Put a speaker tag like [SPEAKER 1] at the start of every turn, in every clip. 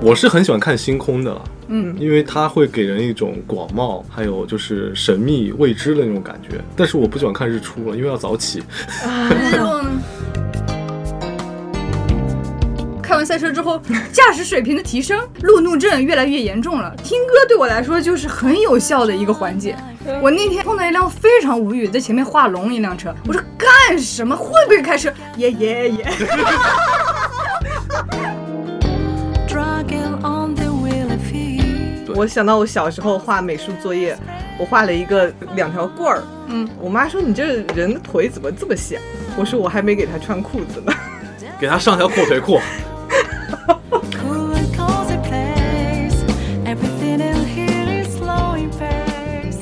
[SPEAKER 1] 我是很喜欢看星空的啦，
[SPEAKER 2] 嗯，
[SPEAKER 1] 因为它会给人一种广袤，还有就是神秘未知的那种感觉。但是我不喜欢看日出了，因为要早 起。
[SPEAKER 2] 那种。 开完赛车之后，驾驶水平的提升，路怒症越来越严重了。听歌对我来说就是很有效的一个环节。我那天碰到一辆非常无语，在前面画龙一辆车，我说干什么？会不会开车？耶耶耶！
[SPEAKER 3] Dragon on the wheel of he.
[SPEAKER 4] 我想到我小时候画美术作业，我画了一个两条棍儿。
[SPEAKER 2] 嗯，
[SPEAKER 4] 我妈说你这人的腿怎么这么小？我说我还没给她穿裤子 呢。
[SPEAKER 1] 给他上条阔腿裤，
[SPEAKER 3] Cool and cozy place. Everything in here is slow in pace.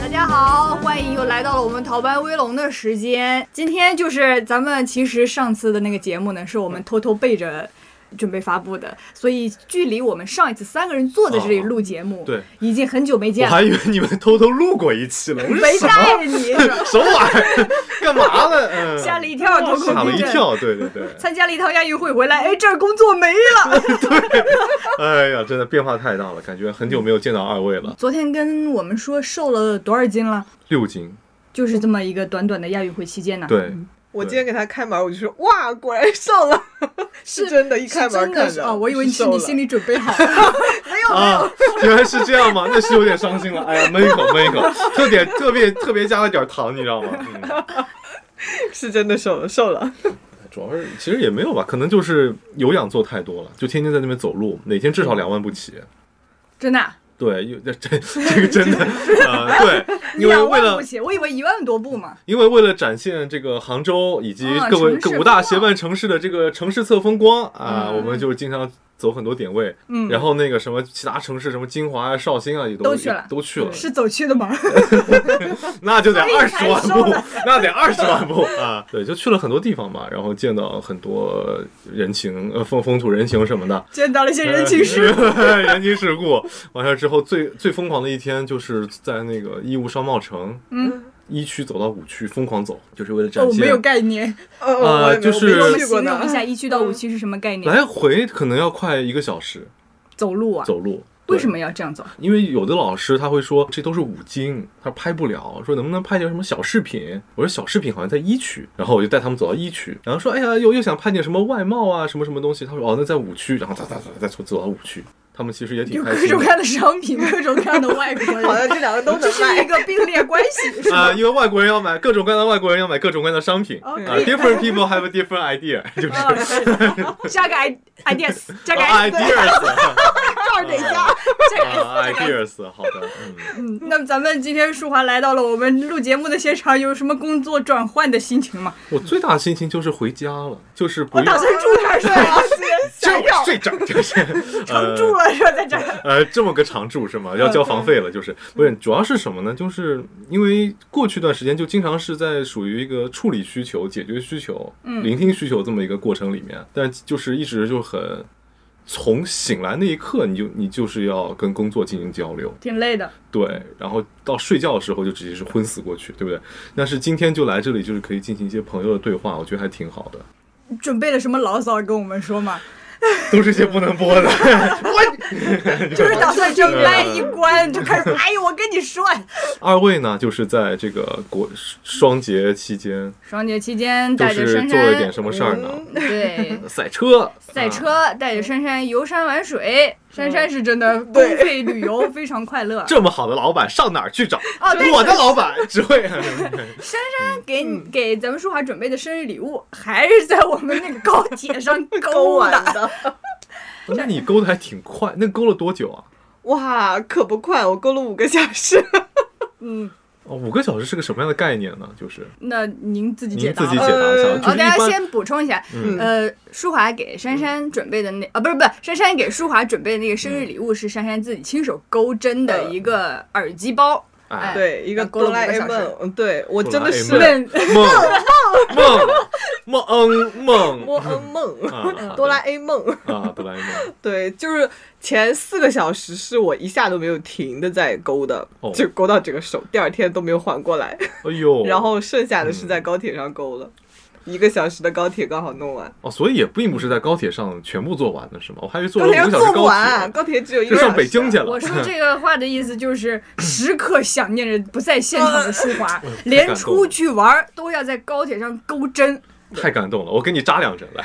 [SPEAKER 2] 大家好，欢迎又来到了我们逃班威龙的时间。今天就是咱们其实上次的那个节目呢，是我们偷偷背着准备发布的，所以距离我们上一次三个人坐在这里录节目，
[SPEAKER 1] 对，
[SPEAKER 2] 已经很久没
[SPEAKER 1] 我
[SPEAKER 2] 见了。
[SPEAKER 1] 还以为你们偷偷录过一期了， 我说
[SPEAKER 2] 没
[SPEAKER 1] 什
[SPEAKER 2] 带
[SPEAKER 1] 么
[SPEAKER 2] 着你，
[SPEAKER 1] 什么 玩意儿？干嘛呢？嗯，
[SPEAKER 2] 吓了一跳，瞳孔
[SPEAKER 1] 吓了
[SPEAKER 2] 地
[SPEAKER 1] 一
[SPEAKER 2] 震。
[SPEAKER 1] 跳，对对对，
[SPEAKER 2] 参加了一趟亚运会回来，哎，这儿工作没了。
[SPEAKER 1] 哎呀，真的变化太大了，感觉很久没有见到二位了，
[SPEAKER 2] 昨天跟我们说瘦了多少斤了，
[SPEAKER 1] 六斤，
[SPEAKER 2] 就是这么一个短短的亚运会期间呢。，
[SPEAKER 1] 对，
[SPEAKER 4] 我今天给她开门，我就说哇，果然瘦了，
[SPEAKER 2] 是
[SPEAKER 4] 真的。一开
[SPEAKER 2] 是真
[SPEAKER 4] 门
[SPEAKER 2] 的
[SPEAKER 4] 看
[SPEAKER 2] 是
[SPEAKER 4] 着，
[SPEAKER 2] 哦，我以为你是
[SPEAKER 4] 瘦
[SPEAKER 2] 你
[SPEAKER 4] 了
[SPEAKER 2] 心里准备好 了，没有没有。
[SPEAKER 1] 啊，原来是这样吗？那是有点伤心了。哎呀，闷一口，闷一口，特点特别特别加了点糖，你知道吗？嗯、
[SPEAKER 4] 是真的瘦了，瘦了。
[SPEAKER 1] 主要是其实也没有吧，可能就是有氧做太多了，就天天在那边走路，每天至少两万步起。
[SPEAKER 2] 真的啊，
[SPEAKER 1] 对，有这这这个 真的，呃，对，因为
[SPEAKER 2] 两
[SPEAKER 1] 为
[SPEAKER 2] 万
[SPEAKER 1] 了
[SPEAKER 2] 步起，我以为一万多步嘛。
[SPEAKER 1] 因为为了展现这个杭州以及
[SPEAKER 2] 啊
[SPEAKER 1] 各位、
[SPEAKER 2] 城市
[SPEAKER 1] 各五大
[SPEAKER 2] 风
[SPEAKER 1] 协
[SPEAKER 2] 光
[SPEAKER 1] 办城市的这个城市侧风光啊，
[SPEAKER 2] 嗯
[SPEAKER 1] 我们就是经常走很多点位，
[SPEAKER 2] 嗯
[SPEAKER 1] 然后那个什么其他城市什么金华啊、绍兴啊也都
[SPEAKER 2] 都去了
[SPEAKER 1] 都去了，
[SPEAKER 2] 是走去的吗？
[SPEAKER 1] 那就得二十万
[SPEAKER 2] 所以才瘦
[SPEAKER 1] 步
[SPEAKER 2] 的，
[SPEAKER 1] 那得二十万步啊！对，就去了很多地方嘛，然后见到很多人情，呃，风风土人情什么的，
[SPEAKER 2] 见到了一些人情世故。
[SPEAKER 1] 呃人情世故。完事儿之后最最疯狂的一天就是在那个义乌商贸城，
[SPEAKER 2] 嗯，
[SPEAKER 1] 一区走到五区疯狂走， 就是为了展
[SPEAKER 2] 哦，
[SPEAKER 1] 现。
[SPEAKER 2] 没有概念。
[SPEAKER 4] 呃，
[SPEAKER 1] 呃
[SPEAKER 4] 我也没有
[SPEAKER 1] 就是
[SPEAKER 2] 我
[SPEAKER 4] 我没
[SPEAKER 2] 们
[SPEAKER 4] 去过
[SPEAKER 2] 形
[SPEAKER 4] 呢
[SPEAKER 2] 容一。下一区到五区是什么概念？
[SPEAKER 1] 来回可能要快一个小时
[SPEAKER 2] 走路啊？
[SPEAKER 1] 走路。
[SPEAKER 2] 为什
[SPEAKER 1] 对
[SPEAKER 2] 么要这样走？
[SPEAKER 1] 因为有的老师他会说这都是五金，他拍不了，说能不能拍点什么小视频？我说小视频好像在一区，然后我就带他们走到一区，然后说哎呀又又想拍点什么外贸啊什么什么东西，他说哦那在五区，然后哒哒哒再走走到五区，他们其实也挺
[SPEAKER 2] 有
[SPEAKER 1] 开
[SPEAKER 2] 各
[SPEAKER 1] 心
[SPEAKER 2] 种各
[SPEAKER 1] 的。
[SPEAKER 2] 样的商品，各种各样的外国
[SPEAKER 4] 好
[SPEAKER 2] 人，
[SPEAKER 4] 像这两个都
[SPEAKER 2] 这
[SPEAKER 4] 能
[SPEAKER 2] 是一
[SPEAKER 4] 卖。
[SPEAKER 2] 个并列关 系。是
[SPEAKER 1] 啊、
[SPEAKER 2] 吧？
[SPEAKER 1] 因为外国人要买各种各样的外国人要买各种各样的商品啊、
[SPEAKER 2] OK
[SPEAKER 1] d i f f e r e n t people have a different idea，就是、
[SPEAKER 2] 哦， 是加个 i ideas，加个
[SPEAKER 1] 啊 ideas，
[SPEAKER 2] 这儿得加， 这个 S
[SPEAKER 1] 啊 ideas，好的，嗯，
[SPEAKER 2] 嗯那么咱们今天舒华来到了我们录节目的现场，有什么工作转换的心情吗？
[SPEAKER 1] 我最大的心情就是回家了，就是不用
[SPEAKER 2] 我打算住这儿睡了，想
[SPEAKER 1] 就
[SPEAKER 2] 要
[SPEAKER 1] 睡着， 就是
[SPEAKER 2] 常住 了是吧？在这儿，
[SPEAKER 1] 呃，这么个常住是吗？要交房费了，就是不是？主要是什么呢？就是因为过去一段时间就经常是在属于一个处理需求、解决需求、聆听需求这么一个过程里面，但就是一直就很从醒来那一刻，你就你就是要跟工作进行交流，
[SPEAKER 2] 挺累的。
[SPEAKER 1] 对，然后到睡觉的时候就直接是昏死过去，对不对？但是今天就来这里，就是可以进行一些朋友的对话，我觉得还挺好的。
[SPEAKER 2] 准备了什么牢骚跟我们说 吗？
[SPEAKER 1] 都是一些不能播的，
[SPEAKER 2] 就是打算这麦一关就开始，哎呦，我跟你说，
[SPEAKER 1] 二位呢，就是在这个国双节期间，
[SPEAKER 2] 双节期间
[SPEAKER 1] 就
[SPEAKER 2] 带着
[SPEAKER 1] 是
[SPEAKER 2] 珊
[SPEAKER 1] 做了一点
[SPEAKER 2] 珊，
[SPEAKER 1] 什么事儿呢？
[SPEAKER 2] 对，
[SPEAKER 1] 赛车，啊
[SPEAKER 2] 赛车，带着珊珊游山玩水。
[SPEAKER 1] 嗯
[SPEAKER 2] 珊珊是真的公
[SPEAKER 4] 对
[SPEAKER 2] 费旅游非常快乐。
[SPEAKER 1] 这么好的老板上哪儿去找？
[SPEAKER 2] 哦对
[SPEAKER 1] 我的老板只会
[SPEAKER 2] 珊珊给你、
[SPEAKER 1] 嗯
[SPEAKER 2] 给咱们舒华准备的生日礼物，还是在我们那个高 铁上
[SPEAKER 4] 勾
[SPEAKER 2] 勾
[SPEAKER 4] 完
[SPEAKER 1] 啊
[SPEAKER 2] 的。
[SPEAKER 4] 的，
[SPEAKER 1] 那你勾的还挺快，那勾了多久啊？
[SPEAKER 4] 哇，可不快，我勾了五个小 时。
[SPEAKER 2] 嗯，
[SPEAKER 1] 哦，五个小时是个什么样的概念呢？就是
[SPEAKER 2] 那您自己解
[SPEAKER 1] 您
[SPEAKER 2] 答
[SPEAKER 1] 自己
[SPEAKER 2] 吧。
[SPEAKER 1] 解答一下。
[SPEAKER 4] 呃
[SPEAKER 1] 就
[SPEAKER 2] 哦，
[SPEAKER 1] 是一
[SPEAKER 2] 大家
[SPEAKER 1] 般
[SPEAKER 2] 先补充一下，
[SPEAKER 1] 嗯
[SPEAKER 2] 呃，舒华给珊珊准备的那啊，不是不是，珊珊给舒华准备的那个生
[SPEAKER 1] 嗯
[SPEAKER 2] 日礼物是珊珊自己亲手钩
[SPEAKER 1] 呃
[SPEAKER 2] 针的一个耳机包，
[SPEAKER 1] 哎，
[SPEAKER 4] 对，一个
[SPEAKER 2] 呃勾了
[SPEAKER 4] 哆
[SPEAKER 2] 五
[SPEAKER 4] 啦
[SPEAKER 2] 个
[SPEAKER 4] A
[SPEAKER 2] 小时
[SPEAKER 4] 梦，嗯对我真
[SPEAKER 1] 哆
[SPEAKER 4] 的
[SPEAKER 1] 啦
[SPEAKER 4] 是
[SPEAKER 1] A
[SPEAKER 2] 问
[SPEAKER 1] 梦梦梦嗯梦
[SPEAKER 4] 摸恩梦，
[SPEAKER 1] 啊，好的
[SPEAKER 4] 哆啦 A 梦。
[SPEAKER 1] 啊，哆啦 A 梦，
[SPEAKER 4] 对，就是前四个小时是我一下都没有停的在勾的，
[SPEAKER 1] 哦
[SPEAKER 4] 就勾到这个手，第二天都没有缓过来。
[SPEAKER 1] 哎呦，
[SPEAKER 4] 然后剩下的是在高铁上勾了。一个小时的高铁刚好弄完。
[SPEAKER 1] 哦，所以也并不是在高铁上全部做完的是吗？我还以为做
[SPEAKER 4] 高
[SPEAKER 1] 了五
[SPEAKER 4] 铁
[SPEAKER 1] 个
[SPEAKER 4] 又
[SPEAKER 1] 小时
[SPEAKER 4] 坐不
[SPEAKER 1] 高
[SPEAKER 4] 完，
[SPEAKER 1] 铁，
[SPEAKER 4] 高铁只有一
[SPEAKER 1] 就
[SPEAKER 4] 个小时啊。
[SPEAKER 1] 上北京去了。
[SPEAKER 2] 我说这个话的意思就是，时刻想念着不在现场的舒
[SPEAKER 1] 呃
[SPEAKER 2] 华，
[SPEAKER 1] 嗯
[SPEAKER 2] 连出去玩儿都要在高铁上 钩针，
[SPEAKER 1] 太感动了，我给你扎两针来，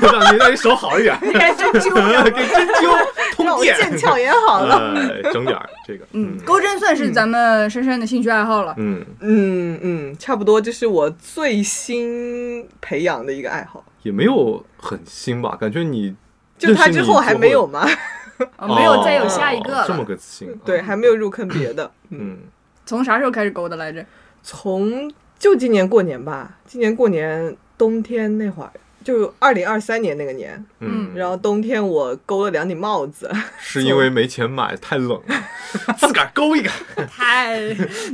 [SPEAKER 1] 让你让你手好一点，
[SPEAKER 2] 你还真 揪
[SPEAKER 1] 给
[SPEAKER 2] 着。
[SPEAKER 1] 针 灸
[SPEAKER 4] 让
[SPEAKER 1] 通
[SPEAKER 4] 我
[SPEAKER 1] 电，
[SPEAKER 4] 腱鞘炎好了。
[SPEAKER 1] 呃，整点儿这个，
[SPEAKER 2] 嗯，钩针算是咱们珊珊的兴趣爱好了。
[SPEAKER 1] 嗯，
[SPEAKER 4] 嗯嗯，差不多，这是我最新培养的一个爱好。
[SPEAKER 1] 也没有很新吧，感觉你
[SPEAKER 4] 就他之后还没有
[SPEAKER 1] 吗？
[SPEAKER 4] 吗？
[SPEAKER 2] 啊没有再有下一个
[SPEAKER 1] 哦这么
[SPEAKER 2] 了。
[SPEAKER 1] 个新，啊
[SPEAKER 4] 对，还没有入坑 别的。嗯，
[SPEAKER 1] 嗯，
[SPEAKER 2] 从啥时候开始勾的 来着？
[SPEAKER 4] 从就今年过年吧，今年过年冬天那会儿，就二零二三年那个年，
[SPEAKER 1] 嗯，
[SPEAKER 4] 然后冬天我勾了两顶 帽子，
[SPEAKER 1] 是因为没钱买，太冷 了，自个儿勾一个，
[SPEAKER 2] 太，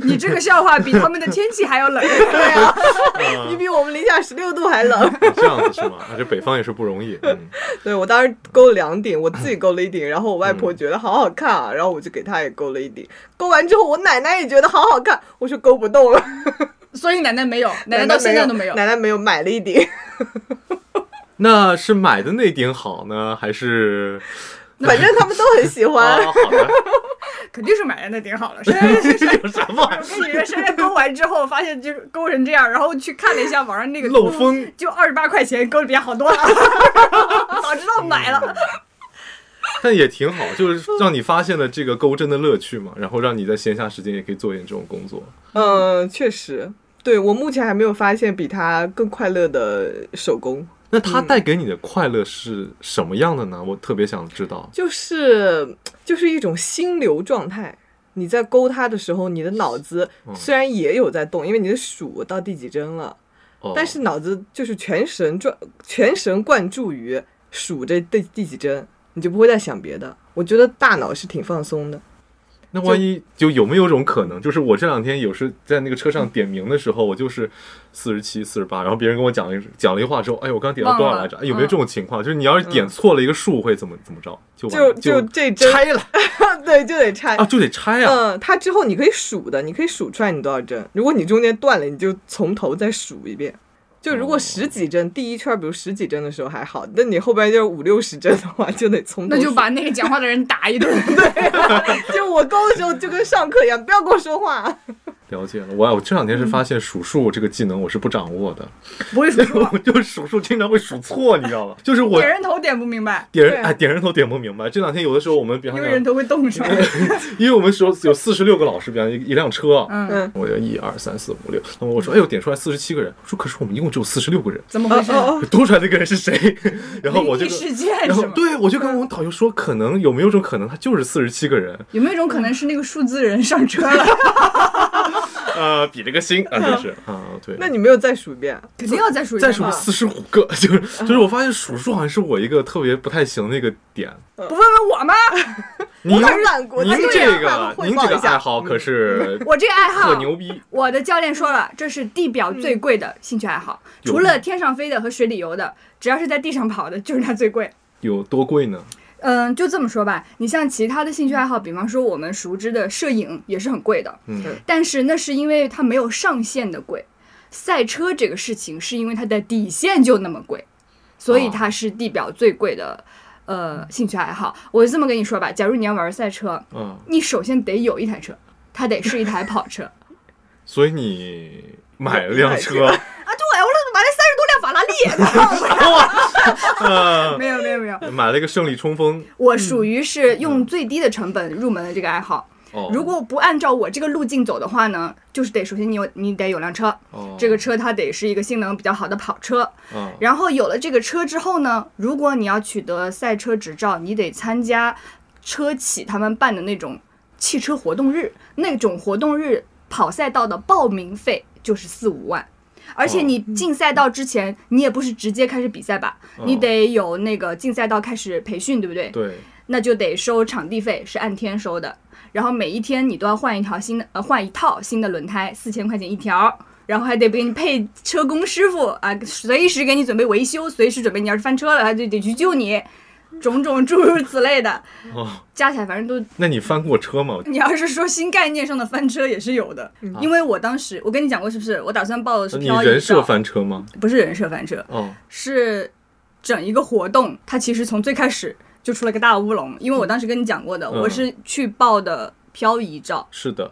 [SPEAKER 2] 你这个笑话比他们的天气还要冷。
[SPEAKER 4] 对啊，
[SPEAKER 1] 啊
[SPEAKER 4] 你比我们零下十六度 还冷。
[SPEAKER 1] 这样子是吗？啊这北方也是不容易， 嗯
[SPEAKER 4] 对我当时勾了两顶，我自己勾了一顶，然后我外婆觉得好好看啊，然后我就给她也勾了一顶。勾完之后，我奶奶也觉得好好看，我说勾不动了，
[SPEAKER 2] 所以奶奶没有， 奶
[SPEAKER 4] 奶
[SPEAKER 2] 奶到现在都没有。
[SPEAKER 4] 奶奶没有买了一顶。
[SPEAKER 1] 那是买的那顶好呢，还是
[SPEAKER 4] 反正他们都很喜
[SPEAKER 1] 啊
[SPEAKER 2] 哦
[SPEAKER 4] 欢。
[SPEAKER 1] 好的，
[SPEAKER 2] 肯定是买那顶好了。珊 珊是
[SPEAKER 1] 这有什 么玩意
[SPEAKER 2] 我跟你说，珊珊勾完之后，发现就是勾成这样，然后去看了一下网上那
[SPEAKER 1] 儿？
[SPEAKER 2] 个
[SPEAKER 1] 漏风，
[SPEAKER 2] 就二十八块钱，勾的比好多了。早知道买
[SPEAKER 1] 嗯
[SPEAKER 2] 了，
[SPEAKER 1] 但也挺好，就是让你发现了这个钩针的乐趣嘛，然后让你在闲暇时间也可以做一点这种工作。
[SPEAKER 4] 嗯，确实，对我目前还没有发现比它更快乐的手工，
[SPEAKER 1] 那它带给你的快乐是什么样的呢？我特别想知道。
[SPEAKER 4] 就是就是一种心流状态。你在勾它的时候，你的脑子
[SPEAKER 1] 嗯
[SPEAKER 4] 虽然也有在动，因为你的数到第几针了，
[SPEAKER 1] 哦
[SPEAKER 4] 但是脑子就是全神专全神贯注于数这第第几针，你就不会再想别的。我觉得大脑是挺放松的。
[SPEAKER 1] 那万一就有没有种可能，就是我这两天有时在那个车上点名的时候，我就是四十七、四十八，然后别人跟我讲了一讲了一话之后，哎，我刚点到多少
[SPEAKER 4] 嗯
[SPEAKER 1] 来着？
[SPEAKER 2] 忘了
[SPEAKER 1] 哎有没有这种情况？就是你要是点错了一个数，会怎么怎么着？就完
[SPEAKER 4] 就
[SPEAKER 1] 就
[SPEAKER 4] 就这针哎
[SPEAKER 1] 拆了
[SPEAKER 4] 对，就得拆
[SPEAKER 1] 啊，就得拆啊！
[SPEAKER 4] 嗯，它之后你可以数的，你可以数出来你多少针。如果你中间断了，你就从头再数一遍。就如果
[SPEAKER 1] 哦
[SPEAKER 4] 十几针，第一圈比如十几针的时候还好，那你后边就是五六十针的话，就得从头
[SPEAKER 2] 那就
[SPEAKER 4] 数
[SPEAKER 2] 把那个讲话的人打一顿。
[SPEAKER 4] 就我勾的时候就跟上课一样，不要跟我说话。
[SPEAKER 1] 了解了，我我这两天
[SPEAKER 2] 嗯
[SPEAKER 1] 是发现数数这个技能我是不掌握 的，
[SPEAKER 2] 不会数
[SPEAKER 1] 我就数数经常会数错，你知道吧？就是 我
[SPEAKER 2] 点人头点不明白，
[SPEAKER 1] 点
[SPEAKER 4] 对
[SPEAKER 1] 人哎点人头点不明白，这两天有的时候我们比方
[SPEAKER 2] 因
[SPEAKER 1] 讲
[SPEAKER 2] 为人头会 冻出来。
[SPEAKER 1] 因为我们有有四十六个老师，比方一一辆车啊，
[SPEAKER 2] 嗯
[SPEAKER 4] 嗯，
[SPEAKER 1] 我就一二三四五六，那么我说，哎呦，点出来四十七个人，我说可是我们一共只有四十六个人，
[SPEAKER 2] 怎么回事？
[SPEAKER 4] 哦
[SPEAKER 1] 多出来那个人是谁？ 然后我就
[SPEAKER 2] 灵异
[SPEAKER 1] 跟
[SPEAKER 2] 事件
[SPEAKER 1] 然后
[SPEAKER 2] 是吗？
[SPEAKER 1] 对我就跟我们导游说，可能有没有种可能，他就是四十七个人，
[SPEAKER 2] 有没有一种可能是那个数字人上车 了？
[SPEAKER 1] 呃，比了个心
[SPEAKER 2] 嗯
[SPEAKER 1] 啊，就是啊，对。
[SPEAKER 4] 那你没有再数一遍啊？
[SPEAKER 2] 肯定要再数一
[SPEAKER 1] 再
[SPEAKER 2] 遍
[SPEAKER 1] 数
[SPEAKER 2] 吧。
[SPEAKER 1] 四十五个， 就是就是我发现数数好像是我一个特别不太行的一个点。
[SPEAKER 2] 不问问我吗？
[SPEAKER 1] 您
[SPEAKER 4] 我很懒惰
[SPEAKER 1] 您
[SPEAKER 4] 对呀
[SPEAKER 1] 这
[SPEAKER 4] 还
[SPEAKER 1] 个
[SPEAKER 4] 会汇
[SPEAKER 1] 您
[SPEAKER 4] 报
[SPEAKER 1] 这个
[SPEAKER 4] 一下
[SPEAKER 1] 爱好可是
[SPEAKER 2] 我这个爱好
[SPEAKER 1] 特牛逼，
[SPEAKER 2] 我的教练说了，这是地表最贵的兴趣爱好，
[SPEAKER 1] 嗯有
[SPEAKER 2] 除了天上飞的和水里游的，只要是在地上跑的，就是它最贵。
[SPEAKER 1] 有多贵呢？
[SPEAKER 2] 嗯，就这么说吧，你像其他的兴趣爱好，比方说我们熟知的摄影也是很贵的，
[SPEAKER 1] 嗯
[SPEAKER 4] 是
[SPEAKER 2] 但是那是因为它没有上限的贵。赛车这个事情是因为它的底线就那么贵，所以
[SPEAKER 1] 哦
[SPEAKER 2] 它是地表最贵的。呃，兴趣爱好，我就这么跟你说吧，假如你要玩赛车，
[SPEAKER 1] 啊，
[SPEAKER 2] 你首先得有一台车，它得是一台跑车。
[SPEAKER 1] 所以你买了辆车，
[SPEAKER 2] 啊，对，我买了三十多辆法拉利，你 知道吗
[SPEAKER 1] 啊，
[SPEAKER 2] 没有没有没有，嗯
[SPEAKER 1] 买了一个胜利冲锋。
[SPEAKER 2] 我属于是用最低的成本入门的这个爱好。
[SPEAKER 1] 哦，
[SPEAKER 2] 如果不按照我这个路径走的话呢，就是得首先你有你得有辆车，
[SPEAKER 1] 哦
[SPEAKER 2] 这个车它得是一个性能比较好的跑车。
[SPEAKER 1] 啊，
[SPEAKER 2] 然后有了这个车之后呢，如果你要取得赛车执照，你得参加车企他们办的那种汽车活动日，那种活动日跑赛道的报名费就是四五万。而且
[SPEAKER 1] 哦
[SPEAKER 2] 你进赛道之前，你也不是直接开始比赛吧？你
[SPEAKER 1] 哦
[SPEAKER 2] 得有那个进赛道开始培训，对不对？
[SPEAKER 1] 对，
[SPEAKER 2] 那就得收场地费，是按天收的。然后每一天你都要换一条新的，呃，换一套新的轮胎，四千块钱一条。然后还得给你配车工师傅啊，随时给你准备维修，随时准备你要是翻车了，他就得去救你。种种诸如此类的，
[SPEAKER 1] 哦，
[SPEAKER 2] 加起来反正都。
[SPEAKER 1] 那你翻过车吗？
[SPEAKER 2] 你要是说新概念上的翻车也是有的，因为我当时我跟你讲过是不是？我打算报的
[SPEAKER 1] 嗯
[SPEAKER 2] 是
[SPEAKER 1] 呃你
[SPEAKER 2] 漂移
[SPEAKER 1] 人设
[SPEAKER 2] 照
[SPEAKER 1] 翻车吗？
[SPEAKER 2] 不是人设翻车，
[SPEAKER 1] 哦，
[SPEAKER 2] 是整一个活动，它其实从最开始就出了个大乌龙。因为我当时跟你讲过的，
[SPEAKER 1] 嗯
[SPEAKER 2] 我是去报的漂移照，
[SPEAKER 1] 是的，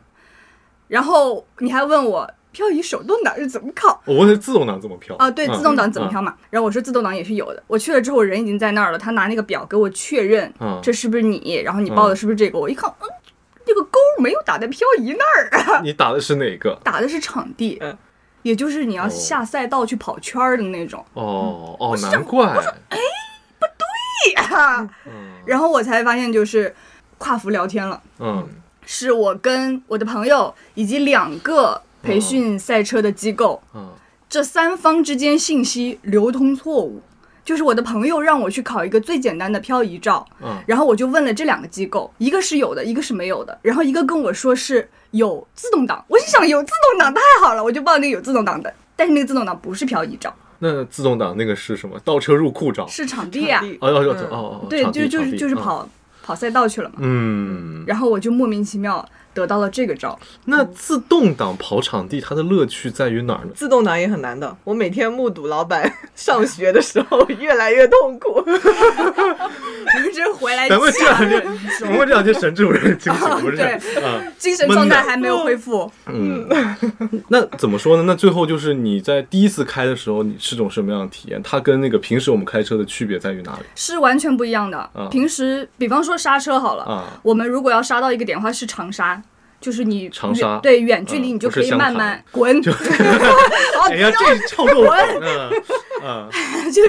[SPEAKER 2] 然后你还问我漂移手动挡是怎么考。
[SPEAKER 1] 我问的是自动挡怎么飘
[SPEAKER 2] 啊，对，
[SPEAKER 1] 嗯
[SPEAKER 2] 自动挡怎么飘嘛？然后我说自动挡也是有的。我去了之后，人已经在那儿了，他拿那个表给我确认，
[SPEAKER 1] 嗯
[SPEAKER 2] 这是不是你？然后你报的是不是这个？我一看，嗯，这个勾没有打在漂移那儿啊，
[SPEAKER 1] 你打的是哪个？
[SPEAKER 2] 打的是场地，
[SPEAKER 4] 嗯
[SPEAKER 2] 也就是你要
[SPEAKER 1] 哦
[SPEAKER 2] 下赛道去跑圈儿的那种。
[SPEAKER 1] 哦哦，难怪，嗯
[SPEAKER 2] 然后我才发现就是跨服聊天了，
[SPEAKER 1] 嗯
[SPEAKER 2] 是我跟我的朋友以及两个培训赛车的机构，
[SPEAKER 1] 嗯，
[SPEAKER 2] 这三方之间信息流通错误。就是我的朋友让我去考一个最简单的漂移照，
[SPEAKER 1] 嗯
[SPEAKER 2] 然后我就问了这两个机构，一个是有的，一个是没有的。然后一个跟我说是有自动挡，我心想有自动挡太好了，我就报那个有自动挡的。但是那个自动挡不是漂移照，
[SPEAKER 1] 那自动挡那个是什么？倒车入库照？
[SPEAKER 2] 是场地啊，
[SPEAKER 1] 哦哦哦
[SPEAKER 4] 嗯
[SPEAKER 1] 哦哦，
[SPEAKER 2] 对，
[SPEAKER 1] 场
[SPEAKER 2] 就
[SPEAKER 1] 地
[SPEAKER 2] 就
[SPEAKER 1] 场
[SPEAKER 2] 是
[SPEAKER 1] 地
[SPEAKER 2] 就是
[SPEAKER 1] 嗯
[SPEAKER 2] 跑、跑赛道去了嘛。
[SPEAKER 1] 嗯，
[SPEAKER 2] 然后我就莫名其妙得到了这 个招，
[SPEAKER 1] 那自动挡跑场地它的乐趣在于哪儿呢？
[SPEAKER 4] 自动挡也很难的，我每天目睹老板上学的时候越来越 痛苦。
[SPEAKER 2] 这回来
[SPEAKER 1] 咱们这两
[SPEAKER 2] 人
[SPEAKER 1] 天，咱们这两天神志不是很清楚，
[SPEAKER 2] 哦
[SPEAKER 1] 不是？啊，
[SPEAKER 2] 精神状态还没有恢复。
[SPEAKER 1] 嗯，那怎么说呢？那最后就是你在第一次开的时候，你是种什么样的体验？它跟那个平时我们开车的区别在于哪里？
[SPEAKER 2] 是完全不一样的。
[SPEAKER 1] 嗯
[SPEAKER 2] 平时，比方说刹车好了，
[SPEAKER 1] 啊
[SPEAKER 2] 我们如果要刹到一个点的话，是长刹，就是你
[SPEAKER 1] 长刹
[SPEAKER 2] 远对远距离
[SPEAKER 1] 嗯
[SPEAKER 2] 你就
[SPEAKER 1] 不是
[SPEAKER 2] 可以
[SPEAKER 1] 相
[SPEAKER 2] 慢
[SPEAKER 1] 砍
[SPEAKER 2] 慢滚， 哦就
[SPEAKER 1] 哎呀，这臭豆腐，嗯嗯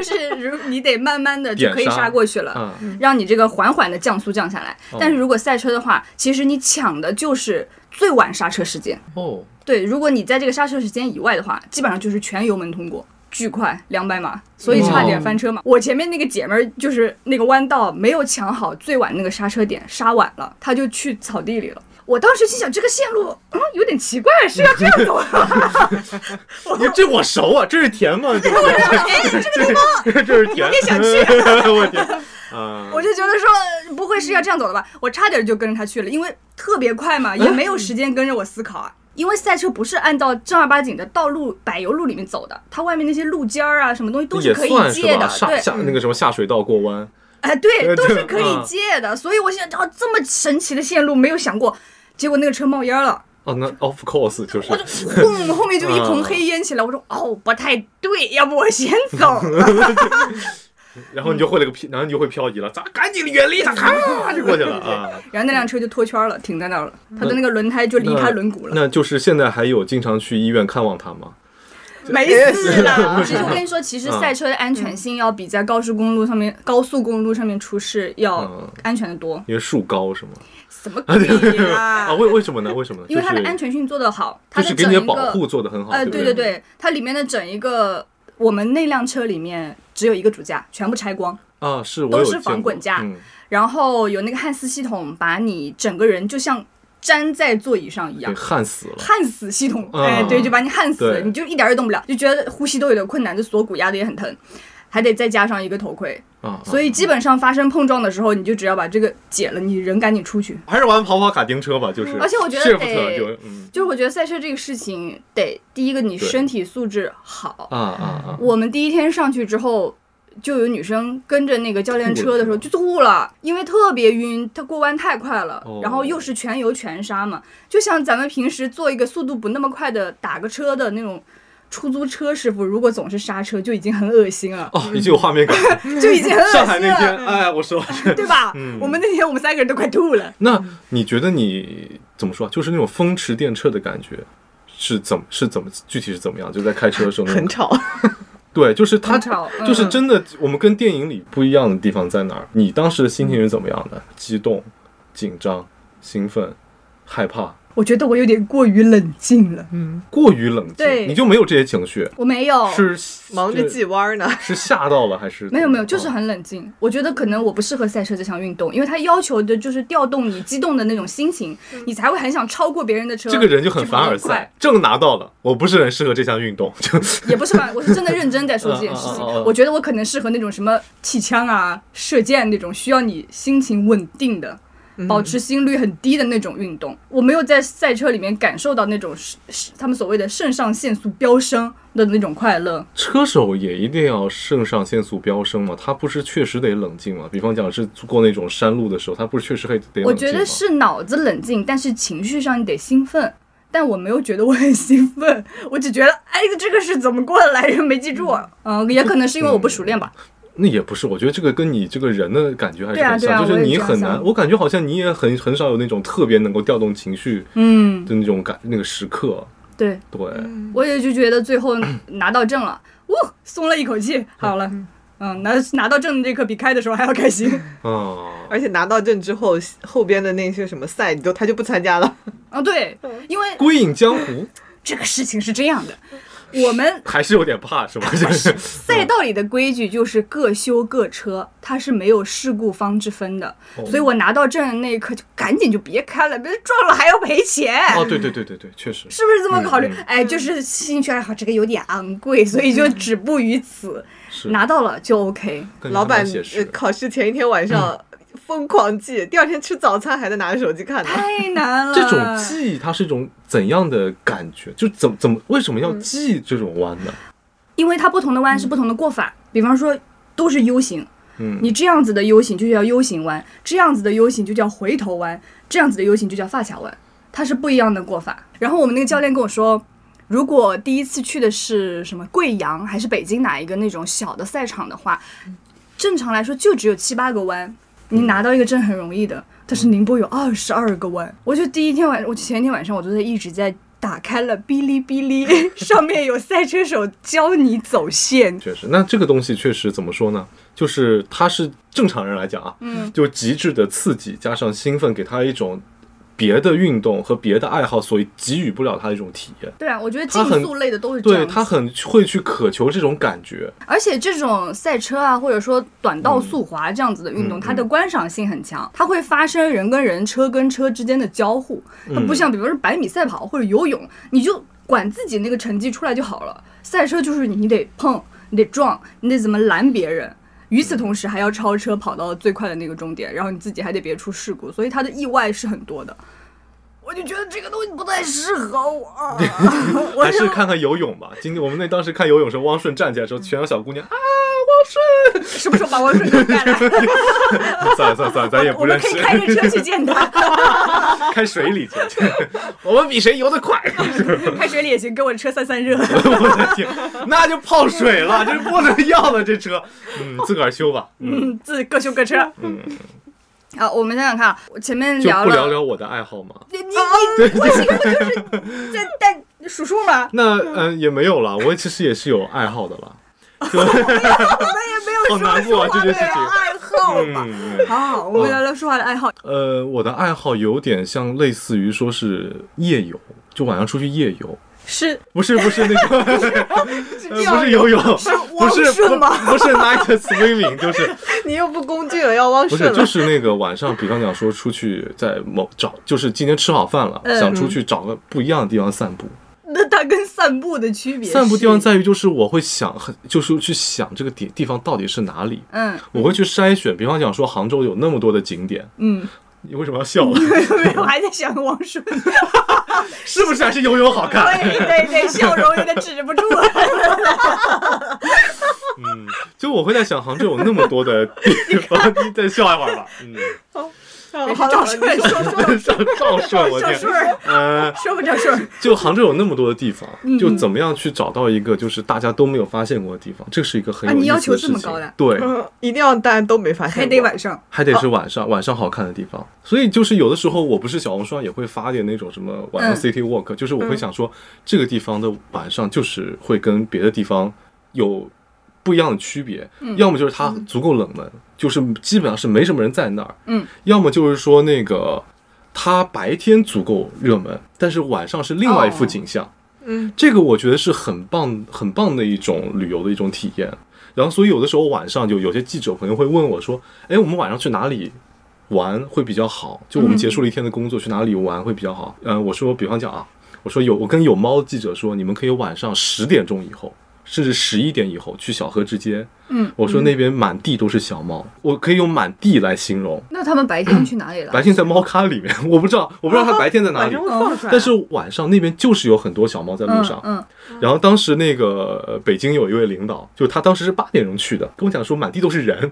[SPEAKER 2] 是如你得慢慢的就
[SPEAKER 1] 点
[SPEAKER 2] 可以
[SPEAKER 1] 刹
[SPEAKER 2] 刹过去了。
[SPEAKER 1] 嗯，
[SPEAKER 2] 让你这个缓缓的降速降下来，但是如果赛车的话，其实你抢的就是最晚刹车时间。
[SPEAKER 1] 哦，
[SPEAKER 2] 对，如果你在这个刹车时间以外的话，基本上就是全油门通过，巨快，两百码，所以差
[SPEAKER 1] 哦
[SPEAKER 2] 点翻车嘛。我前面那个姐们儿就是那个弯道没有抢好最晚那个刹车点，刹晚了，她就去草地里了。我当时心想，这个线路嗯有点奇怪，是要这样 走啊？
[SPEAKER 1] 你这我熟啊，这是田吗？这个
[SPEAKER 2] 哎
[SPEAKER 1] 这个这是田，
[SPEAKER 2] 点想
[SPEAKER 1] 我天，啊，
[SPEAKER 2] 我就觉得说不会是要这样走的吧？我差点就跟着她去了，因为特别快嘛，也没有时间跟着我思考啊。因为赛车不是按照正儿八经的道路柏油路里面走的，它外面那些路尖儿啊，什么东西都
[SPEAKER 1] 也
[SPEAKER 2] 可以
[SPEAKER 1] 算是
[SPEAKER 2] 借
[SPEAKER 1] 吧，
[SPEAKER 2] 的，
[SPEAKER 1] 下
[SPEAKER 2] 对，
[SPEAKER 1] 下那个什么下水道过弯，
[SPEAKER 2] 哎，对，
[SPEAKER 1] 呃
[SPEAKER 2] 都
[SPEAKER 1] 对
[SPEAKER 2] 是可以
[SPEAKER 1] 嗯
[SPEAKER 2] 借的，所以我想，哦，这么神奇的线路没有想过，结果那个车冒烟了，
[SPEAKER 1] 哦， 那 of course 就是
[SPEAKER 2] 我就轰，后面就一
[SPEAKER 1] 嗯
[SPEAKER 2] 捧黑烟起来，我说哦，不太对，要不我先走了。
[SPEAKER 1] 然后你就会了个漂，然后你就会漂移了，咋赶紧远离它，咔就过 去了啊！
[SPEAKER 2] 然后那辆车就脱圈了，停在那儿了，它的那个轮胎就离开轮毂了，
[SPEAKER 1] 那就是现在还有经常去医院看望它吗？
[SPEAKER 2] 没事了。啊其实我跟你说，其实
[SPEAKER 1] 嗯
[SPEAKER 2] 赛车的安全性要比在高速公路上面、高速公路上面出事要
[SPEAKER 1] 嗯
[SPEAKER 2] 安全的多。
[SPEAKER 1] 因为树高 是吗？
[SPEAKER 2] 什么鬼
[SPEAKER 1] 啊，
[SPEAKER 2] 啊？
[SPEAKER 1] 为为什么呢？为什么呢？
[SPEAKER 2] 因为它的安
[SPEAKER 1] 全，
[SPEAKER 2] 全性做得好，它
[SPEAKER 1] 就
[SPEAKER 2] 的
[SPEAKER 1] 是
[SPEAKER 2] 整
[SPEAKER 1] 给
[SPEAKER 2] 一
[SPEAKER 1] 你
[SPEAKER 2] 个
[SPEAKER 1] 的保护做得很好，
[SPEAKER 2] 呃，
[SPEAKER 1] 对
[SPEAKER 2] 对
[SPEAKER 1] 不
[SPEAKER 2] 对，对，它里面的整一个，我们那辆车里面只有一个主架，全部拆光，
[SPEAKER 1] 啊，是我
[SPEAKER 2] 都
[SPEAKER 1] 有
[SPEAKER 2] 是
[SPEAKER 1] 见
[SPEAKER 2] 防
[SPEAKER 1] 过
[SPEAKER 2] 滚架
[SPEAKER 1] 嗯
[SPEAKER 2] 然后有那个焊丝系统，把你整个人就像粘在座椅上一
[SPEAKER 1] 给
[SPEAKER 2] 样。
[SPEAKER 1] 焊死 了。
[SPEAKER 2] 焊死系统，
[SPEAKER 1] 嗯
[SPEAKER 2] 哎，对，就把你焊死
[SPEAKER 1] 对，
[SPEAKER 2] 你就一点儿也动不了，就觉得呼吸都有点困难，就锁骨压的也很疼，还得再加上一个头盔，
[SPEAKER 1] 啊，
[SPEAKER 2] 所
[SPEAKER 1] 以
[SPEAKER 2] 以基本上发生碰撞的时候，你就只要把这个解了，你人赶紧出去。
[SPEAKER 1] 还是玩跑跑卡丁车吧，就是。
[SPEAKER 2] 而且我觉得
[SPEAKER 1] shift
[SPEAKER 2] 得
[SPEAKER 1] 就嗯
[SPEAKER 2] 就是我觉得赛车这个事情，得第一个你
[SPEAKER 1] 对
[SPEAKER 2] 身体素质好，
[SPEAKER 1] 啊啊啊，
[SPEAKER 2] 我们第一天上去之后，就有女生跟着那个教练车的时候
[SPEAKER 1] 吐了
[SPEAKER 2] 就吐了，因为特别晕，它过弯太快了，
[SPEAKER 1] 哦
[SPEAKER 2] 然后又是全油全刹嘛，就像咱们平时坐一个速度不那么快的打个车的那种。出租车师傅如果总是刹车，就已经很恶心了，
[SPEAKER 1] 哦，已经有画面感了。
[SPEAKER 2] 就已经很嗯恶心了，啊
[SPEAKER 1] 上海那天，哎，我说，
[SPEAKER 2] 对吧？
[SPEAKER 1] 嗯
[SPEAKER 2] 我们那天我们三个人都快吐了。
[SPEAKER 1] 那你觉得你怎么说啊？就是那种风驰电掣的感觉，是怎么是怎么具体是怎么样？就在开车的时候那
[SPEAKER 4] 很
[SPEAKER 1] 种，
[SPEAKER 4] 吵，
[SPEAKER 1] 对，就是它
[SPEAKER 2] 很吵嗯
[SPEAKER 1] 就是真的，我们跟电影里不一样的地方在哪儿？
[SPEAKER 2] 嗯
[SPEAKER 1] 你当时的心情是怎么样的？激动、紧张、兴奋、害怕，
[SPEAKER 2] 我觉得我有点过于冷静了，
[SPEAKER 1] 过于冷静，
[SPEAKER 2] 对哦
[SPEAKER 1] 你就没有这些情绪，
[SPEAKER 2] 我没有，
[SPEAKER 1] 是
[SPEAKER 4] 忙着
[SPEAKER 1] 是
[SPEAKER 4] 系弯儿呢。
[SPEAKER 1] 是吓到了还是
[SPEAKER 2] 没有没有，就是
[SPEAKER 1] 啊
[SPEAKER 2] 很冷静。我觉得可能我不适合赛车这项运动，因为它要求的就是调动你激动的那种心情，你才会很想超过别人的车。
[SPEAKER 1] 哦这个人就很
[SPEAKER 2] 去
[SPEAKER 1] 凡
[SPEAKER 2] 跑得
[SPEAKER 1] 尔赛
[SPEAKER 2] 快，，
[SPEAKER 1] 证拿到了，我不是很适合这项运动，就
[SPEAKER 2] 也不是凡，我是真的认真 在说这件事情
[SPEAKER 1] 嗯嗯嗯嗯。
[SPEAKER 2] 我觉得我可能适合那种什么气枪啊、射箭那种需要你心情稳定的。保持心率很低的那种运动，我没有在赛车里面感受到那种是是他们所谓的肾上腺素飙升的那种快乐。
[SPEAKER 1] 车手也一定要肾上腺素飙升嘛，他不是确实得冷静嘛？比方讲是过那种山路的时候，他不是确实还得冷静
[SPEAKER 2] 我觉
[SPEAKER 1] 吗
[SPEAKER 2] 得是脑子冷静，但是情绪上你得兴奋。但我没有觉得我很兴奋，我只觉得哎，这个是怎么过得来，没记住。嗯，也可能是因为我不熟练吧。
[SPEAKER 1] 那也不是，我觉得这个跟你这个人的感觉还是
[SPEAKER 2] 对啊
[SPEAKER 1] 很像，
[SPEAKER 2] 对啊
[SPEAKER 1] 就是
[SPEAKER 2] 我也
[SPEAKER 1] 你
[SPEAKER 2] 这样
[SPEAKER 1] 很难，
[SPEAKER 2] 想
[SPEAKER 1] 我感觉好像你也很很少有那种特别能够调动情绪
[SPEAKER 2] 嗯，
[SPEAKER 1] 的那种感、那个时刻。
[SPEAKER 2] 对，
[SPEAKER 1] 对，
[SPEAKER 2] 我也就觉得最后拿到证了，呜，松了一口气。好了，嗯，拿拿到证的这刻比开的时候还要开心。
[SPEAKER 1] 啊，
[SPEAKER 4] 而且拿到证之后，后边的那些什么赛，你都他就不参加了。
[SPEAKER 2] 啊，对，因为
[SPEAKER 1] 归隐江湖
[SPEAKER 2] 这个事情是这样的，我们
[SPEAKER 1] 还是有点怕，是吧？ 就是
[SPEAKER 2] 赛道里的规矩就是各修各车，它是没有事故方之分的。
[SPEAKER 1] 哦
[SPEAKER 2] 所以我拿到证的那一刻就赶紧就别开了，别撞了还要赔钱。
[SPEAKER 1] 哦，对对对对对，确实
[SPEAKER 2] 是不是这么考虑？
[SPEAKER 1] 嗯嗯
[SPEAKER 2] 哎，就是兴趣爱好这个有点昂贵，所以就止步于此。
[SPEAKER 1] 是
[SPEAKER 2] 拿到了 就 OK，
[SPEAKER 1] 感觉
[SPEAKER 4] 老
[SPEAKER 1] 还蛮
[SPEAKER 4] 板
[SPEAKER 1] 写嗯
[SPEAKER 4] 呃
[SPEAKER 1] 实的。
[SPEAKER 4] 考试前一天晚上 疯狂记，第二天吃早餐还在拿着手机看呢。
[SPEAKER 2] 太难了。
[SPEAKER 1] 这种记忆它是一种怎样的感觉？就怎怎么为什么要记这种弯呢？
[SPEAKER 2] 因为它不同的弯是不同的过法，比方说都是 U 型，
[SPEAKER 1] 嗯，
[SPEAKER 2] 你这样子的 U 型就叫 U 型弯，这样子的 U 型就叫回头弯，这样子的 U 型就叫发卡弯，它是不一样的过法。然后我们那个教练跟我说，如果第一次去的是什么贵阳还是北京哪一个那种小的赛场的话，正常来说就只有七八个弯，你拿到一个证很容易的。但是宁波有二十二个弯，我就第一天晚，我前一天晚上我都在一直在。打开了哔哩哔哩，上面有赛车手教你走线，
[SPEAKER 1] 确实，那这个东西确实怎么说呢？就是它是正常人来讲啊，
[SPEAKER 2] 嗯，
[SPEAKER 1] 就极致的刺激加上兴奋，给他一种别的运动和别的爱好所给予不了他的一种体验。
[SPEAKER 2] 对啊，我觉得
[SPEAKER 1] 他
[SPEAKER 2] 竞
[SPEAKER 1] 很
[SPEAKER 2] 速类的都是这样
[SPEAKER 1] 对
[SPEAKER 2] 子。
[SPEAKER 1] 他很会去渴求这种感觉，
[SPEAKER 2] 而且这种赛车啊，或者说短道速滑这样子的运动，
[SPEAKER 1] 嗯
[SPEAKER 2] 它的观赏性很强，它会发生人跟人、车跟车之间的交互。
[SPEAKER 1] 嗯
[SPEAKER 2] 它不像比如说百米赛跑或者游泳，你就管自己那个成绩出来就好了。赛车就是你得碰，你得撞，你得怎么拦别人。与此同时，还要超车跑到最快的那个终点，然后你自己还得别出事故，所以它的意外是很多的。 我就觉得这个东西不太适合我， 我
[SPEAKER 1] 还是
[SPEAKER 2] 就
[SPEAKER 1] 看看游泳吧。今天我们那当时看游泳时候，汪顺站起来的时候，全场小姑娘
[SPEAKER 2] 嗯
[SPEAKER 1] 啊，
[SPEAKER 2] 什么时候把我水给干了？
[SPEAKER 1] 啊算了算了算了，咱也不
[SPEAKER 2] 我们
[SPEAKER 1] 认
[SPEAKER 2] 可
[SPEAKER 1] 识
[SPEAKER 2] 以，开着车去见 他，
[SPEAKER 1] 开水里去， 我们比谁游得快。
[SPEAKER 2] 开水里也行，给我的车散散热。
[SPEAKER 1] 我的天，那就泡水了，这不能要了这车，嗯，自个儿修吧，嗯，
[SPEAKER 2] 嗯，自各修各车。
[SPEAKER 1] 嗯，
[SPEAKER 2] 好，我们想想看，啊，我前面
[SPEAKER 1] 就
[SPEAKER 2] 聊
[SPEAKER 1] 不
[SPEAKER 2] 了，
[SPEAKER 1] 聊哦聊我的爱好吗？
[SPEAKER 2] 你你你，我是一个就是在带数数嘛，
[SPEAKER 1] 那嗯、呃也没有了，我其实也是有爱好的了，
[SPEAKER 2] 我
[SPEAKER 1] 好
[SPEAKER 2] 们也没有
[SPEAKER 1] 难
[SPEAKER 2] 说
[SPEAKER 1] 过啊
[SPEAKER 2] 说话
[SPEAKER 1] 这
[SPEAKER 2] 的
[SPEAKER 1] 件事情。
[SPEAKER 2] 爱好 嘛。
[SPEAKER 1] 嗯，
[SPEAKER 2] 好好，我们聊聊说话的爱好。
[SPEAKER 1] 呃，我的爱好有点像类似于说是夜游，就晚上出去夜游，
[SPEAKER 2] 是
[SPEAKER 1] 不是不是那个，呃不是游泳，不
[SPEAKER 4] 汪
[SPEAKER 1] 是
[SPEAKER 4] 顺吗
[SPEAKER 1] 不不是 night swimming，就是
[SPEAKER 4] 你又不攻俊了，要汪
[SPEAKER 1] 不是
[SPEAKER 4] 顺
[SPEAKER 1] 就
[SPEAKER 4] 了。
[SPEAKER 1] 是那个晚上，比方讲说出去在某找，就是今天吃好饭了，
[SPEAKER 2] 嗯
[SPEAKER 1] 想出去找个不一样的地方散步。
[SPEAKER 2] 那它跟散步的区别是？
[SPEAKER 1] 散步地方在于就是我会想很，就是去想这个地地方到底是哪里，
[SPEAKER 2] 嗯
[SPEAKER 1] 我会去筛选。比方讲说杭州有那么多的景点，
[SPEAKER 2] 嗯，
[SPEAKER 1] 你为什么要笑了？
[SPEAKER 2] 没有，还在想王顺，
[SPEAKER 1] 是不是还是游泳好看？
[SPEAKER 2] 对对对，笑容有点止 不住了。
[SPEAKER 1] 嗯，就我会在想杭州有那么多的地方，你再笑一会儿吧。嗯，
[SPEAKER 4] 哦好了，好了
[SPEAKER 2] 顺
[SPEAKER 4] 你说说。
[SPEAKER 1] 赵赵顺，我
[SPEAKER 2] 赵
[SPEAKER 1] 天，
[SPEAKER 2] 顺儿
[SPEAKER 1] 呃，
[SPEAKER 2] 说不着 顺儿，
[SPEAKER 1] 就杭州有那么多的地方，
[SPEAKER 2] 嗯
[SPEAKER 1] 就怎么样去找到一个就是大家都没有发现过的地方，这是一个很
[SPEAKER 2] 啊
[SPEAKER 1] 有
[SPEAKER 2] 你
[SPEAKER 1] 意
[SPEAKER 2] 要
[SPEAKER 1] 思的
[SPEAKER 2] 求
[SPEAKER 1] 事
[SPEAKER 2] 这
[SPEAKER 1] 情。
[SPEAKER 2] 么高的
[SPEAKER 1] 对，
[SPEAKER 4] 嗯，一定要大家都没发现过，
[SPEAKER 2] 还得晚上。
[SPEAKER 1] 还得是晚上，晚上好看的地方。所以就是有的时候，我不是小红书上也会发点那种什么晚上
[SPEAKER 2] 嗯
[SPEAKER 1] city walk，、就是我会想说，这个地方的晚上就是会跟别的地方有不一样的区别，
[SPEAKER 2] 嗯
[SPEAKER 1] 要么就是它足够冷门，就是基本上是没什么人在那儿，
[SPEAKER 2] 嗯，
[SPEAKER 1] 要么就是说那个。它白天足够热门，但是晚上是另外一副
[SPEAKER 2] 哦
[SPEAKER 1] 景象。
[SPEAKER 4] 嗯，
[SPEAKER 1] 这个我觉得是很棒、很棒的一种旅游的一种体验。然后，所以有的时候晚上就有些记者朋友会问我说：“哎，我们晚上去哪里玩会比较好？就我们结束了一天的工作，去哪里玩会比较好？”嗯、我说，比方讲啊，我说有我跟有猫记者说，你们可以晚上十点钟以后，甚至十一点以后去小河之街。
[SPEAKER 2] 嗯，
[SPEAKER 1] 我说那边满地都是小猫，我可以用满地来形容。
[SPEAKER 2] 那他们白天去哪里了？
[SPEAKER 1] 白天在猫咖里面， 我不知道，我不知道它白天在哪
[SPEAKER 4] 晚
[SPEAKER 1] 里
[SPEAKER 4] 上，会放出来，
[SPEAKER 1] 但是晚上那边就是有很多小猫在路上。
[SPEAKER 2] 哦嗯，嗯
[SPEAKER 1] 然后当时那个呃北京有一位领导，就他当时是八点钟去的，跟我讲说满地都是人，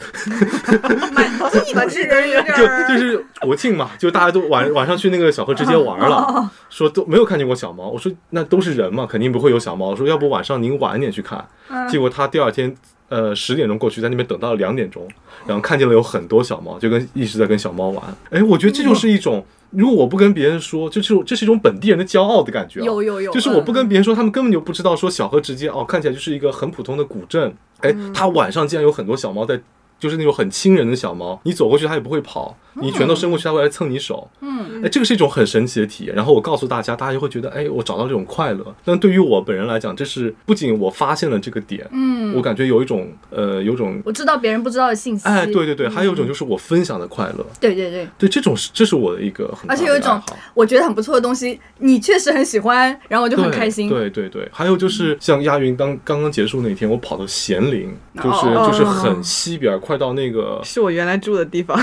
[SPEAKER 4] 反正人有点
[SPEAKER 1] 就
[SPEAKER 4] 儿
[SPEAKER 1] 就是国庆嘛，就大家都晚晚上去那个小河之街玩了，说都没有看见过小猫。我说那都是人嘛，肯定不会有小猫。我说要不晚上您晚一点去看。结果他第二天呃十点钟过去，在那边等到了两点钟，然后看见了有很多小猫，就跟一直在跟小猫玩。哎，我觉得这就是一种，如果我不跟别人说，这就是这是一种本地人的骄傲的感觉啊、
[SPEAKER 2] 有有有，嗯
[SPEAKER 1] 就是我不跟别人说，他们根本就不知道说小河直接哦，看起来就是一个很普通的古镇，哎，
[SPEAKER 2] 嗯
[SPEAKER 1] 它晚上竟然有很多小猫在，就是那种很亲人的小猫，你走过去它也不会跑，你拳头伸过去它会来蹭你手，
[SPEAKER 2] 嗯，
[SPEAKER 1] 哎，这个是一种很神奇的体验。然后我告诉大家，大家就会觉得，哎，我找到这种快乐。但对于我本人来讲，这是不仅我发现了这个点，
[SPEAKER 2] 嗯，
[SPEAKER 1] 我感觉有一种呃，有一种
[SPEAKER 2] 我知道别人不知道的信息。
[SPEAKER 1] 哎，对对对，还有一种就是我分享的快乐，
[SPEAKER 2] 对对对，
[SPEAKER 1] 对，这种是这是我的一个很大
[SPEAKER 2] 而且
[SPEAKER 1] 的
[SPEAKER 2] 有一种
[SPEAKER 1] 爱好
[SPEAKER 2] 我觉得很不错的东西，你确实很喜欢，然后我就很
[SPEAKER 1] 对
[SPEAKER 2] 开心。
[SPEAKER 1] 对对对，还有就是像亚运刚刚刚结束那天，我跑到咸宁，就是
[SPEAKER 2] 哦
[SPEAKER 1] 就是很西边儿，快到那 个
[SPEAKER 4] 是我原来住的地方，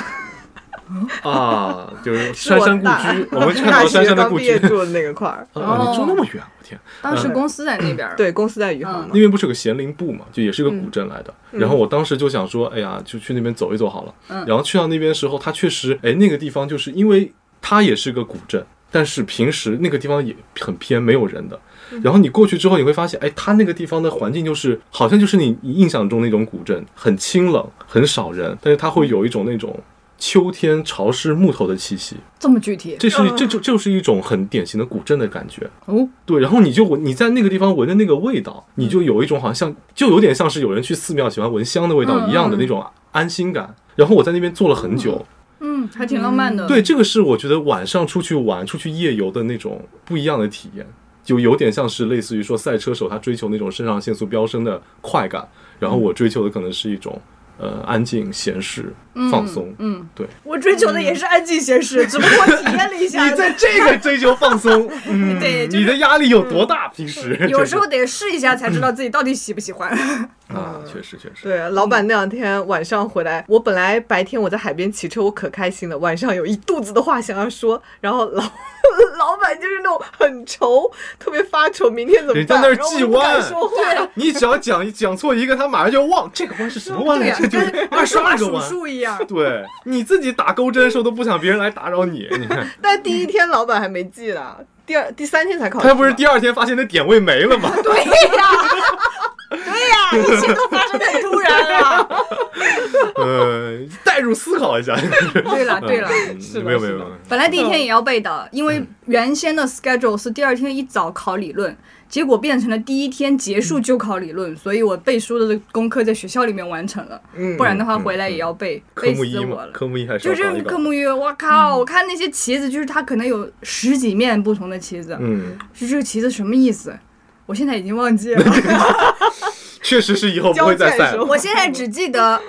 [SPEAKER 1] 啊，就是
[SPEAKER 4] 是我
[SPEAKER 1] 杉杉故
[SPEAKER 4] 大
[SPEAKER 1] 居，我们 去
[SPEAKER 4] 大
[SPEAKER 1] 到杉
[SPEAKER 4] 学
[SPEAKER 1] 杉的
[SPEAKER 4] 刚
[SPEAKER 1] 故
[SPEAKER 4] 毕
[SPEAKER 1] 居，
[SPEAKER 4] 业。住的那个块儿
[SPEAKER 1] 啊，你住那么远，我天！
[SPEAKER 2] 当时公司在那边，，
[SPEAKER 4] 对，公司在余杭嘛
[SPEAKER 1] 那。边不是有个咸宁埠嘛，就也是个古镇来的。然后我当时就想说，哎呀，就去那边走一走好了。
[SPEAKER 2] 嗯
[SPEAKER 1] 然后去到那边时候，它确实，哎，那个地方就是因为它也是个古镇，但是平时那个地方也很偏，没有人的。然后你过去之后，你会发现，哎，它那个地方的环境就是好像就是你你印象中那种古镇，很清冷，很少人，但是它会有一种那种。秋天潮湿木头的气息，
[SPEAKER 2] 这么具体
[SPEAKER 1] 这是这就就是一种很典型的古镇的感觉。
[SPEAKER 2] 哦，
[SPEAKER 1] 对，然后你就闻你在那个地方闻着那个味道，
[SPEAKER 2] 嗯
[SPEAKER 1] 你就有一种好像就有点像是有人去寺庙喜欢闻香的味道一样的那种安心感。然后我在那边坐了很久，
[SPEAKER 2] 嗯，还挺浪漫的。
[SPEAKER 1] 对，，这个是我觉得晚上出去玩、出去夜游的那种不一样的体验，就有点像是类似于说赛车手他追求那种肾上腺素飙升的快感，然后我
[SPEAKER 2] 嗯
[SPEAKER 1] 追求的可能是一种呃安静、闲适、放松。
[SPEAKER 2] 嗯，
[SPEAKER 1] 对，
[SPEAKER 2] 我追求的也是安静闲适，只不过体验了一 下，
[SPEAKER 1] 你在这个追求放松，嗯，
[SPEAKER 2] 对就是嗯
[SPEAKER 1] 你的压力有多大？平时
[SPEAKER 2] 有
[SPEAKER 1] 真
[SPEAKER 2] 时
[SPEAKER 1] 的
[SPEAKER 2] 候得试一下才知道自己到底喜不喜 欢。
[SPEAKER 1] 啊，确实确实，
[SPEAKER 4] 对，老板那两天晚上回来，我本来白天我在海边骑车，我可开心了，晚上有一肚子的话想要说，然后老 老板就是那种很愁，特别发愁，明天怎么
[SPEAKER 1] 人家
[SPEAKER 4] 办？
[SPEAKER 1] 那儿
[SPEAKER 4] 然后我
[SPEAKER 1] 记
[SPEAKER 4] 就不敢
[SPEAKER 1] 弯
[SPEAKER 4] 说话。
[SPEAKER 1] 你只要讲讲错一个，他马上就要忘这个弯是什么弯
[SPEAKER 2] 对
[SPEAKER 1] 来
[SPEAKER 2] 呀，
[SPEAKER 1] 着，
[SPEAKER 2] 跟
[SPEAKER 1] 这就是二十
[SPEAKER 2] 刷
[SPEAKER 1] 二个
[SPEAKER 2] 数
[SPEAKER 1] 弯。
[SPEAKER 2] 数一样。
[SPEAKER 1] 对，你自己打钩针的时候都不想别人来打扰你，你 看
[SPEAKER 4] 但第一天老板还没记呢，第二第三天才考试嘛。
[SPEAKER 1] 他不是第二天发现那点位没 了吗？
[SPEAKER 2] 对呀，对呀，一切都发生太突然啊 了。
[SPEAKER 1] 呃，代入思考一下。
[SPEAKER 2] 对了，对了。
[SPEAKER 1] 嗯
[SPEAKER 4] 是的
[SPEAKER 1] 没有没
[SPEAKER 4] 是
[SPEAKER 1] 有
[SPEAKER 4] 的
[SPEAKER 1] 没有，
[SPEAKER 2] 本来第一天也要背
[SPEAKER 1] 嗯
[SPEAKER 2] 的，因为原先的 schedule 是第二天一早考理论，结果变成了第一天结束就考理
[SPEAKER 1] 嗯
[SPEAKER 2] 论，所以我背书的功课在学校里面完成了，
[SPEAKER 4] 嗯
[SPEAKER 2] 不然的话回来也要背，
[SPEAKER 1] 嗯科
[SPEAKER 2] 背
[SPEAKER 1] 目
[SPEAKER 2] 死
[SPEAKER 1] 一嘛
[SPEAKER 2] 我，了。
[SPEAKER 1] 科目一还是
[SPEAKER 2] 就
[SPEAKER 1] 要
[SPEAKER 2] 这
[SPEAKER 1] 搞一嗯
[SPEAKER 2] 个科
[SPEAKER 1] 搞。
[SPEAKER 2] 目一，我靠！我看那些旗子，就是它可能有十几面不同的旗子，
[SPEAKER 1] 嗯，
[SPEAKER 2] 就这个旗子什么意思？我现在已经忘记了，
[SPEAKER 1] 确实是以后不会再赛了。
[SPEAKER 2] 我现在只记得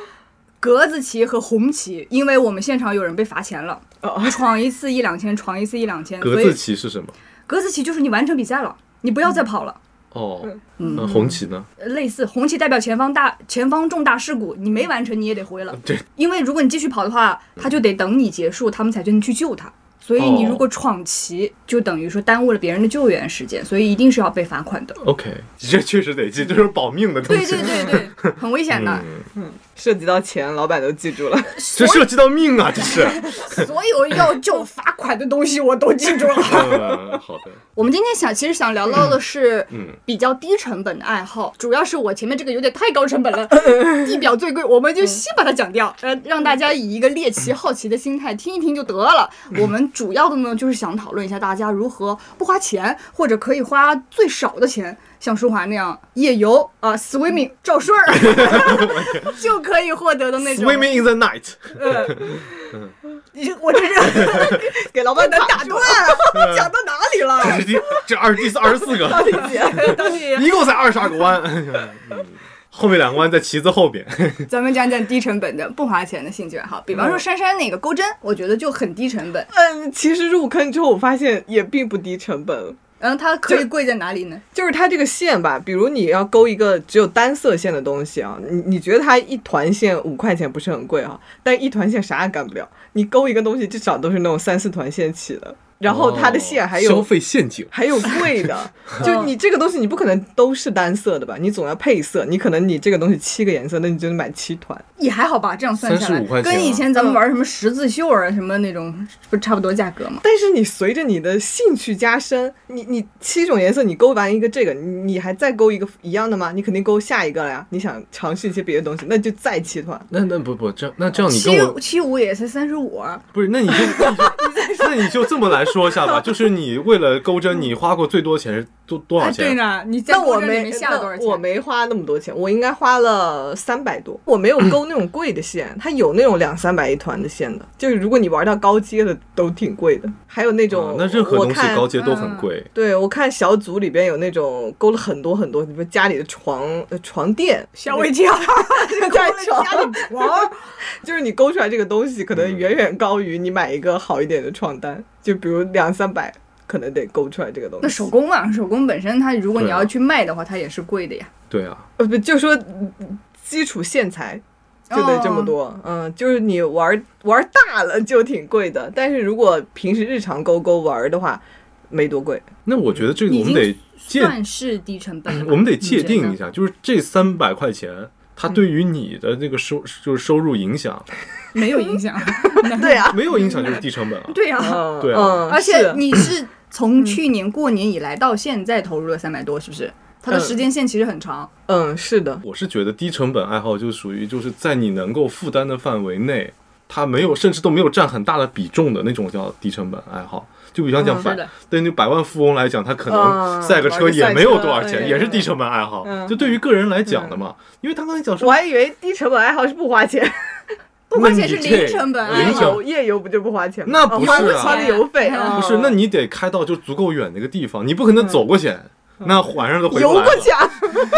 [SPEAKER 2] 格子旗和红旗，因为我们现场有人被罚钱了，
[SPEAKER 4] 哦
[SPEAKER 2] 闯一次一两千，闯一次一两千，
[SPEAKER 1] 格
[SPEAKER 2] 所
[SPEAKER 1] 子
[SPEAKER 2] 以
[SPEAKER 1] 棋是什么？
[SPEAKER 2] 格子旗就是你完成比赛了，你不要再跑了。
[SPEAKER 1] 哦，
[SPEAKER 2] 嗯
[SPEAKER 1] 那红旗呢？
[SPEAKER 2] 呃类似红旗代表前方大前方重大事故，你没完成你也得回了，
[SPEAKER 1] 对，
[SPEAKER 2] 因为如果你继续跑的话，他就得等你结束，他们才能去救他。所以你
[SPEAKER 1] 哦
[SPEAKER 2] 如果闯旗，就等于说耽误了别人的救援时间，所以一定是要被罚款的。
[SPEAKER 1] OK，这确实得记，这是保命的东
[SPEAKER 2] 对
[SPEAKER 1] 西
[SPEAKER 2] 对。对对，很危险的。
[SPEAKER 1] 嗯，
[SPEAKER 4] 涉及到钱，老板都记住了。
[SPEAKER 1] 这涉及到命啊，这 是。
[SPEAKER 2] 所有要救罚款的东西我都记住了。
[SPEAKER 1] 嗯，好的。
[SPEAKER 2] 我们今天想，其实想聊到的是
[SPEAKER 1] 嗯
[SPEAKER 2] 比较低成本的爱好，主要是我前面这个有点太高成本 了，地表最贵，我们就先把它讲掉，
[SPEAKER 1] 嗯
[SPEAKER 2] 呃，让大家以一个猎奇好奇的心态听一听就得了。
[SPEAKER 1] 嗯
[SPEAKER 2] 我们主要的呢，就是想讨论一下大家如何不花钱，或者可以花最少的钱，像舒华那样夜游啊、s
[SPEAKER 1] 嗯
[SPEAKER 2] w i m m i n g 照 顺儿就可以获得的那种。
[SPEAKER 1] Swimming in the night。
[SPEAKER 4] 你 我这是 给老板打断
[SPEAKER 2] 啊
[SPEAKER 4] 了，
[SPEAKER 1] 嗯
[SPEAKER 4] 讲到哪里了？
[SPEAKER 1] 这是第这二第四二十四
[SPEAKER 4] 到
[SPEAKER 1] 个，
[SPEAKER 4] 底姐，到底
[SPEAKER 1] 一共才二十二个弯， 嗯后面两个弯在旗子后边。
[SPEAKER 2] 咱们讲讲低成本的不花钱的兴趣爱好，比方说珊珊那个钩针，我觉得就很低成本。
[SPEAKER 4] 嗯，其实入坑之后，我发现也并不低成本。
[SPEAKER 2] 然后它可以
[SPEAKER 4] 就
[SPEAKER 2] 贵在哪里呢？
[SPEAKER 4] 就是它这个线吧，比如你要勾一个只有单色线的东西啊，你你觉得它一团线五块钱不是很贵啊？但一团线啥也干不了，你勾一个东西至少都是那种三四团线起的，然后它的线还有、
[SPEAKER 1] 哦消费陷阱，
[SPEAKER 4] 还有贵 的，就你这个东西你不可能都是单色的吧？你总要配色，你可能你这个东西七个颜色，那你就得买七团。
[SPEAKER 2] 也还好吧，这样算下来，
[SPEAKER 1] 35块钱啊
[SPEAKER 2] 跟以前咱们玩什么十字绣啊什么那种，不是差不多价格吗？
[SPEAKER 4] 但是你随着你的兴趣加深，你你七种颜色你勾完一个这个，你你还再勾一个一样的吗？你肯定勾下一个了呀。你想尝试一些别的东西，那就再七团。
[SPEAKER 1] 那那不不这样那这样你跟
[SPEAKER 2] 七
[SPEAKER 1] 我
[SPEAKER 2] 七五也才三十五，
[SPEAKER 1] 不是，那 你就那你就那你就这么来说一下吧，就是你为了钩针，你花过最多钱是多多少
[SPEAKER 2] 哎对
[SPEAKER 1] 钱？啊
[SPEAKER 2] 呢，你在
[SPEAKER 4] 啊那我
[SPEAKER 2] 钩针里
[SPEAKER 4] 没
[SPEAKER 2] 面下了多少钱？
[SPEAKER 4] 那我没花那么多钱，我应该花了三百多。我没有勾那种贵的线，它有那种两三百一团的线的，就是如果你玩到高阶的都挺贵的，还有那种、
[SPEAKER 1] 啊那任何
[SPEAKER 4] 我
[SPEAKER 1] 东西
[SPEAKER 4] 看
[SPEAKER 1] 高阶都很贵。
[SPEAKER 4] 对，我看嗯小组里边有那种勾了很多很多，比如家里的床、呃、床垫，
[SPEAKER 2] 吓我一跳，
[SPEAKER 4] 在床，就是你勾出来这个东西，可
[SPEAKER 1] 嗯
[SPEAKER 4] 能远远高于你买一个好一点的床单，就比如两三百，可能得勾出来这个东西。
[SPEAKER 2] 那手工嘛，手工本身它如果你
[SPEAKER 1] 对啊
[SPEAKER 2] 要去卖的话，它也是贵的呀。
[SPEAKER 1] 对啊，
[SPEAKER 4] 呃不就说嗯基础线材就得
[SPEAKER 2] 哦
[SPEAKER 4] 这么多，嗯，就是你玩玩大了就挺贵的，但是如果平时日常勾勾玩的话，没 多贵。
[SPEAKER 1] 那我觉得这个
[SPEAKER 2] 已
[SPEAKER 1] 我们
[SPEAKER 2] 经
[SPEAKER 1] 得界，
[SPEAKER 2] 算是低成本了吧，
[SPEAKER 1] 我们得界
[SPEAKER 2] 你觉
[SPEAKER 1] 定
[SPEAKER 2] 得
[SPEAKER 1] 一下，就是这三百块钱。
[SPEAKER 4] 嗯
[SPEAKER 1] 它对于你的那个收就是收入影响
[SPEAKER 2] 没有影 响。
[SPEAKER 4] 对啊，
[SPEAKER 1] 没有影响就是低成本啊，
[SPEAKER 2] 对呀、
[SPEAKER 4] 嗯，
[SPEAKER 1] 对啊
[SPEAKER 4] 嗯
[SPEAKER 2] 而且
[SPEAKER 4] 是
[SPEAKER 2] 你是从去年过年以来到现在投入了三百多，是不是？它的
[SPEAKER 4] 嗯
[SPEAKER 2] 时间线其实很长。
[SPEAKER 4] 嗯是的，
[SPEAKER 1] 我是觉得低成本爱好就属于就是在你能够负担的范围内，它没有甚至都没有占很大的比重的那种叫低成本爱好。就比方讲
[SPEAKER 4] 嗯
[SPEAKER 1] 百
[SPEAKER 2] 是的，
[SPEAKER 1] 对于百万富翁来讲，他可能
[SPEAKER 4] 嗯
[SPEAKER 1] 赛个车也没有多少
[SPEAKER 4] 玩个赛
[SPEAKER 1] 钱，
[SPEAKER 4] 车
[SPEAKER 1] 也是低成本爱好。
[SPEAKER 4] 嗯
[SPEAKER 1] 就对于个人来讲的嘛，因为他刚才讲
[SPEAKER 4] 我
[SPEAKER 1] 说，
[SPEAKER 4] 还以为低成本爱好是不花钱，
[SPEAKER 2] 不
[SPEAKER 1] 那
[SPEAKER 2] 关
[SPEAKER 1] 你
[SPEAKER 2] 键是
[SPEAKER 1] 这
[SPEAKER 2] 零成本啊
[SPEAKER 1] 零
[SPEAKER 2] 爱
[SPEAKER 1] 成本
[SPEAKER 2] 好。
[SPEAKER 4] 游夜游不就不花钱吗？
[SPEAKER 1] 那不是啊
[SPEAKER 4] 哦花花的油费啊，
[SPEAKER 1] 不是，那你得开到就足够远的一个地方，你不可能走过去，那晚上都回
[SPEAKER 4] 嗯游
[SPEAKER 1] 不来
[SPEAKER 4] 过
[SPEAKER 1] 了。
[SPEAKER 4] 去啊，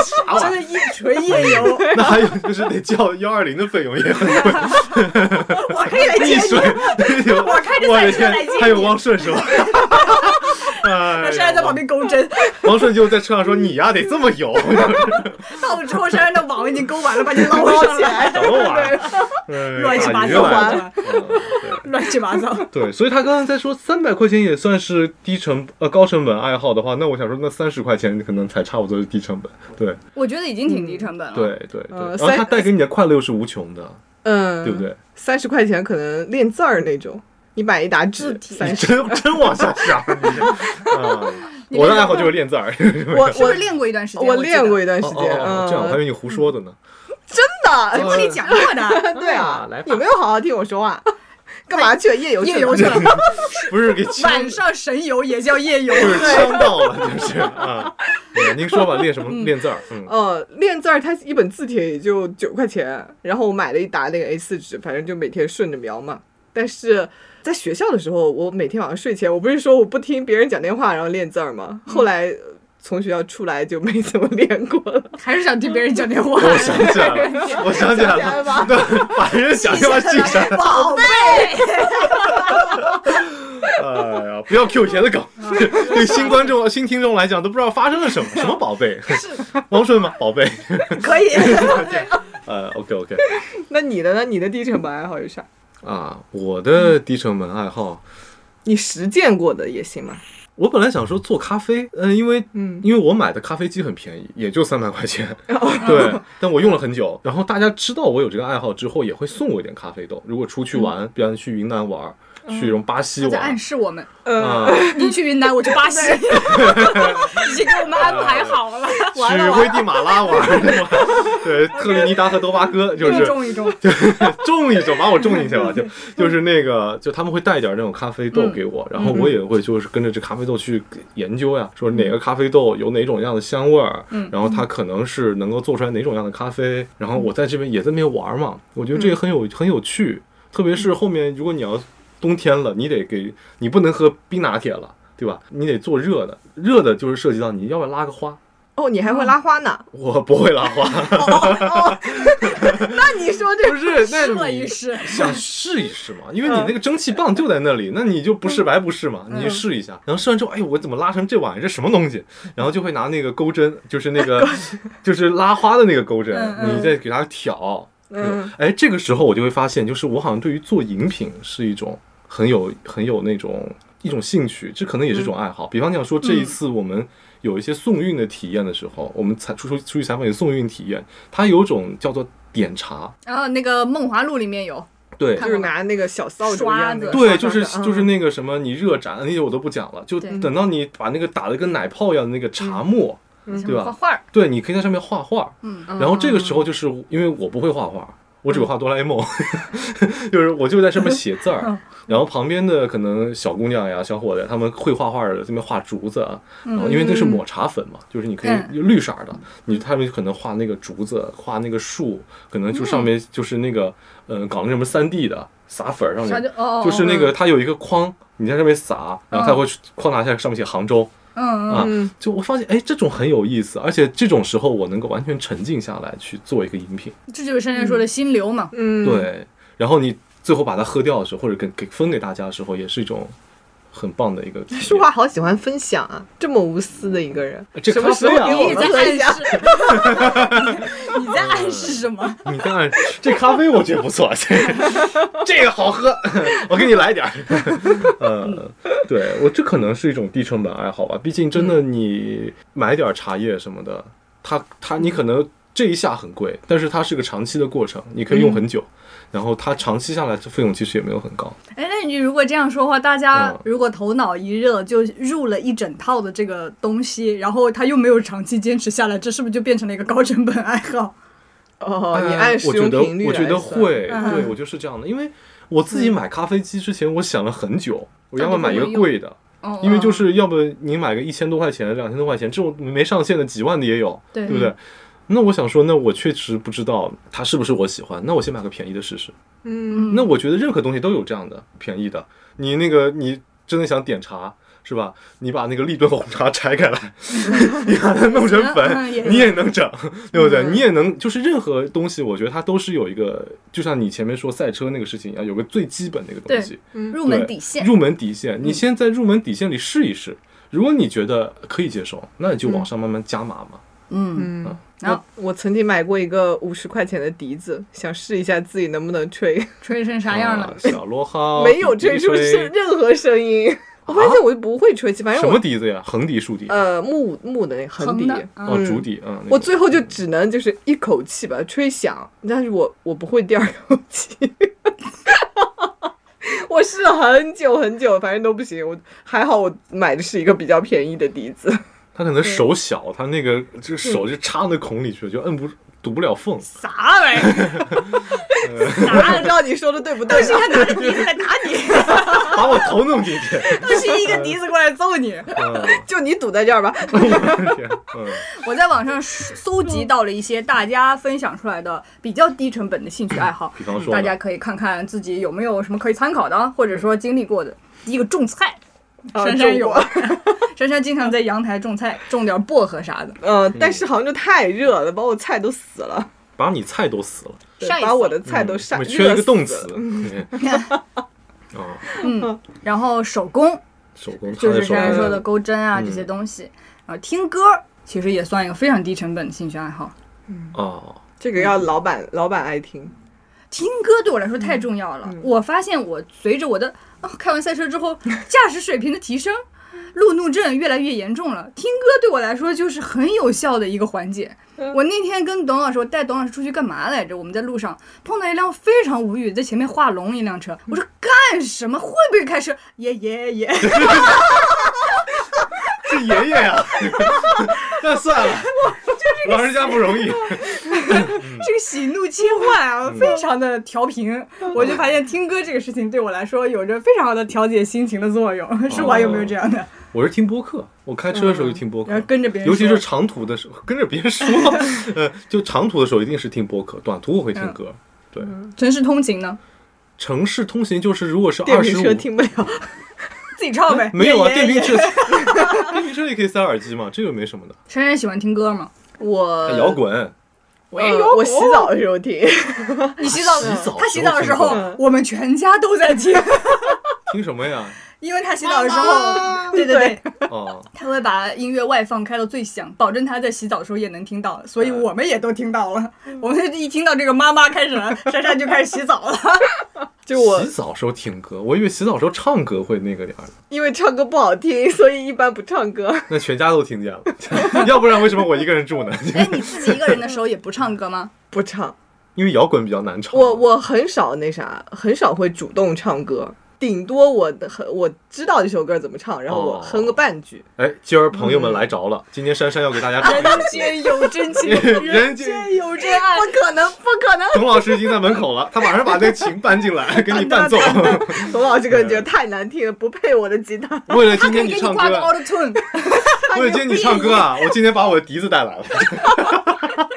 [SPEAKER 1] 啥玩意儿
[SPEAKER 4] 夜纯
[SPEAKER 1] 哎
[SPEAKER 4] 夜游，
[SPEAKER 1] 那还有就是得叫幺二零的费用也很贵，
[SPEAKER 4] 我可以来
[SPEAKER 1] 一水，我
[SPEAKER 4] 开着
[SPEAKER 1] 我的
[SPEAKER 4] 赛车
[SPEAKER 1] 天
[SPEAKER 4] 来接，
[SPEAKER 1] 还有汪顺 是吧？哎呀
[SPEAKER 2] 珊珊在旁边钩针，
[SPEAKER 1] 王顺就在车上说：“你呀，得这么 游，
[SPEAKER 2] 到之后珊珊的网已经钩完了，把你捞
[SPEAKER 4] 捞
[SPEAKER 2] 上
[SPEAKER 4] 起
[SPEAKER 2] 来，
[SPEAKER 4] 来。
[SPEAKER 1] 什么玩意 儿？
[SPEAKER 2] 乱七八
[SPEAKER 1] 哎呀
[SPEAKER 2] 糟
[SPEAKER 1] 打
[SPEAKER 2] 啊
[SPEAKER 1] 鱼来了嗯
[SPEAKER 2] 乱七八糟。
[SPEAKER 1] 对对，所以他刚刚在说三百块钱也算是低成呃高成本爱好的话，那我想说，那三十块钱可能才差不多是低成本。对
[SPEAKER 2] 我觉得已经挺低成本
[SPEAKER 1] 嗯
[SPEAKER 2] 了。，
[SPEAKER 1] 对对对，
[SPEAKER 4] 啊呃
[SPEAKER 1] 然后
[SPEAKER 4] 三
[SPEAKER 1] 它带给你的快乐又是无穷的，
[SPEAKER 4] 嗯，
[SPEAKER 1] 对不？对？
[SPEAKER 4] 三十块钱可能练字儿那种，你买一沓纸
[SPEAKER 2] 字体
[SPEAKER 4] 三
[SPEAKER 1] 你
[SPEAKER 4] 十。
[SPEAKER 1] 真真往下想，你啊，我的爱好就是练字儿。
[SPEAKER 4] 我
[SPEAKER 2] 是不
[SPEAKER 4] 我
[SPEAKER 2] 是练过一段时间？
[SPEAKER 4] 我
[SPEAKER 2] 记
[SPEAKER 4] 练
[SPEAKER 2] 得
[SPEAKER 4] 过一段时
[SPEAKER 1] 哦哦
[SPEAKER 4] 间，
[SPEAKER 1] 哦
[SPEAKER 4] 嗯，
[SPEAKER 1] 这样我还以为你胡说的呢。
[SPEAKER 4] 真
[SPEAKER 2] 跟你讲过的，
[SPEAKER 4] 的，对
[SPEAKER 1] 啊
[SPEAKER 4] 啊
[SPEAKER 1] 来吧，
[SPEAKER 4] 你没有好好听我说话，干嘛去了夜游去了？
[SPEAKER 2] 夜游去了，
[SPEAKER 1] 不是给呛，
[SPEAKER 2] 晚上神游也叫夜游。
[SPEAKER 1] 就是呛到了，就是啊。嗯您说吧，练什么练字儿？嗯，
[SPEAKER 4] 呃，练字儿它一本字帖也就九块钱，然后我买了一沓那个 A 4纸，反正就每天顺着描嘛。但是在学校的时候，我每天晚上睡前，我不是说我不听别人讲电话然后练字儿吗？后来呃从学校出来就没怎么练过了。
[SPEAKER 2] 还是想听别人讲电话。
[SPEAKER 1] 我想起来了，我想起来
[SPEAKER 4] 想起来
[SPEAKER 1] 了
[SPEAKER 4] 了吧，
[SPEAKER 1] 对，把人想起来记下来。
[SPEAKER 2] 宝贝，
[SPEAKER 1] 哎呀，不要 Q 以前的梗，对新观众、新听众来讲都不知道发生了什么，什么宝贝，王顺吗？宝贝，
[SPEAKER 2] 可以。
[SPEAKER 1] 呃，OK OK，
[SPEAKER 4] 那你的呢？你的低成本爱好有啥？
[SPEAKER 1] 啊，我的低成本爱好，
[SPEAKER 4] 你实践过的也行吗？
[SPEAKER 1] 我本来想说做咖啡，嗯、因为
[SPEAKER 4] 嗯
[SPEAKER 1] 因为我买的咖啡机很便宜，也就三百块钱， 对，但我用了很久。然后大家知道我有这个爱好之后，也会送我一点咖啡豆。如果出去玩，比方去云南玩，去什么巴西
[SPEAKER 2] 在
[SPEAKER 1] 玩
[SPEAKER 2] 暗，示我们，
[SPEAKER 1] 啊、
[SPEAKER 2] 你去云南，我去巴西， 已经给我们安排好了，
[SPEAKER 1] 去危地马拉玩，对吧？ 对，特立尼达和多巴哥 就
[SPEAKER 2] 一
[SPEAKER 1] 是
[SPEAKER 2] 中一中。
[SPEAKER 1] 种一种，把我种进去了，就就是那个，就他们会带点那种咖啡豆给我，然后我也会就是跟着这咖啡豆去研究呀，说哪个咖啡豆有哪种样的香味儿，然后它可能是能够做出来哪种样的咖啡，然后我在这边也在那边玩嘛，我觉得这个很有很有趣，特别是后面如果你要。冬天了，你得给你不能喝冰拿铁了，对吧？你得做热的，热的就是涉及到你要不要拉个花。
[SPEAKER 4] 哦，你还会拉花呢？
[SPEAKER 1] 我不会拉花，
[SPEAKER 4] 那你说这
[SPEAKER 1] 不是？那
[SPEAKER 2] 试了
[SPEAKER 1] 你
[SPEAKER 2] 一试，
[SPEAKER 1] 想试一试嘛，因为你那个蒸汽棒就在那里，那你就不试白不试嘛，你就试一下。然后试完之后，哎呦，我怎么拉成这玩意儿？这什么东西？然后就会拿那个钩针，就是那个 就是拉花的那个钩针
[SPEAKER 2] 嗯，嗯
[SPEAKER 1] 你再给它挑。
[SPEAKER 4] 嗯，
[SPEAKER 1] 哎，这个时候我就会发现，就是我好像对于做饮品是一种很有很有那种一种兴趣，这可能也是一种爱好。比方讲说，这一次我们有一些送运的体验的时候，我们采出出出去采访有送运体验，它有种叫做点茶，
[SPEAKER 2] 然后那个《梦华录》里面有，
[SPEAKER 1] 对，
[SPEAKER 4] 就是拿那个小扫帚一 样的，
[SPEAKER 1] 对，就是就是
[SPEAKER 4] 那
[SPEAKER 1] 那个什么，你热炸那些我都不讲了，就
[SPEAKER 2] 嗯对嗯
[SPEAKER 1] 等到你把那个打的跟奶泡一样的那个茶沫，嗯对吧
[SPEAKER 2] 画画儿，
[SPEAKER 1] 对，你可以在上面画画。
[SPEAKER 2] 嗯，
[SPEAKER 4] 嗯
[SPEAKER 1] 然后这个时候就是因为我不会画画，我只会画哆啦 A 梦， 就是我就在 上面写字儿。
[SPEAKER 2] 嗯
[SPEAKER 1] 然后旁边的可能小姑娘呀、小伙子，他们会画画的，这边画竹子啊，然后因为那是抹茶粉嘛，就是你可以
[SPEAKER 2] 嗯
[SPEAKER 1] 绿色儿的，你他们可能画那个竹子，画那个树，可能就上面就是那个，嗯、搞那什么三 D 的撒粉儿上
[SPEAKER 2] 啥
[SPEAKER 1] 面
[SPEAKER 2] 就，哦，哦嗯
[SPEAKER 1] 就是那个它有一个框，你在上面撒，然后它会去框拿下来，上面写杭州
[SPEAKER 2] 嗯嗯
[SPEAKER 1] 啊
[SPEAKER 4] 嗯。
[SPEAKER 1] 就我发现，哎，这种很有意思，而且这种时候我能够完全沉浸下来去做一个饮品，
[SPEAKER 2] 这就是珊珊说的心流嘛，
[SPEAKER 4] 嗯，
[SPEAKER 1] 对。然后你最后把它喝掉的时候，或者给给分给大家的时候，也是一种很棒的一个体验。
[SPEAKER 4] 说话好喜欢分享啊，这么无私的一个人，
[SPEAKER 1] 这
[SPEAKER 4] 什么时候
[SPEAKER 1] 咖啡啊
[SPEAKER 4] 给
[SPEAKER 2] 你
[SPEAKER 4] 我
[SPEAKER 2] 也
[SPEAKER 4] 们
[SPEAKER 2] 在
[SPEAKER 4] 喝
[SPEAKER 2] 暗
[SPEAKER 4] 一下？
[SPEAKER 2] 示，
[SPEAKER 1] 哦
[SPEAKER 2] 你在暗示什么？
[SPEAKER 1] 你看这咖啡，我觉得不错， 这这个好喝， 我给你来点儿。 呃，对我这可能是一种低成本爱好吧，毕竟真的你买点儿茶叶什么的，它它你可能这一下很贵，但是它是个长期的过程，你可以用很久，
[SPEAKER 4] 嗯
[SPEAKER 1] 然后它长期下来这费用其实也没有很高。
[SPEAKER 2] 哎，那你如果这样说的话，大家
[SPEAKER 1] 嗯
[SPEAKER 2] 如果头脑一热就入了一整套的这个东西，然后他又没有长期坚持下来，这是不是就变成了一个高成本爱好？
[SPEAKER 4] 哦，你
[SPEAKER 1] 呃
[SPEAKER 4] 按使
[SPEAKER 1] 我
[SPEAKER 4] 用
[SPEAKER 1] 觉得
[SPEAKER 4] 频率
[SPEAKER 1] 我觉
[SPEAKER 4] 来
[SPEAKER 1] 得
[SPEAKER 4] 算
[SPEAKER 1] 会，
[SPEAKER 2] 嗯
[SPEAKER 1] 对我就是这样的，因为我自己买咖啡机之前，我想了很久，我要不要买一个
[SPEAKER 2] 到底会不会
[SPEAKER 1] 贵的。
[SPEAKER 2] 哦
[SPEAKER 1] 因为就是要不你买个一千多块钱、两千多块钱，这种没上限的几万的也有，
[SPEAKER 2] 哦对
[SPEAKER 1] 不对？那我想说，那我确实不知道它是不是我喜欢，那我先买个便宜的试试。
[SPEAKER 4] 嗯，
[SPEAKER 1] 那我觉得任何东西都有这样的便宜的，你那个你真的想点茶。是吧？你把那个立顿红茶拆开 来，你把它弄成
[SPEAKER 2] 嗯
[SPEAKER 1] 粉
[SPEAKER 2] 也，嗯
[SPEAKER 1] 你也能整，对不对？你也能，就是任何东西，我觉得它都是有一个，就像你前面说赛车那个事情一样，有个最基本的一个东
[SPEAKER 2] 对
[SPEAKER 1] 西。
[SPEAKER 2] 入门
[SPEAKER 1] 对
[SPEAKER 2] 底线。
[SPEAKER 1] 入门底
[SPEAKER 4] 嗯
[SPEAKER 1] 线，你先在入门底线里试一试。如果你觉得可以接受，那你就往上慢慢加码嘛。
[SPEAKER 2] 嗯，
[SPEAKER 4] 嗯
[SPEAKER 2] 然
[SPEAKER 4] 我
[SPEAKER 2] 后
[SPEAKER 4] 我曾经买过一个五十块钱的笛子，想试一下自己能不能吹，
[SPEAKER 2] 吹成啥样
[SPEAKER 1] 啊
[SPEAKER 2] 了？
[SPEAKER 1] 小罗哈
[SPEAKER 4] 没有吹出
[SPEAKER 1] 是
[SPEAKER 4] 声任何声音。我发现我就不会吹起，反
[SPEAKER 1] 什
[SPEAKER 4] 正
[SPEAKER 1] 么
[SPEAKER 4] 我
[SPEAKER 1] 笛子呀？横笛、竖笛？
[SPEAKER 4] 呃木木的那个横
[SPEAKER 2] 横
[SPEAKER 4] 笛
[SPEAKER 2] 的，嗯
[SPEAKER 1] 哦，竹笛。嗯，那个
[SPEAKER 4] 我最后就只能就是一口气把它吹响，但是我我不会第二口气。 我试了很久很久，反正都不行。我还好，我买的是一个比较便宜的笛子，
[SPEAKER 1] 他可能手小，他那个这手就插那孔里去了，就摁不堵不了 缝。
[SPEAKER 2] 啥玩意儿？
[SPEAKER 4] 不知道你说的对不对、啊？
[SPEAKER 2] 拿着笛子来打你，
[SPEAKER 1] 把我头弄进去。
[SPEAKER 2] 都是一个笛子过来揍你。
[SPEAKER 1] 嗯，
[SPEAKER 4] 就你堵在这儿吧。
[SPEAKER 1] 我的天，嗯，
[SPEAKER 2] 我在网上搜集到了一些大家分享出来的比较低成本的兴趣爱好，嗯
[SPEAKER 1] 比方说
[SPEAKER 2] 大
[SPEAKER 1] 呢，
[SPEAKER 2] 家可以看看自己有没有什么可以参考的啊，或者说经历过的。第一个种菜，
[SPEAKER 1] 呃
[SPEAKER 4] 啊
[SPEAKER 2] 珊珊有
[SPEAKER 4] 种过，
[SPEAKER 2] 珊珊经常在阳台种菜，种点薄荷啥的。
[SPEAKER 4] 嗯，但是杭州太热了，把我菜都死了，
[SPEAKER 1] 把你菜都死了，
[SPEAKER 4] 对
[SPEAKER 2] 晒死
[SPEAKER 4] 把我的菜都
[SPEAKER 1] 嗯
[SPEAKER 4] 晒、
[SPEAKER 1] 我缺一
[SPEAKER 4] 热
[SPEAKER 1] 个
[SPEAKER 4] 死
[SPEAKER 1] 动
[SPEAKER 4] 了
[SPEAKER 1] 词。。嗯哦，
[SPEAKER 2] 嗯，然后手工
[SPEAKER 1] 手工插
[SPEAKER 2] 就
[SPEAKER 1] 在
[SPEAKER 2] 是
[SPEAKER 1] 手
[SPEAKER 2] 珊珊
[SPEAKER 1] 上
[SPEAKER 2] 说的钩针啊
[SPEAKER 1] 嗯
[SPEAKER 2] 这些东西，然后听歌其实也算一个非常低成本的兴趣爱好。
[SPEAKER 1] 哦，
[SPEAKER 4] 这个要老板老板爱听，
[SPEAKER 2] 听歌对我来说太重要了。我发现我随着我的、啊开完赛车之后，驾驶水平的提升，路怒症越来越严重了。听歌对我来说就是很有效的一个缓解。我那天跟董老师，我带董老师出去干嘛来着？我们在路上碰到一辆非常无语，在前面画龙一辆车，我说干什么？会不会开车？耶耶耶！
[SPEAKER 1] 这爷爷呀、那算了，老人家不容易。
[SPEAKER 2] 这个喜怒切换啊，
[SPEAKER 1] 嗯
[SPEAKER 2] 非常的调频。我就发现听歌这个事情对我来说有着非常好的调节心情的作
[SPEAKER 1] 哦
[SPEAKER 2] 用。舒华有没有这样的？
[SPEAKER 1] 我是听播客，我开车的时候就听播客，
[SPEAKER 2] 然后跟着别人
[SPEAKER 1] 哦尤其
[SPEAKER 2] 说
[SPEAKER 1] 是长途的时候，跟着别人说，
[SPEAKER 2] 嗯
[SPEAKER 1] 呃，就长途的时候一定是听播客，短途我会听歌。对，
[SPEAKER 2] 城市通勤呢？
[SPEAKER 1] 城市通行就是如果是
[SPEAKER 4] 电
[SPEAKER 1] 二
[SPEAKER 4] 瓶
[SPEAKER 1] 十五
[SPEAKER 4] 车，听不了，
[SPEAKER 2] 自己唱呗。
[SPEAKER 1] 没有啊，
[SPEAKER 2] 也
[SPEAKER 1] 电
[SPEAKER 2] 也
[SPEAKER 1] 瓶车 电瓶车也可以塞耳机嘛，这个没什么的。
[SPEAKER 2] 珊珊喜欢听歌吗？
[SPEAKER 4] 我
[SPEAKER 1] 摇，滚，
[SPEAKER 4] 我我洗澡的时候听，
[SPEAKER 2] 你洗澡
[SPEAKER 1] 洗澡
[SPEAKER 2] 他洗澡的时
[SPEAKER 1] 时
[SPEAKER 2] 候
[SPEAKER 1] 候，嗯
[SPEAKER 2] 我们全家都在听，
[SPEAKER 1] 听什么呀？
[SPEAKER 2] 因为他洗澡的时候， 对对对，
[SPEAKER 1] 哦，
[SPEAKER 2] 他会把音乐外放开到最响，保证他在洗澡的时候也能听到，所以
[SPEAKER 1] 嗯
[SPEAKER 2] 我们也都听到了。我们一听到这个妈妈开始了，珊珊就开始洗澡了。
[SPEAKER 4] 就我
[SPEAKER 1] 洗澡时候听歌，我以为洗澡时候唱歌会那个点儿呢，
[SPEAKER 4] 因为唱歌不好听， 所以一般不唱歌。
[SPEAKER 1] 那全家都听见了，要不然为什么我一个人住呢？
[SPEAKER 2] 哎，你自己一个人的时候也不唱歌吗？
[SPEAKER 4] 不唱，
[SPEAKER 1] 因为摇滚比较难唱。
[SPEAKER 4] 我我很少那啥，很少会主动唱歌，顶多我的很我知道这首歌怎么唱，然后我
[SPEAKER 1] 哦
[SPEAKER 4] 哼个半句。
[SPEAKER 1] 哎，今儿朋友们来着了，今天珊珊要给大家唱一首歌。
[SPEAKER 2] 有真情
[SPEAKER 1] 人间
[SPEAKER 2] 间有真爱。
[SPEAKER 4] 不可能，不可能！
[SPEAKER 1] 董老师已经在门口了，他马上把那琴搬进 来给你伴奏。
[SPEAKER 4] 董老师可能觉得太难听了，不配我的吉他。
[SPEAKER 1] 为了今
[SPEAKER 2] 可
[SPEAKER 1] 天
[SPEAKER 2] 以给你
[SPEAKER 1] 唱
[SPEAKER 2] 挂个
[SPEAKER 1] 歌，啊
[SPEAKER 2] auto tune，
[SPEAKER 1] 为了今天你唱歌啊，我今天把我的笛子带来了，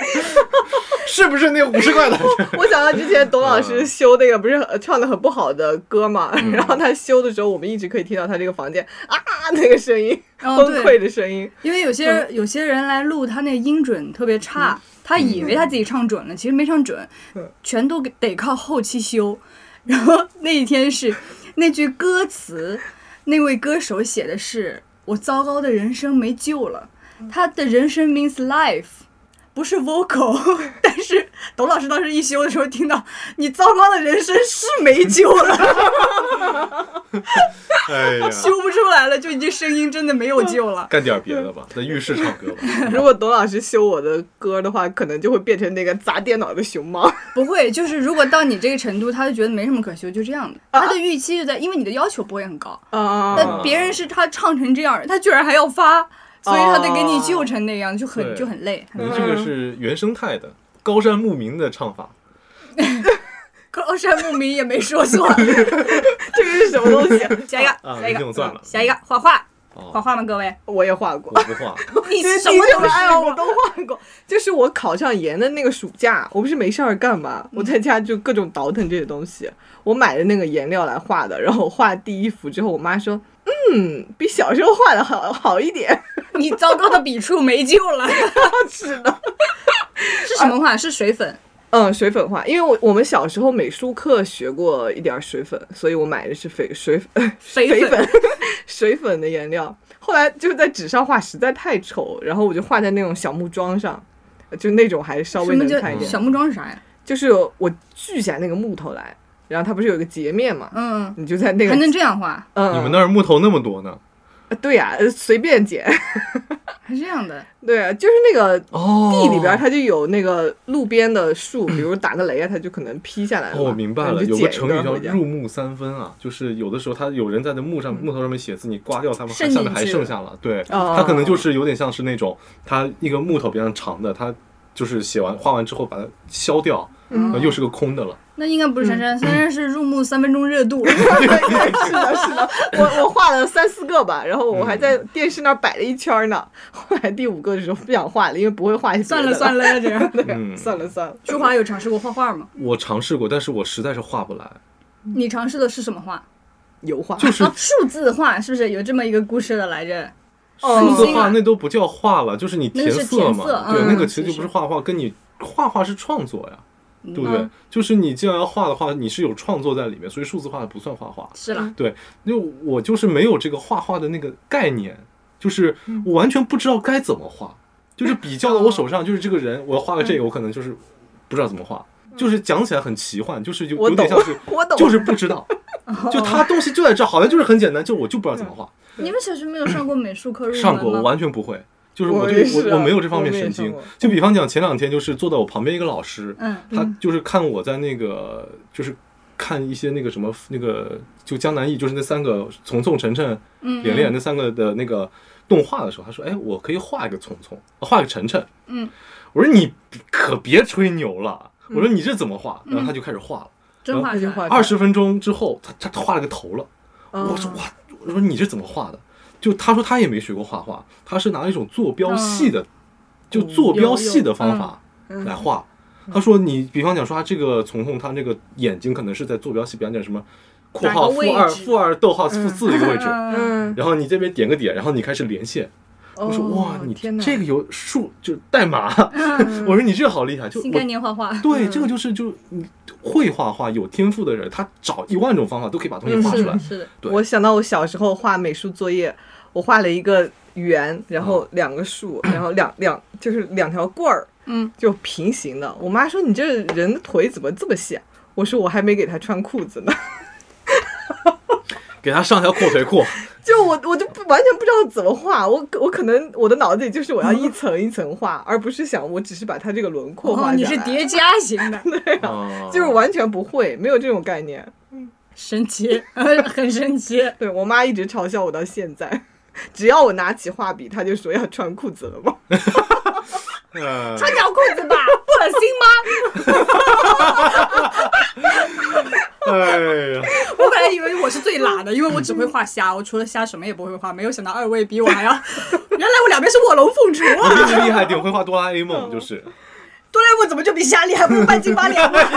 [SPEAKER 1] 是不是那五十块 的？
[SPEAKER 4] 我想到之前董老师修那个不是呃唱的很不好的歌嘛， 然后他修的时候，我们一直可以听到他这个房间啊那个声音，
[SPEAKER 2] 哦
[SPEAKER 4] 崩
[SPEAKER 2] 对
[SPEAKER 4] 溃的声音。
[SPEAKER 2] 因为有些
[SPEAKER 1] 嗯
[SPEAKER 2] 人有些人来录，他那个音准特别差，他以为他自己唱准
[SPEAKER 1] 嗯
[SPEAKER 2] 了，其实没唱准，全都给得靠后期修。然后那一天是 那句歌词，那位歌手写的是“我糟糕的人生没救了”，
[SPEAKER 1] 嗯
[SPEAKER 2] 他的人生 means life。不是 vocal，但 是董老师当时一修的时候听到，你糟糕的人生是没救了，
[SPEAKER 1] 哎呀，
[SPEAKER 2] 修不出来了，就已经声音真的没有救了。
[SPEAKER 1] 干点别的吧，在浴室唱歌 吧。
[SPEAKER 4] 如果董老师修我的歌的话，可能就会变成那个砸电脑的熊猫。
[SPEAKER 2] 不会，就是如果到你这个程度，他就觉得没什么可修，就这样的。他的预期就在，因为你的要求不会很高。
[SPEAKER 4] 啊
[SPEAKER 2] 那别人是他唱成这样，他居然还要发，所以他得给你
[SPEAKER 4] 哦
[SPEAKER 2] 救成那样，就很
[SPEAKER 1] 对
[SPEAKER 2] 就很累。
[SPEAKER 1] 你这个是原生态的高山牧民的唱 法，
[SPEAKER 2] 高山牧民也没说错，
[SPEAKER 4] 这个是什么东西？
[SPEAKER 2] 下一个，
[SPEAKER 1] 啊
[SPEAKER 2] 下一
[SPEAKER 1] 没听
[SPEAKER 2] 个，
[SPEAKER 1] 算了
[SPEAKER 2] 下一个，画画，
[SPEAKER 1] 哦
[SPEAKER 2] 画画吗？各位，
[SPEAKER 4] 我也画过
[SPEAKER 1] 我。不画，
[SPEAKER 2] 你
[SPEAKER 4] 对
[SPEAKER 2] 什么
[SPEAKER 4] 地
[SPEAKER 2] 都
[SPEAKER 4] 球
[SPEAKER 2] 没
[SPEAKER 4] 哎
[SPEAKER 2] 有
[SPEAKER 4] 呀，我都画过。就是我考上研的那个暑假，我不是没事儿干
[SPEAKER 2] 嗯
[SPEAKER 4] 嘛，我在家就各种倒腾这些东西。我买的那个颜料来画的，然后我画第一幅之后，我妈说：“嗯，比小时候画的好好一点。
[SPEAKER 2] 你糟糕的笔触没救了。”
[SPEAKER 4] 是的，
[SPEAKER 2] 是什么画？是水粉。
[SPEAKER 4] 嗯，水粉画，因为我我们小时候美术课学过一点儿水粉，所以我买的是肥水粉
[SPEAKER 2] 肥
[SPEAKER 4] 肥
[SPEAKER 2] 粉
[SPEAKER 4] 粉 水粉的颜料。后来就是在纸上画实在太丑，然后我就画在那种小木桩上，就那种还稍
[SPEAKER 2] 什
[SPEAKER 4] 微
[SPEAKER 2] 么
[SPEAKER 4] 能看一
[SPEAKER 2] 叫
[SPEAKER 4] 点
[SPEAKER 2] 小。木桩是啥呀？
[SPEAKER 4] 就是我锯下那个木头来，然后它不是有一个截面嘛，
[SPEAKER 2] 嗯，
[SPEAKER 4] 你就在那
[SPEAKER 2] 嗯
[SPEAKER 4] 个
[SPEAKER 2] 还能这样画，
[SPEAKER 4] 嗯，
[SPEAKER 1] 你们那儿木头那么多呢？
[SPEAKER 4] 那对呀、呃随便剪，
[SPEAKER 2] 还这样的。
[SPEAKER 4] 对啊，就是那个
[SPEAKER 1] 哦，
[SPEAKER 4] 地里边它就有那个路边的树，比如打个雷啊，它就可能劈下来了嘛。
[SPEAKER 1] 哦，我明白了，
[SPEAKER 4] 你就
[SPEAKER 1] 有个
[SPEAKER 4] 剪
[SPEAKER 1] 成
[SPEAKER 4] 一
[SPEAKER 1] 语叫
[SPEAKER 4] 回家
[SPEAKER 1] 入木三分啊，就是有的时候他有人在那木上木头上面写字，你刮掉它们，
[SPEAKER 2] 嗯剩
[SPEAKER 1] 下面
[SPEAKER 2] 进
[SPEAKER 1] 还
[SPEAKER 2] 去
[SPEAKER 1] 剩
[SPEAKER 2] 了
[SPEAKER 1] 下了，对，
[SPEAKER 4] 哦
[SPEAKER 1] 它可能就是有点像是那种它一个木头比较长的，它就是写完画完之后把它削掉，
[SPEAKER 2] 嗯
[SPEAKER 1] 然后又是个空的了。
[SPEAKER 2] 那应该不是珊
[SPEAKER 1] 嗯
[SPEAKER 2] 珊，珊珊是入木三分钟 热度。
[SPEAKER 4] 对 对，是的，是的，我我画了三四个吧，然后
[SPEAKER 1] 嗯
[SPEAKER 4] 我还在电视那儿摆了一圈呢。 后来第五个的时候不想画了，因为不会画别的
[SPEAKER 2] 算了算
[SPEAKER 4] 了，
[SPEAKER 2] 了，这样。
[SPEAKER 1] 嗯
[SPEAKER 4] 算了算了。
[SPEAKER 2] 朱华有尝试过画画吗？
[SPEAKER 1] 我尝试过，但是我实在是画不来，
[SPEAKER 2] 你尝试的是什么画？
[SPEAKER 4] 油画
[SPEAKER 1] 就是
[SPEAKER 2] 啊，数字画是不是有这么一个故事的来着？
[SPEAKER 1] 数字
[SPEAKER 2] 嗯
[SPEAKER 1] 画那都不叫画了，就是你
[SPEAKER 2] 那是
[SPEAKER 1] 色
[SPEAKER 2] 填
[SPEAKER 1] 嘛，
[SPEAKER 2] 色
[SPEAKER 1] 对，
[SPEAKER 2] 嗯
[SPEAKER 1] 那个其实就不是
[SPEAKER 2] 是
[SPEAKER 1] 画画，跟你画画是创作呀。对不对
[SPEAKER 2] 嗯？
[SPEAKER 1] 就是你既然要画的话，你是有创作在里面，所以数字化不算画画。
[SPEAKER 2] 是了，
[SPEAKER 1] 对，因为我就是没有这个画画的那个概念，就是我完全不知道该怎么画，就是比较到我手上，就是这个人，我要画个这个，我可能就是不知道怎么画，就是讲起来很奇幻，就是有
[SPEAKER 4] 我
[SPEAKER 1] 有点
[SPEAKER 4] 懂
[SPEAKER 1] 像是，
[SPEAKER 4] 我懂，
[SPEAKER 1] 就是不知道，就他东西就在这儿，好像就是很简单，就我就不知道怎么画，
[SPEAKER 2] 你们小学没有上过美术课入
[SPEAKER 1] 嗯
[SPEAKER 2] 门
[SPEAKER 1] 上过我
[SPEAKER 2] 吗
[SPEAKER 1] 完全不会。就是我
[SPEAKER 4] 我
[SPEAKER 1] 对
[SPEAKER 4] 也是
[SPEAKER 1] 我
[SPEAKER 4] 啊
[SPEAKER 1] 我没有这方面
[SPEAKER 4] 我也
[SPEAKER 1] 神
[SPEAKER 4] 上
[SPEAKER 1] 经
[SPEAKER 4] 过，
[SPEAKER 1] 就比方讲前两天就是坐在我旁边一个老师，
[SPEAKER 2] 嗯，
[SPEAKER 1] 他就是看我在那个就是看一些那个什么那个就江南忆，就是那三个丛丛、晨晨、
[SPEAKER 2] 嗯
[SPEAKER 1] 连连那三个的那个动画的时候，他说：“哎，我可以画一个丛丛，啊画一个晨晨。”
[SPEAKER 2] 嗯，
[SPEAKER 1] 我说：“你可别吹牛了。”我
[SPEAKER 2] 嗯
[SPEAKER 1] 说：“你这怎么画？”然后他就开始嗯画了。
[SPEAKER 2] 真画出
[SPEAKER 4] 然后
[SPEAKER 2] 来。
[SPEAKER 1] 二十分钟之后，他他他画了个头了。
[SPEAKER 4] 嗯
[SPEAKER 2] 嗯
[SPEAKER 1] 我说：“哇！”我说：“你这怎么画的？”就他说他也没学过画画，
[SPEAKER 2] 嗯嗯
[SPEAKER 1] 他是拿一种坐标系的，就坐标系的方法来画。他说你比方讲说他这个从控，他那个眼睛可能是在坐标系，比方讲什么括
[SPEAKER 2] 哪
[SPEAKER 1] 号
[SPEAKER 2] 个位
[SPEAKER 1] 负二
[SPEAKER 2] 置
[SPEAKER 1] 负二逗号负四这个位置，
[SPEAKER 2] 嗯，哦
[SPEAKER 4] 嗯，
[SPEAKER 1] 然后你这边点个点，然后你开始连线。我说哇，你
[SPEAKER 4] 天哪，
[SPEAKER 1] 这个有数就代码， 我说你这好厉害，就
[SPEAKER 2] 新概
[SPEAKER 1] 我
[SPEAKER 2] 嗯念嗯画画，
[SPEAKER 1] 对这个就是就你会画画有天赋的人，他找一万种方法都可以把东西画
[SPEAKER 2] 嗯是
[SPEAKER 1] 出来
[SPEAKER 2] 的，。是的，
[SPEAKER 1] 对
[SPEAKER 4] 我想到我小时候画美术作业，我画了一个圆，然后两个树，然后两两就是两条棍儿，
[SPEAKER 2] 嗯，
[SPEAKER 4] 就平行的。我妈说你这人的腿怎么这么细啊？我说我还没给他穿裤子呢，
[SPEAKER 1] 给他上条阔腿 裤，
[SPEAKER 4] 就我我就不完全不知道怎么画，我我可能我的脑子里就是我要 一层一层画，而不是想我只是把它这个轮廓画
[SPEAKER 2] 哦，
[SPEAKER 4] 下来。
[SPEAKER 2] 你是叠加型 的，
[SPEAKER 1] 啊
[SPEAKER 4] 就是完全不会，没有这种概念。
[SPEAKER 2] 神奇， 呃很 神奇。
[SPEAKER 4] 对我妈一直嘲笑我到现在， 只要我拿起画笔，她就说要穿裤子了吗？
[SPEAKER 1] 呃
[SPEAKER 2] 穿条裤子吧，不恶心吗？
[SPEAKER 1] 哎呀，
[SPEAKER 2] 我本来以为我是最懒的，因为我只会画虾，我除了虾什么也不会画，没有想到二位比我还要，原来我两边是卧龙凤雏
[SPEAKER 1] 我
[SPEAKER 2] 啊！
[SPEAKER 1] 比哎你厉害点，我会画哆啦 A
[SPEAKER 2] 嗯
[SPEAKER 1] 梦，就是
[SPEAKER 2] 哆啦 A 梦怎么就比虾厉害？不是半斤八两吗？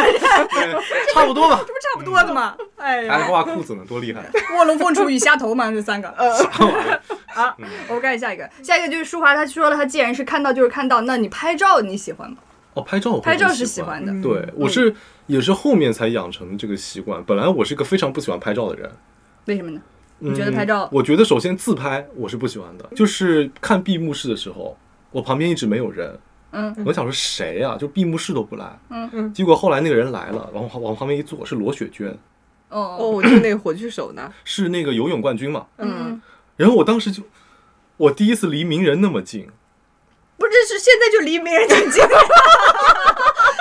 [SPEAKER 1] 差不多吧。
[SPEAKER 2] 这不差不多的吗？哎
[SPEAKER 1] 还
[SPEAKER 2] 呀，
[SPEAKER 1] 画裤子呢，多厉害！
[SPEAKER 2] 卧龙凤雏与虾头嘛，这三个。
[SPEAKER 1] 呃
[SPEAKER 2] 好，
[SPEAKER 1] 嗯
[SPEAKER 2] 我们看下一个，下一个就是舒华，他说了，他既然是看到就是看到，那你拍照你喜欢吗？
[SPEAKER 1] 哦，拍照我会
[SPEAKER 2] 拍照
[SPEAKER 1] 很
[SPEAKER 2] 是喜
[SPEAKER 1] 喜欢
[SPEAKER 2] 欢的，嗯
[SPEAKER 1] 对，我是也是后面才养成这个习惯。本来我是个非常不喜欢拍照的人。
[SPEAKER 2] 为什么呢？
[SPEAKER 1] 你
[SPEAKER 2] 觉得拍照
[SPEAKER 1] 嗯我觉得首先自拍我是不喜欢的，就是看闭幕式的时候，我旁边一直没有人。
[SPEAKER 2] 嗯，
[SPEAKER 1] 我想说谁啊？就闭幕式都不来。
[SPEAKER 2] 嗯
[SPEAKER 4] 嗯
[SPEAKER 1] 结果后来那个人来了，然后往旁边一坐，是罗雪娟，
[SPEAKER 4] 哦，
[SPEAKER 2] 哦，
[SPEAKER 4] 我就那个火炬手呢，
[SPEAKER 1] 是那个游泳冠军嘛。
[SPEAKER 2] 嗯，
[SPEAKER 1] 然后我当时就，我第一次离名人那么近，
[SPEAKER 2] 不是，是现在就离名人挺近。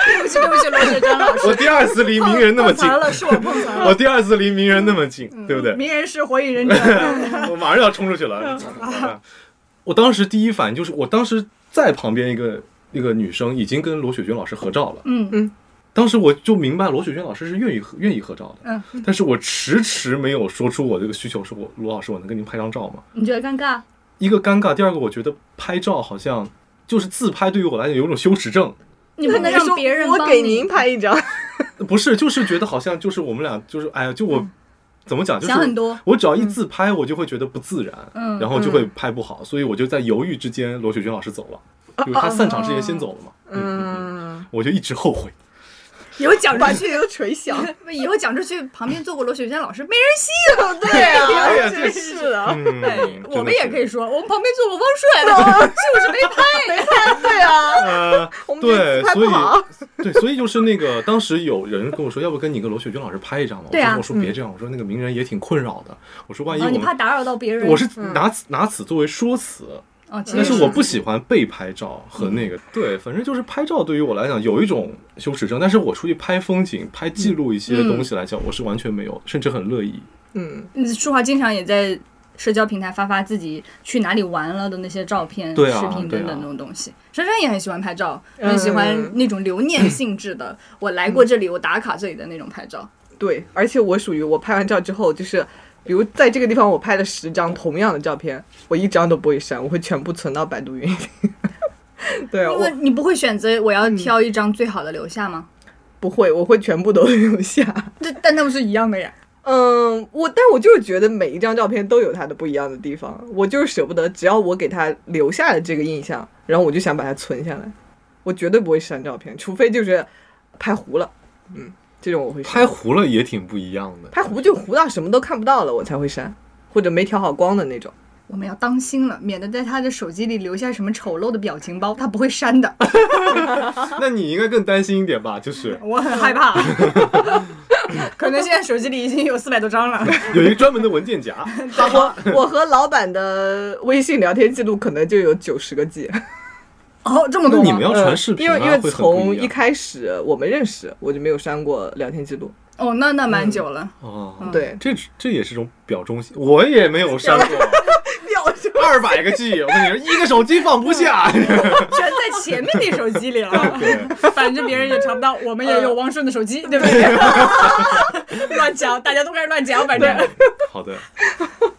[SPEAKER 2] 对不起，对不起，罗雪珍老师，
[SPEAKER 1] 我第二次离名人那么近
[SPEAKER 2] 碰，
[SPEAKER 4] 呃
[SPEAKER 2] 了， 嗯是我碰瓷
[SPEAKER 1] 我
[SPEAKER 2] 了。
[SPEAKER 1] 第二次离名人那么近，对不对？
[SPEAKER 2] 名人是火影忍者，
[SPEAKER 1] 我马上要冲出去了。
[SPEAKER 2] 嗯
[SPEAKER 1] 我当时第一反应就是，我当时在旁边一个一个女生已经跟罗雪娟老师合照了，
[SPEAKER 2] 嗯
[SPEAKER 1] 当时我就明白罗雪娟老师是愿意合愿意合照的，
[SPEAKER 2] 嗯，
[SPEAKER 1] 但是我迟迟没有说出我这个需求，说我罗老师，我能跟您拍张照吗？
[SPEAKER 2] 你觉得尴尬？
[SPEAKER 1] 一个尴尬，第二个我觉得拍照好像就是自拍，对于我来讲有一种羞耻症，
[SPEAKER 2] 你不能
[SPEAKER 4] 你说
[SPEAKER 2] 让别人
[SPEAKER 4] 我
[SPEAKER 2] 帮
[SPEAKER 4] 给
[SPEAKER 2] 你
[SPEAKER 4] 您。拍 一张，
[SPEAKER 1] 不是，就是觉得好像就是我们俩就是哎呀，就我。怎么讲？就是
[SPEAKER 2] 嗯想很多
[SPEAKER 1] 我只要一自拍，我就会觉得不自然，
[SPEAKER 2] 嗯
[SPEAKER 1] 然后就会拍不好，所以我就在犹豫之间，罗雪娟老师走了，就是她散场之前先走了嘛。嗯，
[SPEAKER 4] 嗯，
[SPEAKER 1] 我就一直后悔。
[SPEAKER 2] 以后讲出
[SPEAKER 4] 把
[SPEAKER 2] 去，
[SPEAKER 4] 这个都垂响，
[SPEAKER 2] 以后讲出去，旁边坐过罗雪娟老师没人信。
[SPEAKER 4] 对啊，
[SPEAKER 1] 哎呀
[SPEAKER 4] 真是的，
[SPEAKER 1] 嗯
[SPEAKER 2] 哎，我们也可以。说，我们旁边坐过汪帅的， 就是没拍。
[SPEAKER 4] 对啊，
[SPEAKER 1] 呃，
[SPEAKER 4] 我们这
[SPEAKER 1] 对
[SPEAKER 4] 次拍，
[SPEAKER 1] 所
[SPEAKER 4] 不
[SPEAKER 2] 嗯
[SPEAKER 4] 好，
[SPEAKER 1] 以对，所以就是那个，当时有人跟我说，要不跟你跟罗雪娟老师拍一张吧？
[SPEAKER 2] 对啊
[SPEAKER 1] 我说我说别这样，我说那个名人也挺困扰的，我说万一哎
[SPEAKER 2] 哦，
[SPEAKER 1] 我
[SPEAKER 2] 你怕
[SPEAKER 1] 们，
[SPEAKER 2] 打扰到别人？嗯
[SPEAKER 1] 我是拿此拿此作为说辞，
[SPEAKER 2] 哦，其实
[SPEAKER 1] 但是我不喜欢被拍照和那
[SPEAKER 4] 嗯
[SPEAKER 1] 个，对，反正就是拍照对于我来讲有一种羞耻症，但是我出去拍风景、拍记录一些东西来讲，我是完全没有，甚至很乐意。
[SPEAKER 4] 嗯，
[SPEAKER 2] 嗯，舒华经常也在社交平台发发自己去哪里玩了的那些照片、
[SPEAKER 1] 对啊
[SPEAKER 2] 视频
[SPEAKER 1] 对啊
[SPEAKER 2] 等等那种东西。珊珊、也很喜欢拍照，
[SPEAKER 4] 嗯
[SPEAKER 2] 很喜欢那种留念性质的，我来过这里，我打卡这里的那种拍照。
[SPEAKER 4] 对，而且我属于我拍完照之后就是。比如在这个地方，我拍了十张同样的照片，我一张都不会删，我会全部存到百度云。 对，啊
[SPEAKER 2] 因
[SPEAKER 4] 我
[SPEAKER 2] 为你不会选择我要挑一张最好的留下吗？
[SPEAKER 4] 不会，我会全部都 留下。
[SPEAKER 2] 这但那不是一样的呀。
[SPEAKER 4] 嗯，我但我就是觉得每一张照片都有它的不一样的地方，我就是舍不得，只要我给它留下了这个印象，然后我就想把它存下来，我绝对不会删照片，除非就是拍糊了，嗯，这种我会删
[SPEAKER 1] 拍糊了也挺不一样的。
[SPEAKER 4] 拍糊就糊到什么都看不到了，我才会删，或者没调好光的那 种。
[SPEAKER 2] 我们要当心了，免得在他的手机里留下什么丑陋的表情包，他不会删 的。
[SPEAKER 1] 那你应该更担心一点吧？ 就是
[SPEAKER 2] 我很害 怕，可能现在手机里已经有四百多张了。
[SPEAKER 1] 有一个专门的文件 夹，
[SPEAKER 4] 我我和老板的微信聊天记录可能就有九十个 G，
[SPEAKER 2] 哦，这么
[SPEAKER 1] 那
[SPEAKER 2] 多吗？
[SPEAKER 1] 你们要传视频
[SPEAKER 4] 嗯因
[SPEAKER 1] 啊，
[SPEAKER 4] 为因为
[SPEAKER 1] 会很不
[SPEAKER 4] 从
[SPEAKER 1] 一
[SPEAKER 4] 一
[SPEAKER 1] 样。
[SPEAKER 4] 开始我们认识，我就没有删过聊天记录。
[SPEAKER 2] 哦，那那蛮久了。
[SPEAKER 1] 哦，
[SPEAKER 4] 对，
[SPEAKER 1] 这这也是种表忠心，我也没有删过
[SPEAKER 4] 秒删。
[SPEAKER 1] 二百个 G，我跟你说，一个手机放不下。
[SPEAKER 4] 嗯
[SPEAKER 2] 全在前面那手机里 了，反正别人也查不到，我们也有汪顺的手机， 对不对？乱讲，大家都开始乱讲，反正
[SPEAKER 1] 好的，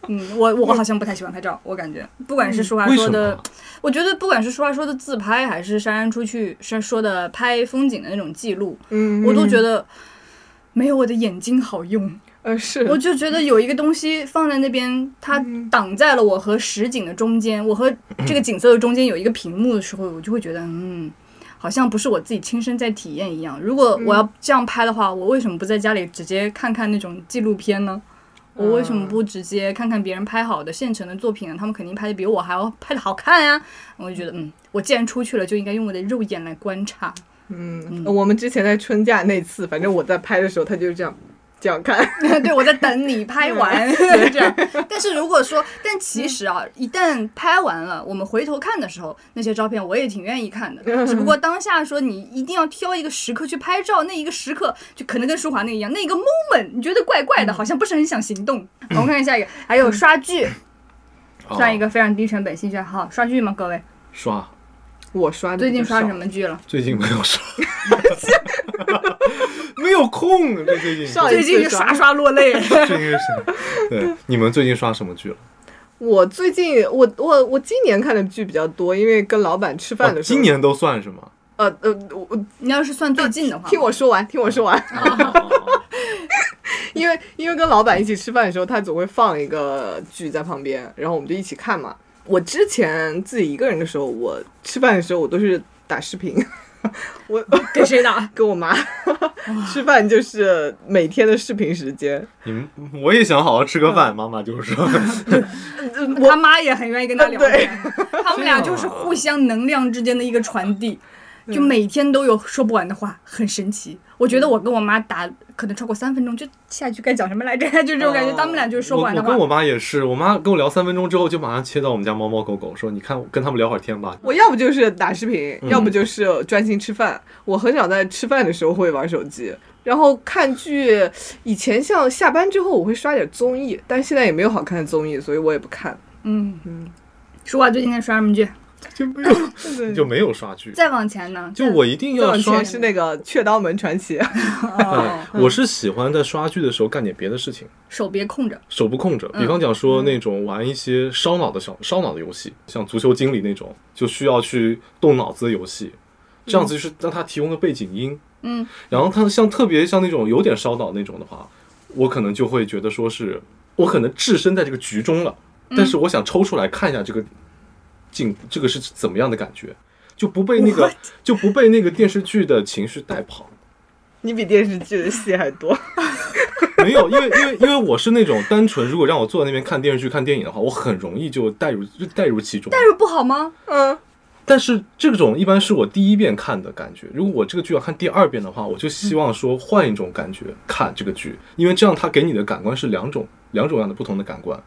[SPEAKER 2] 嗯，我我好像不太喜欢拍照，我感觉不管是舒华
[SPEAKER 1] 为
[SPEAKER 2] 说
[SPEAKER 1] 什
[SPEAKER 2] 的
[SPEAKER 1] 么，？
[SPEAKER 2] 我觉得不管是舒华说的自拍，还是珊珊出去是说的拍风景的那种记录，
[SPEAKER 4] 嗯，
[SPEAKER 2] 我都觉得没有我的眼睛好用。
[SPEAKER 4] 呃是，
[SPEAKER 2] 我就觉得有一个东西放在那边，它
[SPEAKER 4] 嗯
[SPEAKER 2] 挡在了我和实景的中间，我和这个景色的中间有一个屏幕的时候，我就会觉得，嗯，好像不是我自己亲身在体验一样。如果我
[SPEAKER 4] 嗯
[SPEAKER 2] 要这样拍的话，我为什么不在家里直接看看那种纪录片呢？我为
[SPEAKER 4] 嗯
[SPEAKER 2] 什么不直接看看别人拍好的现成的作品啊呢？他们肯定拍的比我还要拍的好看呀、我就觉得，嗯，我既然出去了，就应该用我的肉眼来观察。
[SPEAKER 4] 嗯，我们之前在春假那次，反正我在拍的时候，他就是这样这样看，
[SPEAKER 2] 对，我在等你拍完嗯这样。 但是如果说，但其实啊，一旦拍完了，我们回头看的时候，那些照片我也挺愿意看的。只不过当下说你一定要挑一个时刻去拍照，那一个时刻就可能跟舒华那个一样，那一个 moment 你觉得怪怪的，好像不是很想行动。好我们看下一个，还有刷剧，
[SPEAKER 1] 哦
[SPEAKER 2] 算一个非常低成本兴趣爱好，刷剧吗？各位
[SPEAKER 1] 刷，
[SPEAKER 4] 我刷的
[SPEAKER 2] 最近
[SPEAKER 4] 比较
[SPEAKER 2] 刷
[SPEAKER 4] 少
[SPEAKER 2] 什？么剧了？
[SPEAKER 1] 最近没有刷， 没有空。这最近
[SPEAKER 4] 上一
[SPEAKER 2] 最
[SPEAKER 4] 次
[SPEAKER 2] 近
[SPEAKER 4] 刷
[SPEAKER 2] 刷刷落泪。
[SPEAKER 1] 最近是，对，你们最近刷什么剧了？
[SPEAKER 4] 我最近我我我今年看的剧比较多，因为跟老板吃饭
[SPEAKER 1] 哦
[SPEAKER 4] 的时候，
[SPEAKER 1] 今年都算是吗？
[SPEAKER 4] 呃呃，我我
[SPEAKER 2] 你要是算最近的话，
[SPEAKER 4] 听我说完，听我说完，
[SPEAKER 1] 哦
[SPEAKER 4] 因为因为跟老板一起吃饭的时候，他总会放一个剧在旁边，然后我们就一起看嘛。我之前自己一个人的时候，我吃饭的时候我都是打视频，我
[SPEAKER 2] 给谁打？
[SPEAKER 4] 跟我妈吃饭就是每天的视频时间。
[SPEAKER 1] 你们，我也想好好吃个饭。妈妈就是说，
[SPEAKER 2] 他妈也很愿意跟他聊天，他们俩就是
[SPEAKER 1] 这样啊
[SPEAKER 2] 互相能量之间的一个传递，就每天都有说不完的话，很神奇。我觉得我跟我妈打可能超过三分钟，就下一句该讲什么来着，就这种感觉，
[SPEAKER 4] 哦
[SPEAKER 2] 他们俩就是说
[SPEAKER 1] 我
[SPEAKER 2] 不完
[SPEAKER 1] 我
[SPEAKER 2] 的话
[SPEAKER 1] 跟。我妈也是，我妈跟我聊三分钟之后，就马上切到我们家猫猫狗狗，说你看我跟他们聊会儿天吧。
[SPEAKER 4] 我要不就是打视频，
[SPEAKER 1] 嗯
[SPEAKER 4] 要不就是专心吃饭。我很少在吃饭的时候会玩手机。然后看剧，以前像下班之后我会刷点综艺，但是现在也没有好看的综艺，所以我也不看。
[SPEAKER 2] 嗯，说话最近在刷什么剧？
[SPEAKER 1] 就没有就没有刷剧，
[SPEAKER 2] 再往前呢？
[SPEAKER 1] 就我一定
[SPEAKER 4] 再
[SPEAKER 1] 要
[SPEAKER 4] 往
[SPEAKER 1] 刷
[SPEAKER 4] 前是那个《雀刀门传奇》，
[SPEAKER 2] 哦，
[SPEAKER 1] 我是喜欢在刷剧的时候干点别的事情，
[SPEAKER 2] 手别空着。
[SPEAKER 1] 手不空着。
[SPEAKER 2] 嗯
[SPEAKER 1] 比方讲说那种玩一些烧脑的小烧脑的游戏，像足球经理那种，就需要去动脑子的游戏。这样子就是让它提供的背景音，
[SPEAKER 2] 嗯，
[SPEAKER 1] 然后它像特别像那种有点烧脑那种的话，我可能就会觉得说是我可能置身在这个局中了，
[SPEAKER 2] 嗯
[SPEAKER 1] 但是我想抽出来看一下这个景，这个是怎么样的感觉，就不被那个
[SPEAKER 2] What？
[SPEAKER 1] 就不被那个电视剧的情绪带跑。
[SPEAKER 4] 你比电视剧的戏还多。
[SPEAKER 1] 没有，因为因为因为我是那种单纯，如果让我坐在那边看电视剧、看电影的话，我很容易就带入就带入其中。
[SPEAKER 2] 但是不好吗？
[SPEAKER 4] 嗯，
[SPEAKER 1] 但是这种一般是我第一遍看的感觉，如果我这个剧要看第二遍的话，我就希望说换一种感觉看这个剧，因为这样它给你的感官是两种两种样的不同的感官。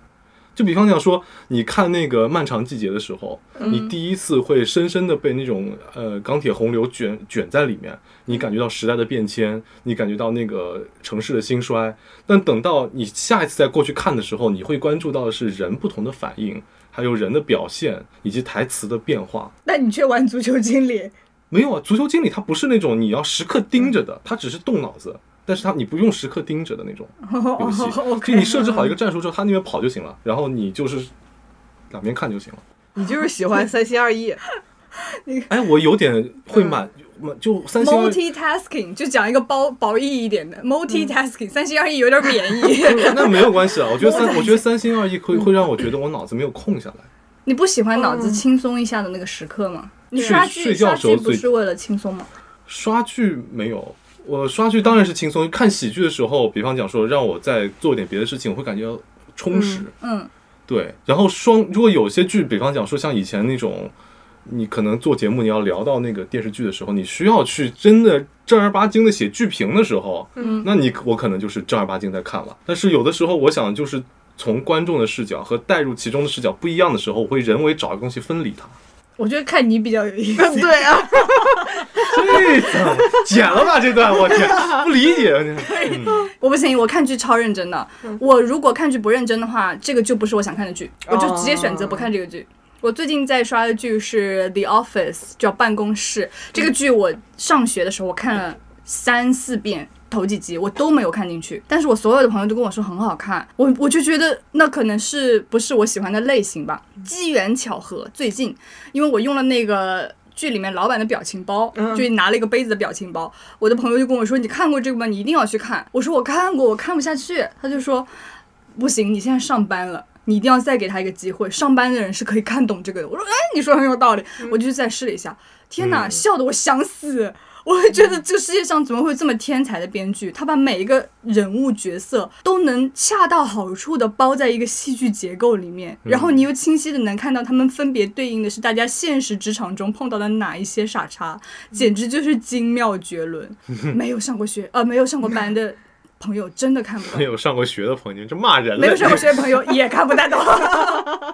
[SPEAKER 1] 就比方讲说，你看那个《漫长季节》的时候，你第一次会深深的被那种呃钢铁洪流卷卷在里面，你感觉到时代的变迁，你感觉到那个城市的兴衰。但等到你下一次再过去看的时候，你会关注到的是人不同的反应，还有人的表现以及台词的变化。
[SPEAKER 2] 但你却玩足球经理，
[SPEAKER 1] 没有啊，足球经理他不是那种你要时刻盯着的，他只是动脑子，但是他你不用时刻盯着的那种游戏。就你设置好一个战术之后，他那边跑就行了，然后你就是两边看就行了。
[SPEAKER 4] 你就是喜欢三心二意。
[SPEAKER 1] 哎，我有点会满满就三星二。
[SPEAKER 2] multitasking 就讲一个褒褒义一点的 multitasking，三心二意有点贬义。
[SPEAKER 1] 那没有关系啊，我觉得三，我觉得三心二意会会让我觉得我脑子没有空下来。
[SPEAKER 2] 你不喜欢脑子轻松一下的那个时刻吗？嗯你
[SPEAKER 1] 睡
[SPEAKER 2] 刷剧
[SPEAKER 1] 睡觉
[SPEAKER 2] 刷
[SPEAKER 1] 时候
[SPEAKER 2] 剧不
[SPEAKER 1] 最
[SPEAKER 2] 是为了轻松吗？
[SPEAKER 1] 刷剧没有，我刷剧当然是轻松。看喜剧的时候，比方讲说让我再做点别的事情，我会感觉到充实。
[SPEAKER 2] 嗯，
[SPEAKER 1] 对，然后双如果有些剧，比方讲说像以前那种，你可能做节目你要聊到那个电视剧的时候，你需要去真的正儿八经的写剧评的时候，嗯，那你我可能就是正儿八经在看了。但是有的时候，我想就是从观众的视角和带入其中的视角不一样的时候，我会人为找一个东西分离它。
[SPEAKER 2] 我觉得看你比较有意思。
[SPEAKER 4] 对啊，
[SPEAKER 1] 这怎么 剪了吧？这段我天，不理解。 嗯、
[SPEAKER 2] 我不行，我看剧超认真的。我如果看剧不认真的话，这个就不是我想看的剧，我就直接选择不看这个剧。我最近在刷的剧是《The Office》，叫《办公室》。这个剧我上学的时候我看了三四遍，头几集我都没有看进去，但是我所有的朋友都跟我说很好看，我我就觉得那可能是不是我喜欢的类型吧。机缘巧合，最近因为我用了那个。剧里面老板的表情包，就拿了一个杯子的表情包。我的朋友就跟我说：“你看过这个吗？你一定要去看。”我说：“我看过，我看不下去。”他就说：“不行，你现在上班了，你一定要再给他一个机会。上班的人是可以看懂这个的。”我说：“哎，你说得很有道理。”我就去再试了一下，天哪，
[SPEAKER 1] 嗯
[SPEAKER 2] 笑得我想死。我会觉得这个世界上怎么会有这么天才的编剧？他把每一个人物角色都能恰到好处的包在一个戏剧结构里面，然后你又清晰的能看到他们分别对应的是大家现实职场中碰到的哪一些傻叉，简直就是精妙绝伦。没有上过学呃，没有上过班的朋友真的看不懂
[SPEAKER 1] 没。有上过学的朋友，这骂人了。
[SPEAKER 2] 没有上过学的朋友也看不太 懂，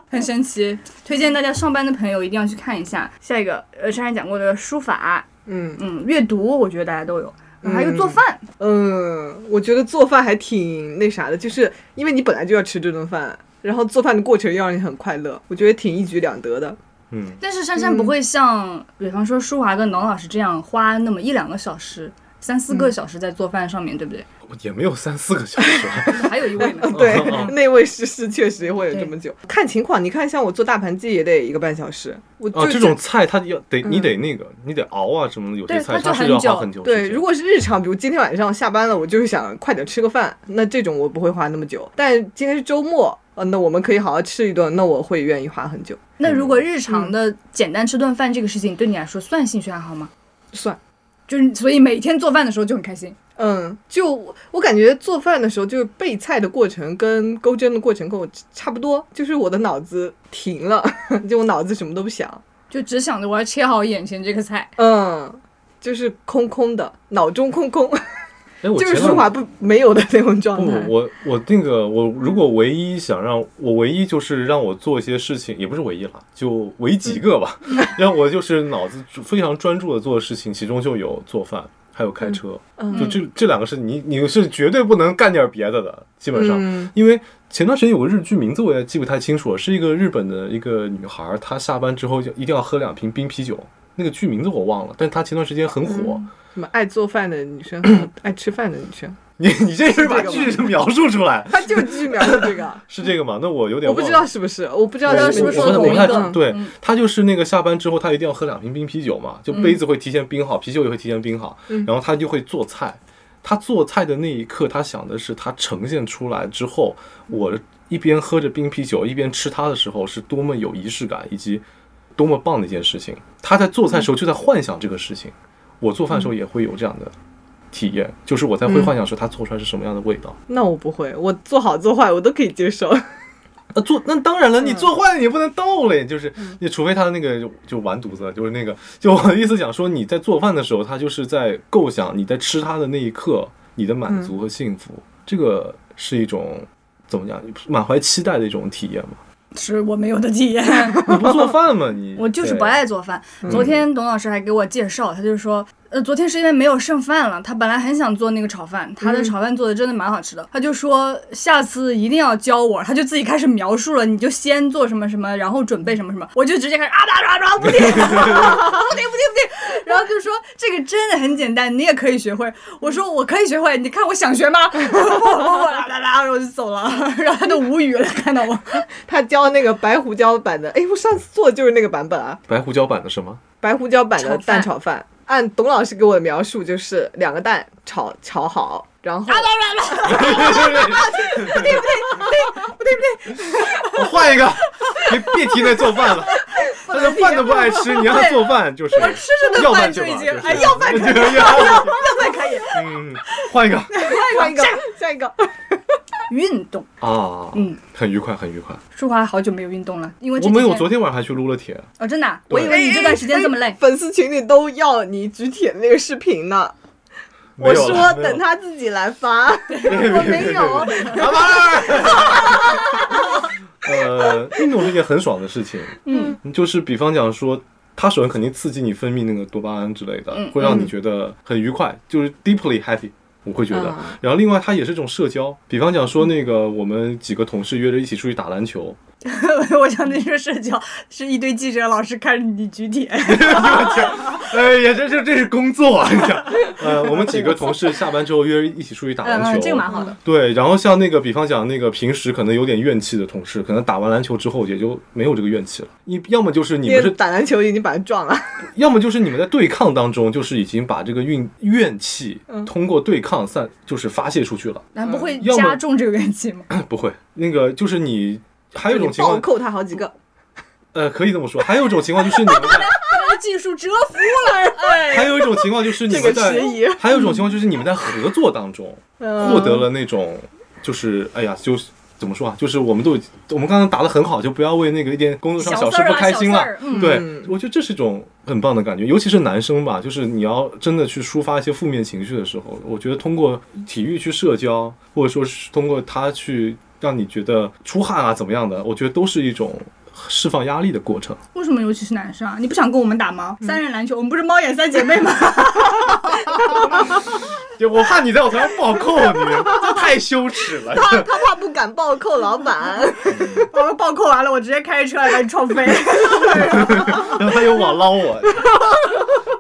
[SPEAKER 2] 很神奇。推荐大家上班的朋友一定要去看一下。下一个，呃，上海讲过的书法，
[SPEAKER 4] 嗯
[SPEAKER 2] 嗯，阅读，我觉得大家都有，然后还有做饭，
[SPEAKER 4] 嗯，我觉得做饭还挺那啥的，就是因为你本来就要吃这顿饭，然后做饭的过程又让你很快乐，我觉得挺一举两得的。
[SPEAKER 1] 嗯，
[SPEAKER 2] 但是珊珊不会像，比方说舒华跟农老师这样花那么一两个小时、三四个小时在做饭上面，对不 对？
[SPEAKER 1] 也没有三四个小时吧。
[SPEAKER 2] 还有一位 呢，
[SPEAKER 4] 对
[SPEAKER 1] 哦，
[SPEAKER 4] 那位是是确实会有这么久，看情况。你看，像我做大盘鸡也得一个半小时，我就
[SPEAKER 1] 啊，这
[SPEAKER 4] 是嗯
[SPEAKER 1] 种菜它要得你得那个，你得熬啊什么的，有些
[SPEAKER 2] 对
[SPEAKER 1] 菜
[SPEAKER 2] 它就
[SPEAKER 1] 是要
[SPEAKER 2] 很久
[SPEAKER 1] 花很久时
[SPEAKER 4] 对，
[SPEAKER 1] 间
[SPEAKER 4] 如果是日常，比如今天晚上下班了，我就是想快点吃个饭，那这种我不会花那么久。但今天是周末，呃，那我们可以好好吃一顿，那我会愿意花很久。
[SPEAKER 2] 那如果日常的简单吃顿饭这个事情对你来说算兴趣爱好吗？
[SPEAKER 4] 算，
[SPEAKER 2] 就是所以每天做饭的时候就很开心，
[SPEAKER 4] 嗯，就我我感觉做饭的时候，就是备菜的过程跟钩针的过程跟我差不多，就是我的脑子停了， 就我脑子什么都不想，
[SPEAKER 2] 就只想着我要切好眼前这个菜。
[SPEAKER 4] 嗯，就是空空的，脑中空空，
[SPEAKER 1] 哎，我
[SPEAKER 4] 就是
[SPEAKER 1] 前
[SPEAKER 4] 舒
[SPEAKER 1] 两
[SPEAKER 4] 华不没有的那种状
[SPEAKER 1] 不
[SPEAKER 4] 态，。
[SPEAKER 1] 我我那个我如果唯一想让我唯一就是让我做一些事情，也不是唯一了，就唯
[SPEAKER 4] 嗯
[SPEAKER 1] 几个吧， 让我就是脑子非常专注的做事情，其中就有做饭。还有开车，
[SPEAKER 4] 嗯
[SPEAKER 1] 就这这两个是你你是绝对不能干点别的的，基本上，
[SPEAKER 4] 嗯
[SPEAKER 1] 因为前段时间有个日剧，名字我也记不太清楚了，是一个日本的一个女孩儿，她下班之后就一定要喝两瓶冰啤酒，那个剧名字我忘了，但她前段时间很火。
[SPEAKER 4] 什么爱做饭的女生 和爱吃饭的女生，
[SPEAKER 1] 你 你这是把
[SPEAKER 4] 是这
[SPEAKER 1] 剧描述出来，
[SPEAKER 4] 他就剧描的这个。啊
[SPEAKER 1] 是这个吗？那我有点忘
[SPEAKER 4] 我不
[SPEAKER 1] 了
[SPEAKER 4] 知道是不是，我不知
[SPEAKER 1] 我
[SPEAKER 4] 道
[SPEAKER 2] 不知道
[SPEAKER 4] 是
[SPEAKER 2] 是
[SPEAKER 4] 不
[SPEAKER 2] 不
[SPEAKER 4] 是
[SPEAKER 2] 是
[SPEAKER 1] 我
[SPEAKER 4] 说
[SPEAKER 1] 我我不
[SPEAKER 2] 同
[SPEAKER 4] 同一
[SPEAKER 1] 太
[SPEAKER 2] 个
[SPEAKER 4] 个。
[SPEAKER 1] 对
[SPEAKER 2] 嗯，
[SPEAKER 1] 他就是那个下班之后，他一定要喝两瓶冰啤酒嘛，就杯子会提前冰好，啤酒也会提前冰好，然后他就会做菜。他做菜的那一刻，他想的是他呈现出来之后，我一边喝着冰啤酒一边吃它的时候，是多么有仪式感，以及多么棒的一件事情。他在做菜的时候就在幻想这个事情，我做饭的时候也会有这样的体验，就是我在会幻想说他做出来是什么样的味道。
[SPEAKER 4] 那我不会，我做好做坏我都可以接受。
[SPEAKER 1] 啊，做那当然了，
[SPEAKER 2] 嗯
[SPEAKER 1] 你做坏了你也不能倒嘞，就是你除非他的那个就就完犊子，就是那个，就我的意思讲说，你在做饭的时候，他就是在构想你在吃它的那一刻，你的满
[SPEAKER 2] 嗯
[SPEAKER 1] 足和幸福，这个是一种怎么讲，满怀期待的一种体验嘛。
[SPEAKER 2] 嗯是我没有的体验。
[SPEAKER 1] 你不做饭嘛，你
[SPEAKER 2] 我就是不
[SPEAKER 1] 对
[SPEAKER 2] 爱做饭。昨天董老师还给我介绍，他就说，呃，昨天是因为没有剩饭了，他本来很想做那个炒饭，他的炒饭做的真的蛮好吃的。他就说下次一定要教我，他就自己开始描述了，你就先做什么什么，然后准备什么什么，我就直接开始啊哒哒哒，不停 不停不停不停，然后就说这个真的很简单，你也可以学会。我说我可以学会，你看我想学吗？ 不不不，哒哒哒，然后我就走了， 然后他都无语了，看到我。啊
[SPEAKER 4] 他教那个白胡椒版的，哎，我上次做的就是那个版本啊，
[SPEAKER 1] 白胡椒版的什么？
[SPEAKER 4] 白胡椒版的
[SPEAKER 2] 炒饭
[SPEAKER 4] 蛋炒饭。按董老师给我的描述，就是两个蛋炒炒好，然
[SPEAKER 2] 啊
[SPEAKER 4] 后
[SPEAKER 1] 我换一个，别别提那做饭了，他连饭都不爱吃，你让他做饭就是我吃
[SPEAKER 2] 啊着顿
[SPEAKER 1] 要
[SPEAKER 2] 饭
[SPEAKER 1] 饭
[SPEAKER 2] 就已
[SPEAKER 1] 吧
[SPEAKER 2] 经
[SPEAKER 1] 就
[SPEAKER 2] 哎
[SPEAKER 1] 是
[SPEAKER 2] 要饭
[SPEAKER 1] 就要
[SPEAKER 2] 那可以
[SPEAKER 1] 嗯，换一个
[SPEAKER 4] 换一个，下一个。
[SPEAKER 2] 运动，
[SPEAKER 1] 啊，
[SPEAKER 2] 嗯。
[SPEAKER 1] 很愉快，很愉快。
[SPEAKER 2] 舒华好久没有运动了，因为这
[SPEAKER 1] 我
[SPEAKER 2] 几
[SPEAKER 1] 没
[SPEAKER 2] 天
[SPEAKER 1] 有，昨天晚上还去撸了铁。
[SPEAKER 2] 哦，真的啊、
[SPEAKER 1] 对
[SPEAKER 2] 我以为你这段时间这么累。
[SPEAKER 4] 粉丝群里都要你举铁的那个视频呢。
[SPEAKER 1] 没
[SPEAKER 4] 我
[SPEAKER 1] 有了
[SPEAKER 4] 说等，他自己来发， 我没
[SPEAKER 2] 啊
[SPEAKER 4] 有。
[SPEAKER 1] 干嘛？ 呃，运动是一件很爽的事情，
[SPEAKER 2] 嗯，
[SPEAKER 1] 就是比方讲说，它首先肯定刺激你分泌那个多巴胺之类的
[SPEAKER 2] 嗯，
[SPEAKER 1] 会让你觉得很愉快，就是 deeply happy。我会觉得
[SPEAKER 4] 啊，
[SPEAKER 1] 然后另外它也是一种社交，比方讲说那个我们几个同事约着一起出去打篮球，
[SPEAKER 2] 哎我想那是社交，是一堆记者老师看着你举铁。
[SPEAKER 1] 哎呀，这这这是工作啊！你想，呃，我们几个同事下班之后约一起出去打
[SPEAKER 2] 嗯
[SPEAKER 1] 篮球，
[SPEAKER 2] 嗯，这个蛮好的。
[SPEAKER 1] 对，然后像那个，比方讲那个平时可能有点怨气的同事，可能打完篮球之后也就没有这个怨气了。你要么就是你
[SPEAKER 4] 因
[SPEAKER 1] 们是，
[SPEAKER 4] 为打篮球已经把人撞了，
[SPEAKER 1] 要么就是你们在对抗当中，就是已经把这个怨怨气
[SPEAKER 4] 嗯
[SPEAKER 1] 通过对抗散，就是发泄出去了。
[SPEAKER 2] 咱不会
[SPEAKER 1] 嗯要么
[SPEAKER 2] 加重这个怨气 吗？
[SPEAKER 1] 不会，那个就是你还有一种情
[SPEAKER 4] 暴
[SPEAKER 1] 况，
[SPEAKER 4] 扣他好 几个。
[SPEAKER 1] 呃，可以这么说，还有一种情况就是你们在。
[SPEAKER 2] 被技术折服了，哎，
[SPEAKER 1] 还有一种情况就是你
[SPEAKER 4] 这
[SPEAKER 1] 们
[SPEAKER 4] 个
[SPEAKER 1] 在
[SPEAKER 4] 迟疑，
[SPEAKER 1] 还有一种情况就是你们在合作当中
[SPEAKER 4] 嗯
[SPEAKER 1] 获得了那种，就是哎呀，就是怎么说啊，就是我们都已我们刚刚打得很好，就不要为那个一点工作上
[SPEAKER 2] 小
[SPEAKER 1] 小
[SPEAKER 2] 事儿啊
[SPEAKER 1] 不开心了
[SPEAKER 2] 小事儿。嗯
[SPEAKER 1] 对
[SPEAKER 4] 嗯，
[SPEAKER 1] 我觉得这是一种很棒的感觉，尤其是男生吧，就是你要真的去抒发一些负面情绪的时候，我觉得通过体育去社交，或者说是通过他去让你觉得出汗啊怎么样的，我觉得都是一种释放压力的过程。
[SPEAKER 2] 为什么尤其是男生啊？你不想跟我们打吗？三人篮球，我们不是猫眼三姐妹 吗？
[SPEAKER 1] 就我怕你在我头上暴扣你， 这太羞耻了。
[SPEAKER 4] 他
[SPEAKER 2] 啊
[SPEAKER 4] 他怕不敢暴扣老板，
[SPEAKER 2] 我们暴扣完了，我直接开着车来把你撞 飞。
[SPEAKER 1] 然后他有网捞我，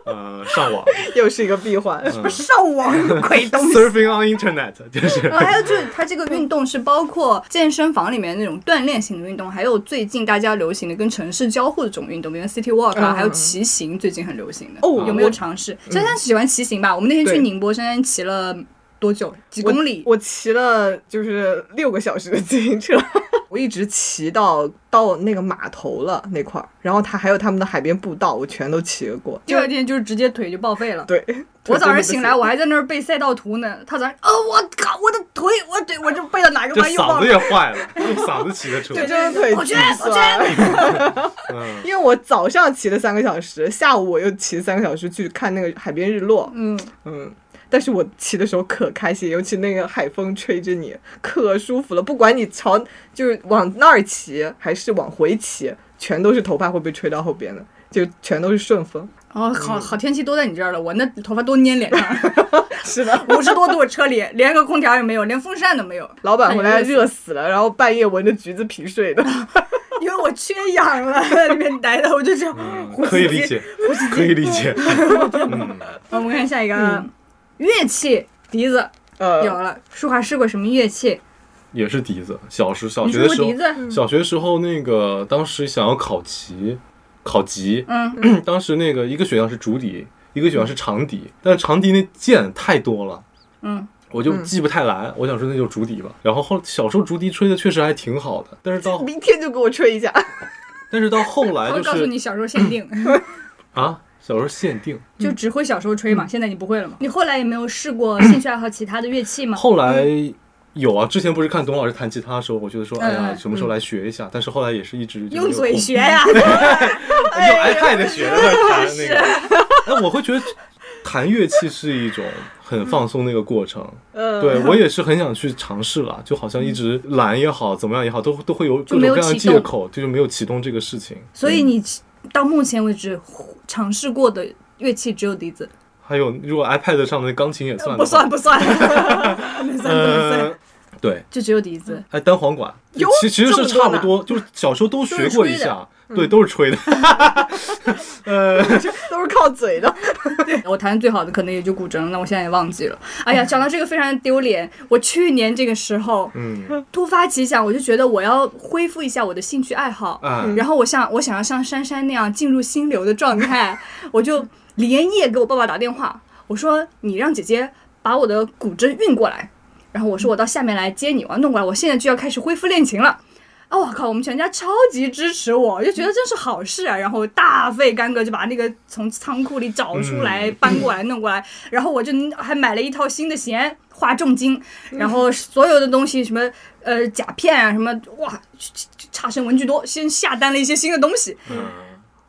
[SPEAKER 1] 呃，上网
[SPEAKER 4] 又是一个闭环。
[SPEAKER 1] 嗯
[SPEAKER 2] 上网鬼东西。
[SPEAKER 1] ，surfing on internet，就是
[SPEAKER 2] 然后哦还有就是，它这个运动是包括健身房里面那种锻炼型的运动，还有最近大家流行的跟城市交互的这种运动，比如 city walk 啊，
[SPEAKER 4] 嗯
[SPEAKER 2] 还有骑行，最近很流行的。
[SPEAKER 4] 哦
[SPEAKER 2] 有没有
[SPEAKER 4] 我
[SPEAKER 2] 尝试？珊珊喜欢骑行吧？我们那天去
[SPEAKER 4] 对
[SPEAKER 2] 宁波，珊珊骑了多久？几
[SPEAKER 4] 我
[SPEAKER 2] 公里？
[SPEAKER 4] 我骑了就是六个小时的自行车，我一直骑到到那个码头了那块儿，然后他还有他们的海边步道，我全都骑过。
[SPEAKER 2] 第二天就是直接腿就报废了。
[SPEAKER 4] 对，
[SPEAKER 2] 我早
[SPEAKER 4] 真的不
[SPEAKER 2] 上
[SPEAKER 4] 行
[SPEAKER 2] 醒来，我还在那儿背赛道图呢。他早上，哦，我靠，我的腿，我的腿，我这背到哪个
[SPEAKER 1] 这
[SPEAKER 2] 弯又忘
[SPEAKER 1] 嗓
[SPEAKER 2] 了
[SPEAKER 1] 子。也坏了，用嗓子骑的车，
[SPEAKER 4] 对真的腿
[SPEAKER 2] 我
[SPEAKER 4] 巨
[SPEAKER 2] 觉得我觉
[SPEAKER 4] 酸，
[SPEAKER 1] 嗯，
[SPEAKER 4] 因为我早上骑了三个小时，下午我又骑三个小时去看那个海边日落，
[SPEAKER 2] 嗯，
[SPEAKER 4] 嗯。但是我骑的时候可开心，尤其那个海风吹着你，可舒服了。不管你朝就是往那儿骑，还是往回骑，全都是头发会被吹到后边的，就全都是顺风。
[SPEAKER 2] 哦，好好天气都在你这儿了，我那头发都粘脸上，
[SPEAKER 4] 是的，
[SPEAKER 2] 五十多度车里连个空调也没有，连风扇都没有，
[SPEAKER 4] 老板回来
[SPEAKER 2] 哎热
[SPEAKER 4] 热死了，然后半夜闻着橘子皮睡 的。
[SPEAKER 2] 因为我缺氧了，在里面待的，我就这样。呼吸
[SPEAKER 1] 可以理解，可以理解，嗯，
[SPEAKER 2] 好我们看下一个啊，乐器笛子
[SPEAKER 4] 呃，
[SPEAKER 2] 有了。舒华试过什么乐器？
[SPEAKER 1] 也是笛子。小时小
[SPEAKER 2] 你
[SPEAKER 1] 学
[SPEAKER 2] 试
[SPEAKER 1] 的
[SPEAKER 2] 过
[SPEAKER 1] 时候
[SPEAKER 2] 笛，子？嗯
[SPEAKER 1] 小学时候那个当时想要考级，考级，
[SPEAKER 2] 嗯，
[SPEAKER 1] 当时那个一个选项是竹笛，一个选项是长笛，但是长笛那键太多了，
[SPEAKER 2] 嗯，
[SPEAKER 1] 我就
[SPEAKER 4] 嗯
[SPEAKER 1] 记不太来，我想说那就竹笛吧。然后后小时候竹笛吹的确实还挺好的，但是到
[SPEAKER 4] 明天就给我吹一下。
[SPEAKER 1] 但是到后来
[SPEAKER 2] 他会
[SPEAKER 1] 就
[SPEAKER 2] 告诉
[SPEAKER 1] 是
[SPEAKER 2] 你小时候限 定，
[SPEAKER 1] 啊，小时候限定，
[SPEAKER 2] 就只会小时候吹嘛，现在你不会了嗯嘛？你后来也没有试过兴趣爱好其他的乐器吗？
[SPEAKER 1] 后来有啊，之前不是看董老师弹吉他的时候，我觉得说，哎呀，
[SPEAKER 2] 嗯
[SPEAKER 1] 什么时候来学一下？但是后来也是一直就没有
[SPEAKER 2] 用嘴
[SPEAKER 1] 空
[SPEAKER 2] 学， 呀，
[SPEAKER 1] 用 iPad 学的 弹那个。哎，我会觉得弹乐器是一种很放松的一个过程。
[SPEAKER 4] 嗯，
[SPEAKER 1] 对我也是很想去尝试了，就好像一直懒也好，怎么样也好，都都会有各
[SPEAKER 2] 嗯就
[SPEAKER 1] 种
[SPEAKER 2] 没有
[SPEAKER 1] 各样的
[SPEAKER 2] 启动
[SPEAKER 1] 借口，就是没有启动这个事情。
[SPEAKER 2] 所以你到目前为止尝试过的乐器只有笛子，
[SPEAKER 1] 还有，如果 iPad 上的钢琴也算的话
[SPEAKER 2] 呃不算，不算， 不能算不能算
[SPEAKER 1] 呃，，对，
[SPEAKER 2] 就只有笛子。
[SPEAKER 1] 哎，单簧管
[SPEAKER 4] 哟，
[SPEAKER 1] 其其实
[SPEAKER 4] 这
[SPEAKER 1] 是
[SPEAKER 4] 么
[SPEAKER 1] 差不
[SPEAKER 4] 多
[SPEAKER 1] 多，
[SPEAKER 4] 呢
[SPEAKER 1] 就是小时候都学过一下，对，都是吹的。呃，
[SPEAKER 4] 都是靠嘴的。
[SPEAKER 2] 我弹的最好的可能也就古筝，那我现在也忘记了。哎呀，讲到这个非常丢脸。我去年这个时候
[SPEAKER 1] 嗯，
[SPEAKER 2] 突发奇想，我就觉得我要恢复一下我的兴趣爱好。
[SPEAKER 1] 啊，
[SPEAKER 2] 然后我想，我想要像珊珊那样进入心流的状态，我就连夜给我爸爸打电话，我说你让姐姐把我的古筝运过来，然后我说我到下面来接你，我要弄过来，我现在就要开始恢复练琴了。啊！我靠，我们全家超级支持我，我就觉得这是好事啊。然后大费干戈就把那个从仓库里找出来、
[SPEAKER 1] 嗯
[SPEAKER 2] 搬过来、弄过来，然后我就还买了一套新的弦，花重金，然后所有的东西什么呃甲片啊什么，哇，差生文具多，先下单了一些新的东西，
[SPEAKER 1] 嗯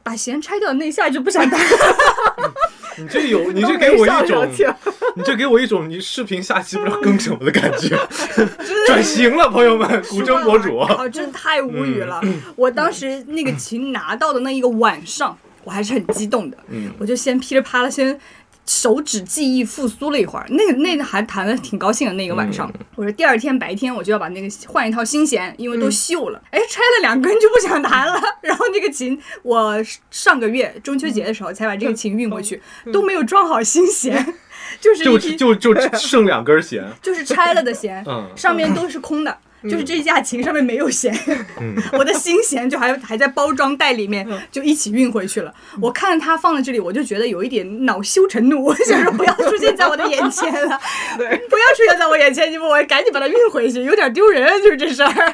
[SPEAKER 2] 把弦拆掉那一下就不想打。
[SPEAKER 1] 你这有，你这给我一种
[SPEAKER 4] 都没上手去，
[SPEAKER 1] 你这给我一种你视频下期不知道更什么的感 觉，转型了，朋友们，古筝博主嗯
[SPEAKER 2] 我。靠，啊哦真太无语了！我当时那个琴拿到的那一个晚上，我还是很激动的，
[SPEAKER 1] 嗯
[SPEAKER 2] 我就先噼里啪啦先。手指记忆复苏了一会儿，那个那个还弹的挺高兴的那个晚上。
[SPEAKER 1] 嗯
[SPEAKER 2] 我说第二天白天我就要把那个换一套新弦，因为
[SPEAKER 1] 嗯
[SPEAKER 2] 都锈了，哎、拆了两根就不想弹了。 然后那个琴，我上个月中秋节的时候才把这个琴运过去，都没有装好新弦， 就是
[SPEAKER 1] 嗯就
[SPEAKER 2] 一批
[SPEAKER 1] 就就剩两根弦，
[SPEAKER 2] 就是拆了的弦，
[SPEAKER 1] 嗯
[SPEAKER 2] 上面都是空的。就是这架琴上面没有弦， 我的新弦就还还在包装袋里面，就一起运回去了。我看它放在这里，我就觉得有一点恼羞成怒，我想说不要出现在我的眼前了，不要出现在我眼前，你们我赶紧把它运回去，有点丢人，就是这事儿。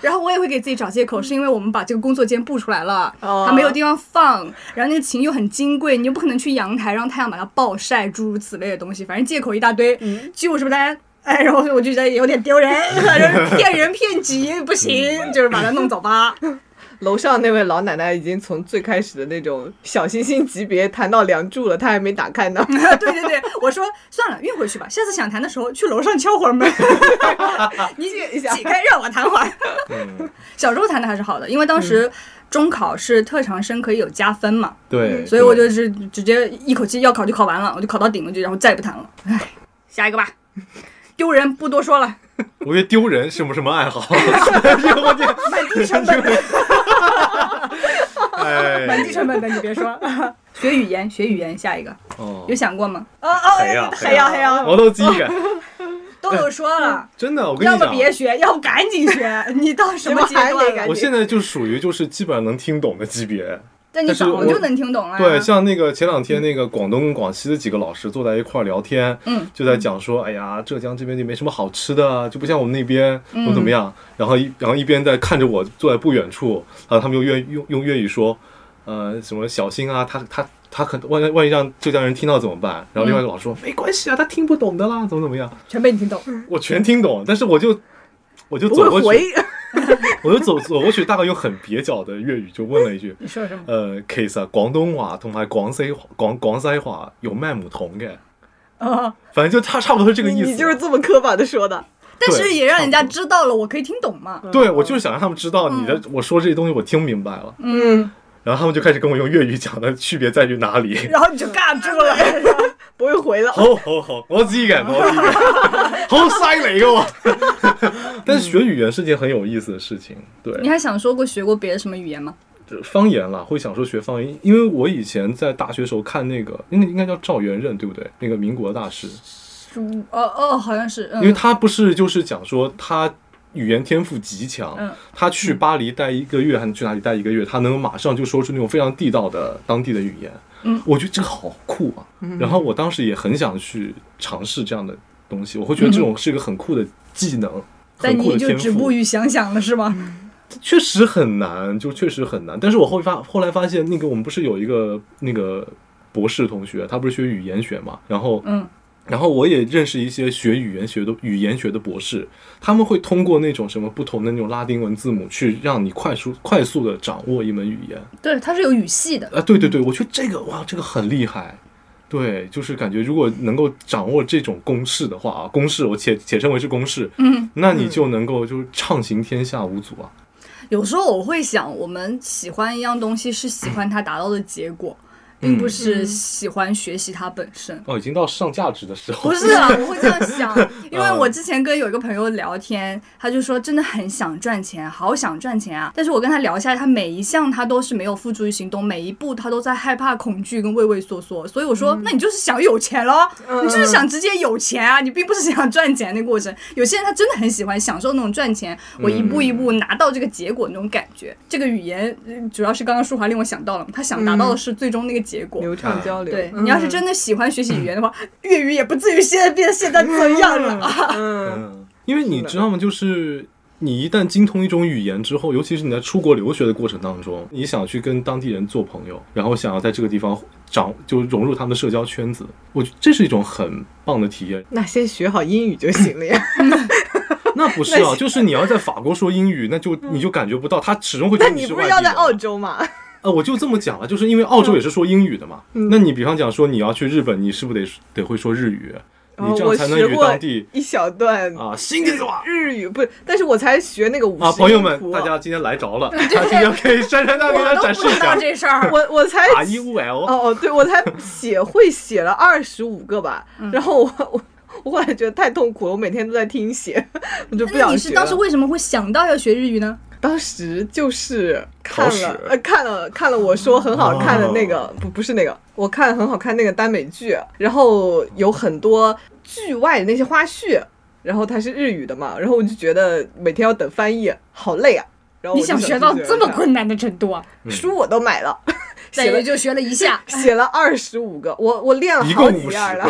[SPEAKER 2] 然后我也会给自己找借口，是因为我们把这个工作间布出来了，
[SPEAKER 4] 哦
[SPEAKER 2] 它没有地方放，然后那个琴又很金贵，你又不可能去阳台让太阳把它暴晒，诸如此类的东西，反正借口一大堆。就是不单，哎，然后我就觉得有点丢人，就是骗人骗己，不行，就是把它弄走吧。
[SPEAKER 4] 楼上那位老奶奶已经从最开始的那种小星星级别谈到梁祝了，她还没打开 呢。
[SPEAKER 2] 对对对，我说算了，运回去吧，下次想弹的时候去楼上敲会儿门， 你
[SPEAKER 4] 借一下
[SPEAKER 2] 起开让我弹会儿。
[SPEAKER 1] 嗯，
[SPEAKER 2] 小时候弹的还是好的，因为当时中考是特长生可以有加分嘛，
[SPEAKER 1] 对，
[SPEAKER 2] 所以我
[SPEAKER 1] 对
[SPEAKER 2] 就是直接一口气要考就考完了，我就考到顶了，就然后再也不弹了。唉， 下一个吧，丢人不多说了。
[SPEAKER 1] 我觉得丢人是不是什么爱 好？ 我天，
[SPEAKER 2] 满地成本的，
[SPEAKER 1] 哎，
[SPEAKER 2] 满地成本的，你别 说。学语言，学语言，下一个
[SPEAKER 1] 哦
[SPEAKER 2] 有，想过吗？
[SPEAKER 1] 黑呀
[SPEAKER 2] 还要还要，
[SPEAKER 1] 毛豆鸡感，
[SPEAKER 2] 豆豆说了，
[SPEAKER 1] 真的，我跟
[SPEAKER 2] 要
[SPEAKER 1] 你
[SPEAKER 2] 么
[SPEAKER 1] 讲，
[SPEAKER 2] 别学，要不赶紧学。你到什么阶 段
[SPEAKER 4] 结果还得赶
[SPEAKER 2] 了
[SPEAKER 4] 紧？
[SPEAKER 1] 我现在就属于就是基本上能听懂的级别。
[SPEAKER 2] 但你早就能听懂啊了呀。
[SPEAKER 1] 对，像那个前两天那个广东、广西的几个老师坐在一块儿聊天，
[SPEAKER 2] 嗯，
[SPEAKER 1] 就在讲说，哎呀，浙江这边就没什么好吃的，就不像我们那边怎
[SPEAKER 2] 嗯
[SPEAKER 1] 么怎么样。然后一然后一边在看着我坐在不远处，然后他们用粤用用粤语说，呃，什么小心啊，他他。他可万一万一让浙江人听到怎么办？然后另外一个老师说、没关系啊，他听不懂的啦，怎么怎么样？
[SPEAKER 2] 全被你听懂。
[SPEAKER 1] 我全听懂，但是我就我就
[SPEAKER 4] 不
[SPEAKER 1] 走过
[SPEAKER 4] 会回
[SPEAKER 1] 去，，我就走走过去，大概用很蹩脚的粤语就问了一句：
[SPEAKER 2] 你说什么？
[SPEAKER 1] 呃，其實廣東話同埋廣西話廣廣西話有咩唔同 嘅？
[SPEAKER 2] 啊，
[SPEAKER 1] 反正就差差不多是这个
[SPEAKER 4] 哦你
[SPEAKER 1] 意思。
[SPEAKER 4] 你就是这么磕巴的说的。
[SPEAKER 2] 但是也让人家知道了，我可以听懂嘛。
[SPEAKER 1] 对，我就是想让他们知道你
[SPEAKER 4] 嗯
[SPEAKER 1] 的，我说这些东西我听明白了，
[SPEAKER 2] 嗯，
[SPEAKER 1] 然后他们就开始跟我用粤语讲的区别在于哪里。
[SPEAKER 2] 然后你就 尬住了。
[SPEAKER 4] 不会回了。
[SPEAKER 1] 好好好，我知嘅，我知嘅， 好犀利嘅我。 但是学语言是件很有意思的事情，对。
[SPEAKER 2] 你还想说过学过别的什么语言吗？
[SPEAKER 1] 方言啦，会想说学方言，因为我以前在大学时候看那个，那应该叫赵元任对不对？那个民国大师，
[SPEAKER 2] 嗯哦哦，好像是。嗯
[SPEAKER 1] 因为他不是就是讲说他语言天赋极强，
[SPEAKER 2] 嗯
[SPEAKER 1] 他去巴黎待一个月，还是去哪里待一个月，他能马上就说出那种非常地道的当地的语言。
[SPEAKER 2] 嗯
[SPEAKER 1] 我觉得这个好酷啊！然后我当时也很想去尝试这样的东西，我会觉得这种是一个很酷的技能，
[SPEAKER 2] 嗯但
[SPEAKER 1] 很酷
[SPEAKER 2] 你
[SPEAKER 1] 的
[SPEAKER 2] 就
[SPEAKER 1] 天
[SPEAKER 2] 止步
[SPEAKER 1] 赋。嗯
[SPEAKER 2] 于想想了是吗？
[SPEAKER 1] 确实很难，就确实很难。但是我后发后来发现，那个我们不是有一个那个博士同学，他不是学语言学嘛，然后
[SPEAKER 2] 嗯，
[SPEAKER 1] 然后我也认识一些学语言学的语言学的博士，他们会通过那种什么不同的那种拉丁文字母，去让你快速快速的掌握一门语言。
[SPEAKER 2] 对，它是有语系的。
[SPEAKER 1] 啊，对对对，我觉得这个哇，这个很厉害。对，就是感觉如果能够掌握这种公式的话啊，公式我且且称为是公式，
[SPEAKER 2] 嗯，
[SPEAKER 1] 那你就能够就是畅行天下无阻啊。
[SPEAKER 2] 有时候我会想，我们喜欢一样东西是喜欢它达到的结果，并
[SPEAKER 1] 嗯
[SPEAKER 2] 不是喜欢学习它本身。
[SPEAKER 1] 哦，已经到上价值的时候
[SPEAKER 2] 不，是啊，我会这样想，因为我之前跟有一个朋友聊天，他就说真的很想赚钱，好想赚钱啊。但是我跟他聊下来，他每一项他都是没有付诸于行动，每一步他都在害怕、恐惧跟畏畏缩缩。所以我说，那你就是想有钱咯，
[SPEAKER 4] 嗯
[SPEAKER 2] 你就是想直接有钱啊，你并不是想赚钱的过程。有些人他真的很喜欢享受那种赚钱，我一步一步拿到这个结果那种感觉。这个语言呃主要是刚刚舒华令我想到了，他想达到的是最终那个结果。
[SPEAKER 4] 流畅交流。嗯
[SPEAKER 2] 对你要是真的喜欢学习语言的 话，粤语也不至于现在变得现在这样了啊。
[SPEAKER 4] 嗯，
[SPEAKER 1] 嗯，因为你知道吗？就是你一旦精通一种语言之后，尤其是你在出国留学的过程当中，你想去跟当地人做朋友，然后想要在这个地方长就融入他们的社交圈子，我觉得这是一种很棒的体验。
[SPEAKER 4] 那先学好英语就行了 呀。
[SPEAKER 1] 那不 是啊，就是你要在法国说英语，那就你就感觉不到，他始终会觉
[SPEAKER 4] 嗯那
[SPEAKER 1] 得
[SPEAKER 4] 你
[SPEAKER 1] 是
[SPEAKER 4] 不
[SPEAKER 1] 外
[SPEAKER 4] 是
[SPEAKER 1] 地
[SPEAKER 4] 要在
[SPEAKER 1] 人。
[SPEAKER 4] 澳洲嗯吗？
[SPEAKER 1] 呃，我就这么讲了，
[SPEAKER 4] 嗯
[SPEAKER 1] 就是因为澳洲也是说英语的嘛。那你比方讲说你要去日本，你是不是得得会说日语？
[SPEAKER 4] 然
[SPEAKER 1] 你
[SPEAKER 4] 后
[SPEAKER 1] 这
[SPEAKER 4] 哦我
[SPEAKER 1] 样才能
[SPEAKER 4] 学
[SPEAKER 1] 与
[SPEAKER 4] 过
[SPEAKER 1] 当地
[SPEAKER 4] 一小段
[SPEAKER 1] 啊心地哇。
[SPEAKER 4] 日语，不是，但是我才学那个五十
[SPEAKER 1] 啊，
[SPEAKER 4] 音
[SPEAKER 1] 朋友们，
[SPEAKER 4] 符
[SPEAKER 1] 大家今天来着了，他今天可以珊珊大给大家展示一下
[SPEAKER 2] 这事儿，
[SPEAKER 4] 我我才
[SPEAKER 1] R E U L，
[SPEAKER 4] 哦哦，对我才写会写了二十五个吧，
[SPEAKER 2] 嗯
[SPEAKER 4] 然后我我我后来觉得太痛苦了，我每天都在听写， 我就不
[SPEAKER 2] 那
[SPEAKER 4] 想
[SPEAKER 2] 你
[SPEAKER 4] 学
[SPEAKER 2] 是
[SPEAKER 4] 了。
[SPEAKER 2] 当时为什么会想到要学日语呢？
[SPEAKER 4] 当时就是看
[SPEAKER 1] 考试
[SPEAKER 4] 了呃看了看了我说很好看的那个、
[SPEAKER 1] 哦
[SPEAKER 4] 不不是那个，我看很好看那个耽美剧，然后有很多剧外的那些花絮，然后它是日语的嘛，然后我就觉得每天要等翻译，好累啊。然后
[SPEAKER 2] 你
[SPEAKER 4] 我就
[SPEAKER 2] 想
[SPEAKER 4] 想
[SPEAKER 2] 学到
[SPEAKER 4] 去
[SPEAKER 2] 这么
[SPEAKER 4] 看
[SPEAKER 2] 困难的程度啊？
[SPEAKER 1] 嗯
[SPEAKER 4] 书我都买了，
[SPEAKER 2] 但
[SPEAKER 4] 写了，
[SPEAKER 2] 也就学了一下
[SPEAKER 4] 写了二十五个，我我练了
[SPEAKER 1] 一
[SPEAKER 4] 好
[SPEAKER 1] 共五
[SPEAKER 4] 几
[SPEAKER 1] 十
[SPEAKER 4] 页了，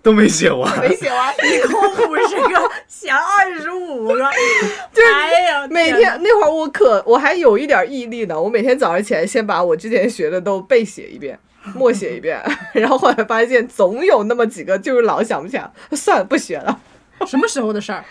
[SPEAKER 1] 都没写完，
[SPEAKER 4] 没写完。
[SPEAKER 2] 空五十个， 想二十五 个，哎呀，
[SPEAKER 4] 每天那会儿我可我还有一点毅力呢，我每天早上起来先把我之前学的都背写一 遍，默写一遍， 然后后来发现总有那么几个就是老想不起来， 算了不学了。
[SPEAKER 2] 什么时候的事儿？
[SPEAKER 4] 啊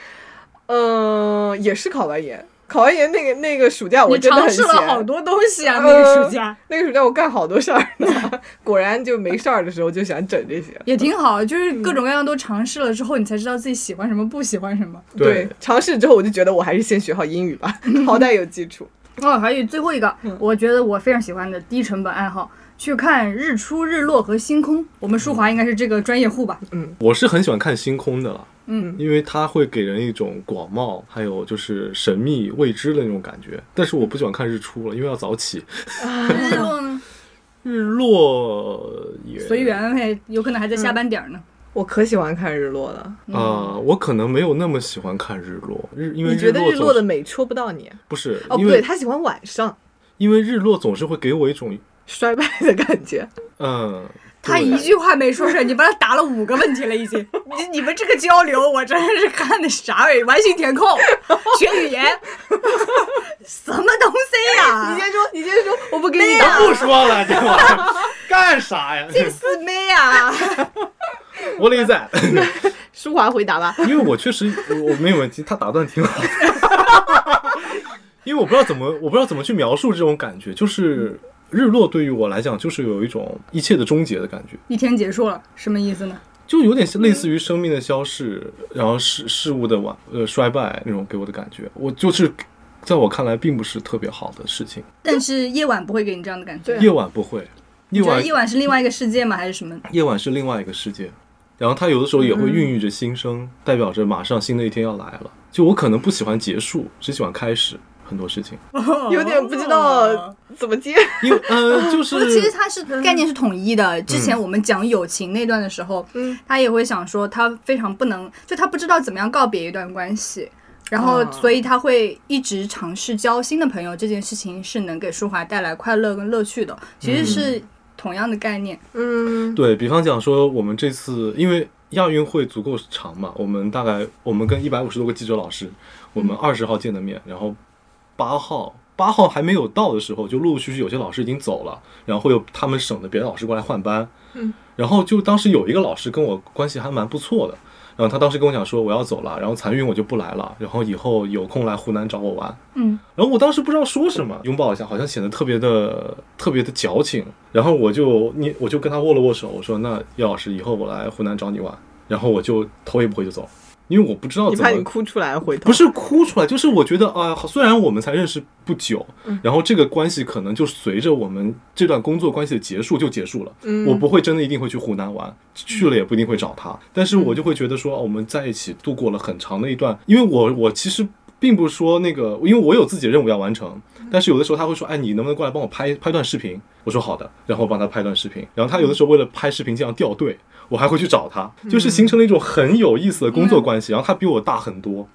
[SPEAKER 4] 嗯、也是考完研，考完研那个那个暑假我
[SPEAKER 2] 你
[SPEAKER 4] 真的
[SPEAKER 2] 尝
[SPEAKER 4] 很
[SPEAKER 2] 试
[SPEAKER 4] 闲，呃
[SPEAKER 2] 了好多东西啊，那个暑假。
[SPEAKER 4] 那个暑假我干好多事儿呢， 果然就没事儿的时候就想整这些。
[SPEAKER 2] 也挺好，就是各
[SPEAKER 4] 嗯
[SPEAKER 2] 种各样都尝试了之后，你才知道自己喜欢什么，不喜欢什么。
[SPEAKER 1] 对，
[SPEAKER 4] 尝试之后我就觉得我还是先学好英 语吧，好歹有基础。
[SPEAKER 2] 哦，还有最后一个，我觉得我非常喜欢的低成本爱好，去看日出、日落和星空。我们
[SPEAKER 4] 嗯
[SPEAKER 2] 舒华应该是这个专业户吧？
[SPEAKER 1] 我是很喜欢看星空的啦，
[SPEAKER 2] 嗯，
[SPEAKER 1] 因为它会给人一种广袤，还有就是神秘未知的那种感觉。但是我不喜欢看日出了，因为要早起。
[SPEAKER 4] 嗯
[SPEAKER 2] 日落呢，
[SPEAKER 1] 日落也
[SPEAKER 2] 随缘呗，有可能还在
[SPEAKER 4] 嗯
[SPEAKER 2] 下班点儿呢。
[SPEAKER 4] 我可喜欢看日落了，
[SPEAKER 1] 啊、我可能没有那么喜欢看日落，日因为
[SPEAKER 4] 你觉得
[SPEAKER 1] 日
[SPEAKER 4] 日落
[SPEAKER 1] 总
[SPEAKER 4] 的
[SPEAKER 1] 是
[SPEAKER 4] 美戳不到你？
[SPEAKER 1] 不是
[SPEAKER 4] 哦，不
[SPEAKER 1] 因
[SPEAKER 4] 对，
[SPEAKER 1] 为
[SPEAKER 4] 他喜欢晚上。
[SPEAKER 1] 因为日落总是会给我一种
[SPEAKER 4] 衰败的感觉。
[SPEAKER 1] 嗯，
[SPEAKER 2] 他
[SPEAKER 1] 对
[SPEAKER 2] 一句话没说出来，你帮他答了五个问题了，已经。你你们这个交流，我真是看的啥味？完形填空，学语言， 什么东西呀、
[SPEAKER 4] 你先说，你先说，我不给你
[SPEAKER 1] 他
[SPEAKER 4] 打。
[SPEAKER 1] 不说了，这玩意 儿干啥呀？
[SPEAKER 2] 是妹啊！
[SPEAKER 1] 我勒在，
[SPEAKER 4] 舒华回答吧。
[SPEAKER 1] 因为我确实我我没有问题，他打断挺好。因为我不知道怎么，我不知道怎么去描述这种感觉，就是日落对于我来讲，就是有一种一切的终结的感觉。
[SPEAKER 2] 一天结束了，什么意思呢？
[SPEAKER 1] 就有点像类似于生命的消逝，然后事事物的完呃衰败那种给我的感觉，我就是在我看来并不是特别好的事情。
[SPEAKER 2] 但是夜晚不会给你这样的感觉。
[SPEAKER 4] 对啊
[SPEAKER 1] 夜晚不会，夜
[SPEAKER 2] 你觉得
[SPEAKER 1] 晚
[SPEAKER 2] 夜晚是另外一个世界吗？还是什么？
[SPEAKER 1] 夜晚是另外一个世界，然后它有的时候也会
[SPEAKER 2] 嗯
[SPEAKER 1] 孕育着新生，代表着马上新的一天要来了。就我可能不喜欢结束，只喜欢开始很多事情，
[SPEAKER 4] 有点不知道怎么接。
[SPEAKER 1] 因为 呃就
[SPEAKER 2] 不是，其
[SPEAKER 1] 是
[SPEAKER 2] 实
[SPEAKER 1] 嗯
[SPEAKER 2] 它是概念是统一的。之前我们讲友情那段的时候，
[SPEAKER 4] 嗯
[SPEAKER 2] 他也会想说他非常不能，就他不知道怎么样告别一段关系，然后
[SPEAKER 4] 啊
[SPEAKER 2] 所以他会一直尝试交新的朋友。这件事情是能给舒华带来快乐跟乐趣的，其实是
[SPEAKER 1] 嗯
[SPEAKER 2] 同样的概念。
[SPEAKER 4] 嗯，
[SPEAKER 1] 对比方讲说我们这次因为。亚运会足够长嘛？我们大概我们跟一百五十多个记者老师，我
[SPEAKER 2] 嗯
[SPEAKER 1] 们二十号见的面，然后八号八号还没有到的时候，就陆陆续续有些老师已经走了，然后会有他们省的别的老师过来换班。
[SPEAKER 4] 嗯，
[SPEAKER 1] 然后就当时有一个老师跟我关系还蛮不错的，然后他当时跟我讲说我要走了，然后残运我就不来了，然后以后有空来湖南找我玩。
[SPEAKER 2] 嗯，
[SPEAKER 1] 然后我当时不知道说什么，拥抱一下，好像显得特别的特别的矫情。然后我就你我就跟他握了握手，我说那叶老师以后我来湖南找你玩。然后我就头也不回就走了，因为我不知道
[SPEAKER 4] 你
[SPEAKER 1] 怎
[SPEAKER 4] 怕
[SPEAKER 1] 么
[SPEAKER 4] 你哭出来回头。
[SPEAKER 1] 不，是哭出来，就是我觉得啊、虽然我们才认识不久，
[SPEAKER 4] 嗯
[SPEAKER 1] 然后这个关系可能就随着我们这段工作关系的结束就结束了。
[SPEAKER 4] 嗯
[SPEAKER 1] 我不会真的一定会去湖南玩，去了也不一定会找他，但是我就会觉得说，哦我们在一起度过了很长的一段，因为我我其实。并不是说那个，因为我有自己的任务要完成，但是有的时候他会说，哎，你能不能过来帮我拍拍段视频？我说好的，然后我帮他拍段视频。然后他有的时候为了拍视频这样掉队，我还会去找他，就是形成了一种很有意思的工作关系。然后他比我大很多，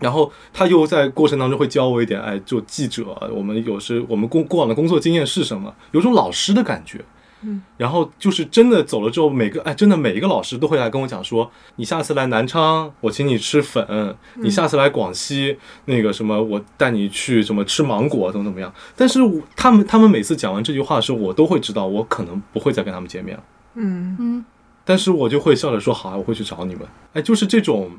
[SPEAKER 1] 然后他又在过程当中会教我一点，哎，就记者，我们有时我们过过往的工作经验是什么，有种老师的感觉。
[SPEAKER 4] 嗯，
[SPEAKER 1] 然后就是真的走了之后，每个哎，真的每一个老师都会来跟我讲说，你下次来南昌，我请你吃粉；你下次来广西，那个什么，我带你去什么吃芒果，怎么怎么样。但是我他们他们每次讲完这句话的时候，我都会知道我可能不会再跟他们见面了。
[SPEAKER 4] 嗯，
[SPEAKER 2] 嗯，
[SPEAKER 1] 但是我就会笑着说：“好啊，我会去找你们。”哎，就是
[SPEAKER 4] 嗯
[SPEAKER 1] 这种，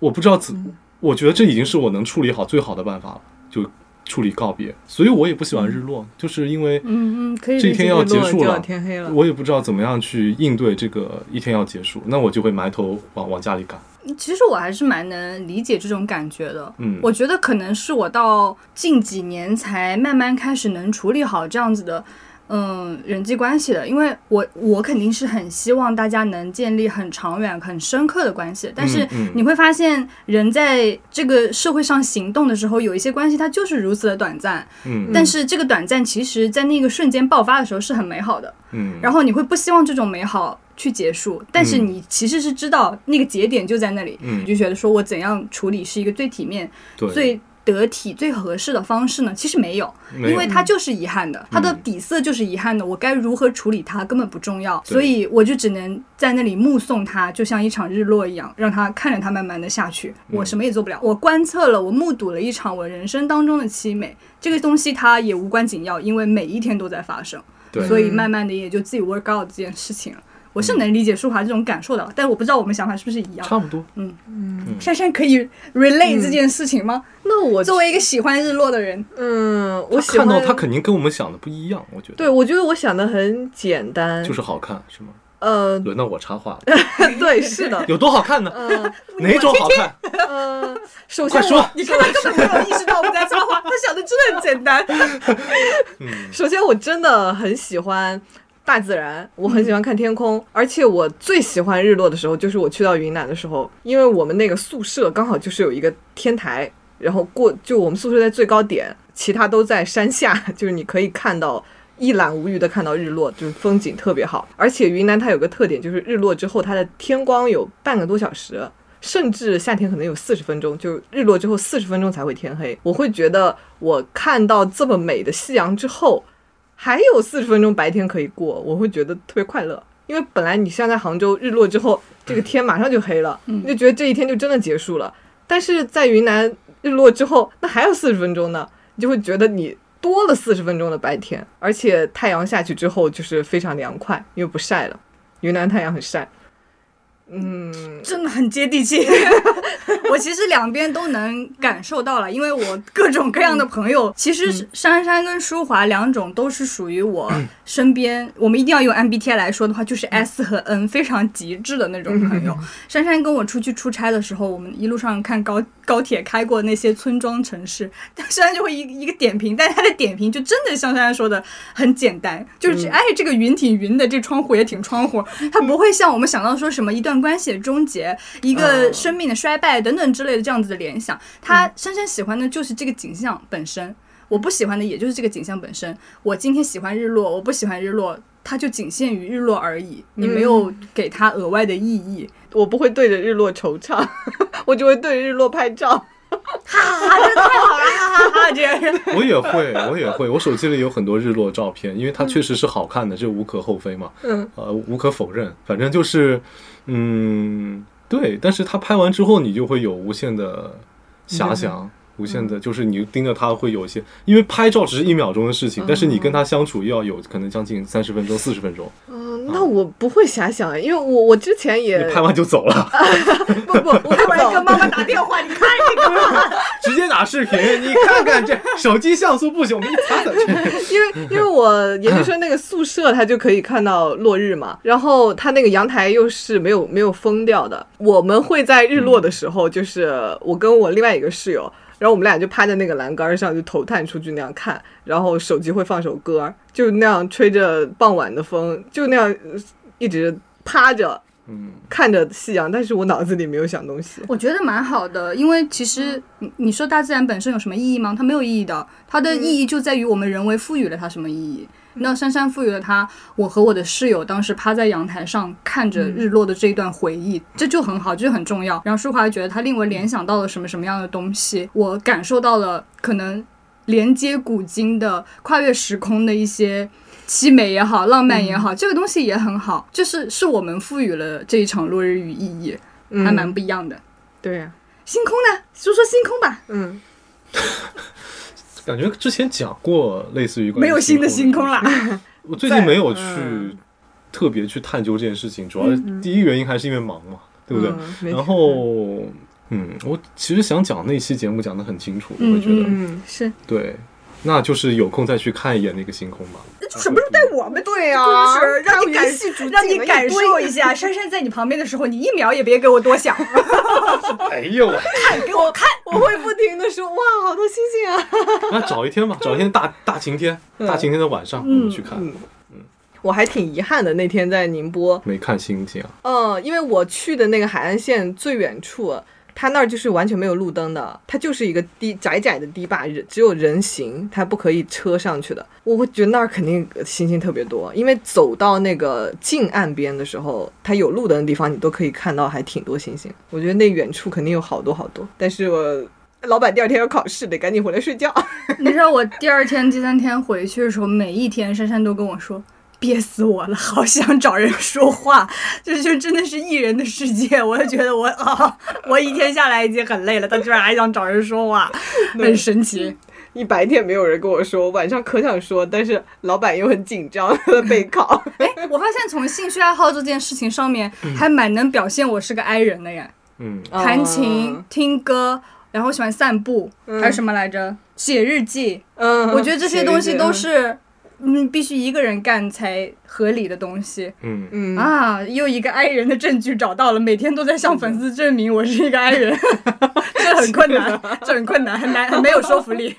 [SPEAKER 1] 我不知道怎，我觉得这已经是我能处理好最好的办法了。就处理告别，所以我也不喜欢日落，就是因为
[SPEAKER 2] 嗯嗯，可以
[SPEAKER 1] 这
[SPEAKER 2] 理
[SPEAKER 1] 一天
[SPEAKER 2] 解
[SPEAKER 1] 要结束
[SPEAKER 4] 就要
[SPEAKER 1] 了，
[SPEAKER 4] 天黑了。
[SPEAKER 1] 我也不知道怎么样去应对这个一天要结束，那我就会埋头往往家里赶。
[SPEAKER 2] 其实我还是蛮能理解这种感觉的。
[SPEAKER 1] 嗯
[SPEAKER 2] 我觉得可能是我到近几年才慢慢开始能处理好这样子的，嗯，人际关系的。因为我我肯定是很希望大家能建立很长远、很深刻的关系，但是
[SPEAKER 1] 嗯
[SPEAKER 2] 你会发现，人在这个社会上行动的时候，有一些关系它就是如此的短暂。
[SPEAKER 1] 嗯
[SPEAKER 2] 但是这个短暂，其实在那个瞬间爆发的时候是很美好的。
[SPEAKER 1] 嗯，
[SPEAKER 2] 然后你会不希望这种美好去结束，但是
[SPEAKER 1] 嗯
[SPEAKER 2] 你其实是知道那个节点就在那里，
[SPEAKER 1] 嗯
[SPEAKER 2] 你就觉得说我怎样处理是一个最体面、
[SPEAKER 1] 对，
[SPEAKER 2] 最得体、最合适的方式呢？其实没有，
[SPEAKER 1] 没有嗯
[SPEAKER 2] 因为它就是遗憾的，它的底色就是遗憾的，我该如何处理它根本不重要，
[SPEAKER 1] 对
[SPEAKER 2] 所以我就只能在那里目送它，就像一场日落一样，让它看着它慢慢的下去，
[SPEAKER 1] 嗯
[SPEAKER 2] 我什么也做不了，我观测了，我目睹了一场我人生当中的凄美，这个东西它也无关紧要，因为每一天都在发生。
[SPEAKER 1] 对
[SPEAKER 2] 所以慢慢的也就自己 work out 这件事情了。我是能理解舒华这种感受的，但我不知道我们想法是不是一样。
[SPEAKER 1] 差不多。
[SPEAKER 2] 珊珊可以 relate 这件事情吗？
[SPEAKER 4] 那我
[SPEAKER 2] 作为一个喜欢日落的人，
[SPEAKER 4] 嗯，我喜
[SPEAKER 1] 看
[SPEAKER 4] 欢
[SPEAKER 1] 到他肯定跟我们想的不一样，我觉得。
[SPEAKER 4] 对，我觉得我想的很简单，
[SPEAKER 1] 就是好看是吗？
[SPEAKER 4] 呃，
[SPEAKER 1] 轮到我插话了，
[SPEAKER 4] 对，是 的，
[SPEAKER 1] 有多好看呢？
[SPEAKER 4] 嗯
[SPEAKER 1] 哪种好看？
[SPEAKER 4] 呃，首先
[SPEAKER 1] 快
[SPEAKER 4] 我
[SPEAKER 1] 说，
[SPEAKER 2] 你看他根本没有意识到我们在插话，他想的真的很简单。
[SPEAKER 4] 首先，我真的很喜欢大自然，我很喜欢看天空，而且我最喜欢日落的时候，就是我去到云南的时候，因为我们那个宿舍刚好就是有一个天台，然后过就我们宿舍在最高点，其他都在山下， 就是你可以看到。一览无余的看到日落，就是风景特别好。而且云南它有个特点，就是日落之后它的天光有半个多小时，甚至夏天可能有四十分钟，就是日落之后四十分钟才会天黑。我会觉得我看到这么美的夕阳之后，还有四十分钟白天可以过，我会觉得特别快乐。因为本来你像在杭州日落之后，这个天马上就黑了，你就觉得这一天就真的结束了。但是在云南日落之后，那还有四十分钟呢，你就会觉得你多了四十分钟的白天，而且太阳下去之后就是非常凉快，因为不晒了。云南太阳很晒，
[SPEAKER 2] 真的很接地气。 我其实两边都能感受到了，因为我各种各样的朋友，其实是珊珊跟舒华两种都是属于我身边，我们一定要用 MBTI 来说的话，就是 S 和 N 非常极致的那种朋友。珊珊跟我出去出差的时候，我们一路上看高高铁开过那些村庄城市，但珊珊就会一一个点评，但她的点评就真的像珊珊说的很简单，就是、哎这个云挺云的，这窗户也挺窗户，它不会像我们想到说什么一段关系的终结、一个
[SPEAKER 4] 嗯
[SPEAKER 2] 生命的衰败等等之类的这样子的联想。她珊珊喜欢的就是这个景象本身。我不喜欢的也就是这个景象本身。我今天喜欢日落，我不喜欢日落，它就仅限于日落而已。你没有给它额外的意义。
[SPEAKER 4] 我不会对着日落惆怅， 我就会对着日落拍照。
[SPEAKER 2] 啊，这太好了，哈哈哈！这样人
[SPEAKER 1] 我也会，我也会。我手机里有很多日落照片，因为它确实是好看的，这无可厚非嘛。
[SPEAKER 4] 嗯，
[SPEAKER 1] 呃，无可否认。反正就是，嗯，对。但是它拍完之后，你就会有无限的
[SPEAKER 4] 嗯
[SPEAKER 1] 遐想，无限的，就是你盯着它会有一些，因为拍照只是一秒钟的事情，但是你跟它相处又要有可能将近三十分钟、四十分钟，
[SPEAKER 4] 嗯，那我不会遐想哎，因为我我之前也
[SPEAKER 1] 你拍完就走了，
[SPEAKER 4] 不不，我
[SPEAKER 2] 突然跟
[SPEAKER 4] 走
[SPEAKER 2] 妈妈打电话，你看这个
[SPEAKER 1] 直接打视频，你看看这手机像素不行，我们一 擦擦去。
[SPEAKER 4] 因为因为我研究生那个宿舍，它就可以看到落日嘛，然后它那个阳台又是没有没有封掉的。我们会在日落的时候，就是我跟我另外一个室友，然后我们俩就趴在那个栏杆上，就头探出去那样看，然后手机会放首歌，就那样吹着傍晚的风，就那样呃一直趴着
[SPEAKER 1] 嗯，
[SPEAKER 4] 看着夕阳，但是我脑子里没有想东西。
[SPEAKER 2] 我觉得蛮好的，因为其实你你说大自然本身有什么意义吗？它没有意义的，它的意义就在于我们人为赋予了它什么意义。那珊珊赋予了它，我和我的室友当时趴在阳台上看着日落的这一段回忆，这就很好，这就很重要。然后舒华觉得它令我联想到了什么什么样的东西，我感受到了可能连接古今的、跨越时空的一些凄美也好、浪漫也好，这个东西也很好，就是是我们赋予了这一场落日与意义，还蛮不一样的。
[SPEAKER 4] 对
[SPEAKER 2] 啊
[SPEAKER 4] 呀、
[SPEAKER 2] 星空呢？说说星空吧。
[SPEAKER 4] 嗯，
[SPEAKER 1] 感觉之前讲过类似于关于
[SPEAKER 2] 没有新的星
[SPEAKER 1] 空
[SPEAKER 2] 空
[SPEAKER 1] 事
[SPEAKER 2] 啦，
[SPEAKER 1] 我最近没有去、
[SPEAKER 4] 嗯
[SPEAKER 1] 特别去探究这件事情，主要第一原因还是因为忙嘛，对不对？
[SPEAKER 4] 嗯没
[SPEAKER 1] 然
[SPEAKER 4] 错
[SPEAKER 1] 后嗯，我其实想讲那期节目讲的很清楚，
[SPEAKER 2] 嗯
[SPEAKER 1] 我觉得、
[SPEAKER 4] 嗯，
[SPEAKER 2] 是
[SPEAKER 1] 对，那就是有空再去看一眼那个星空吧。
[SPEAKER 2] 什么时候带我们
[SPEAKER 4] 对
[SPEAKER 2] 故
[SPEAKER 4] 呀、
[SPEAKER 2] 事，让你感
[SPEAKER 4] 系主
[SPEAKER 2] 让你感受一下，珊珊在你旁边的时候，你一秒也别给我多 想，
[SPEAKER 1] 哎呦喂，
[SPEAKER 2] 给我看。
[SPEAKER 4] 我会不停的说哇，好多星星啊！
[SPEAKER 1] 那找一天吧，找一天大大晴天，大晴天的晚上我们去看，
[SPEAKER 4] 嗯我还挺遗憾的，那天在宁波，
[SPEAKER 1] 没看星星啊。
[SPEAKER 4] 嗯，因为我去的那个海岸线最远处，它那儿就是完全没有路灯的，它就是一个低窄窄的堤坝，人只有人行，它不可以车上去的。我会觉得那儿肯定星星特别多，因为走到那个近岸边的时候，它有路灯的地方，你都可以看到还挺多星星。我觉得那远处肯定有好多好多，但是我。老板第二天要考试，得赶紧回来睡觉。
[SPEAKER 2] 你知道我第二天、第三天回去的时候，每一天珊珊都跟我说。憋死我了，好想找人说话，这就真的是艺人的世界。我就觉得我啊，我一天下来已经很累了，他居然还想找人说话，很神奇。
[SPEAKER 4] 一白天没有人跟我说，晚上可想说，但是老板又很紧张 备考。
[SPEAKER 2] 哎，我发现从兴趣爱好这件事情上面，还蛮能表现我是个 I 人的耶。
[SPEAKER 1] 嗯，
[SPEAKER 2] 弹琴、听歌，然后喜欢散步，还有什么来着？写日记。
[SPEAKER 4] 嗯，
[SPEAKER 2] 我觉得这些东西都
[SPEAKER 4] 是。
[SPEAKER 2] 是，嗯，必须一个人干才合理的东西
[SPEAKER 1] 嗯，
[SPEAKER 4] 嗯
[SPEAKER 2] 啊。又一个 I 人的证据找到了，每天都在向粉丝证明我是一个 I 人，这很困难，这很困难，很难，很没有说服力。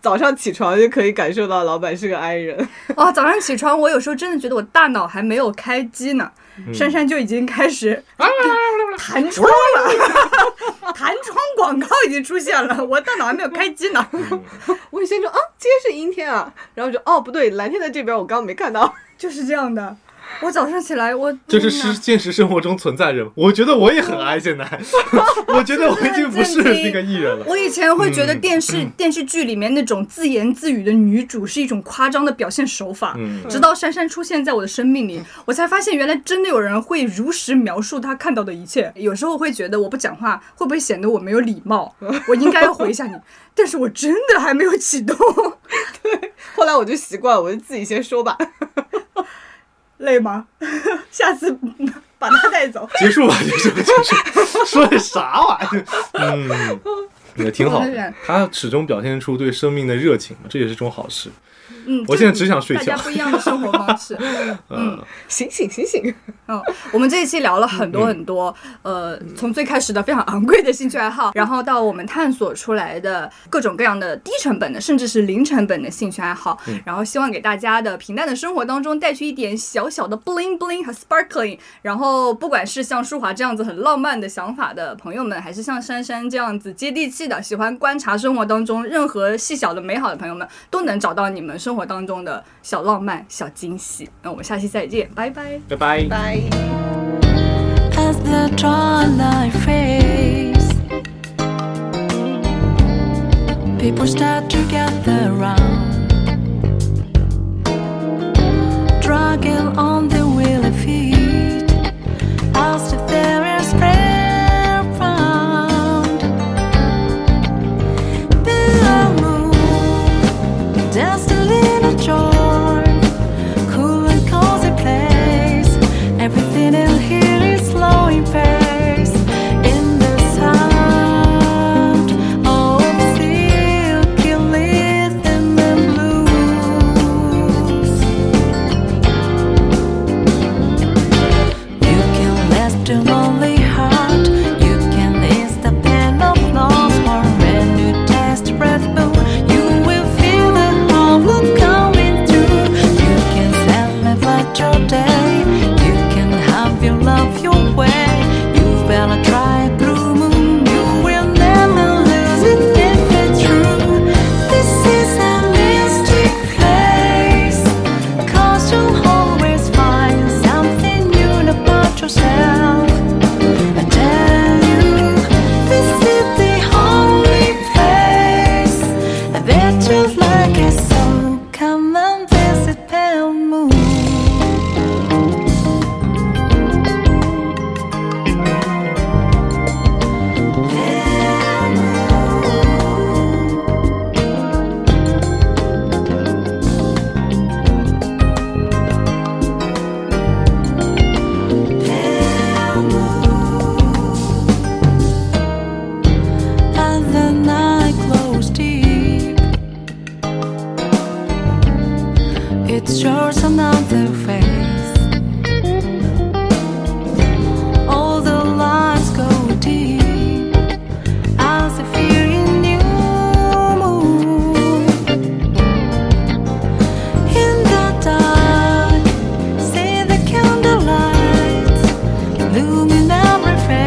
[SPEAKER 4] 早上起床就可以感受到老板是个 i 人，
[SPEAKER 2] 哦，早上起床，我有时候真的觉得我大脑还没有开机呢，
[SPEAKER 4] 嗯
[SPEAKER 2] 珊珊就已经开始弹窗了，弹窗广告已经出现了，我大脑还没有开机呢。
[SPEAKER 4] 我先说啊，今天是阴天啊，然后就哦不对，蓝天在这边，我刚刚没看到。
[SPEAKER 2] 就是这样的。我早上起来，我
[SPEAKER 1] 这是
[SPEAKER 2] 天哪
[SPEAKER 1] 实现实生活中存在人吗，我觉得我也很爱现在， 我觉得我已经不是那个艺人了。
[SPEAKER 2] 我以前会觉
[SPEAKER 1] 嗯
[SPEAKER 2] 得电视、电视剧里面那种自言自语的女主是一种夸张的表现手法，
[SPEAKER 1] 嗯
[SPEAKER 2] 直到珊珊出现在我的生命里，我才发现原来真的有人会如实描述她看到的一切。有时候会觉得我不讲话会不会显得我没有礼貌，我应该要回一下你，但是我真的还没有启动，
[SPEAKER 4] 后来我就习惯了，我就自己先说吧。
[SPEAKER 2] 累吗？下次把她带走。
[SPEAKER 1] 结束吧，结束，结束，说的啥玩意儿？嗯，也挺好的。他始终表现出对生命的热情，这也是一种好事。
[SPEAKER 2] 嗯，
[SPEAKER 1] 我现在只想睡
[SPEAKER 2] 大家
[SPEAKER 1] 觉。
[SPEAKER 2] 不一样的生活 方式。
[SPEAKER 1] 嗯，
[SPEAKER 4] 醒醒醒醒！
[SPEAKER 2] 嗯，我们这一期聊了很多很多，呃，从最开始的非常昂贵的兴趣爱好，然后到我们探索出来的各种各样的低成本的，甚至是零成本的兴趣爱好，然后希望给大家的平淡的生活当中带去一点小小的 bling bling 和 sparkling。然后，不管是像舒华这样子很浪漫的想法的朋友们，还是像珊珊这样子接地气的、喜欢观察生活当中任何细小的美好的朋友们，都能找到你们生活当中的小浪漫、小惊喜。那我们下期再见，拜拜。
[SPEAKER 1] 拜拜。
[SPEAKER 3] as the twilight fades. People start to gather round, dragging on their weary feet, as if there is prayer found. Below moon, just a little joy cool and cozy place. Everything in here is slow in pace. In the sound of silky leaves and the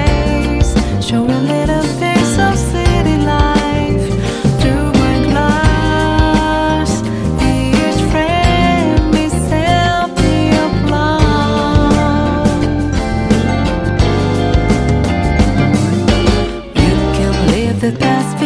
[SPEAKER 3] a little piece of city life through my glass. Each frame is empty of love. You can live the past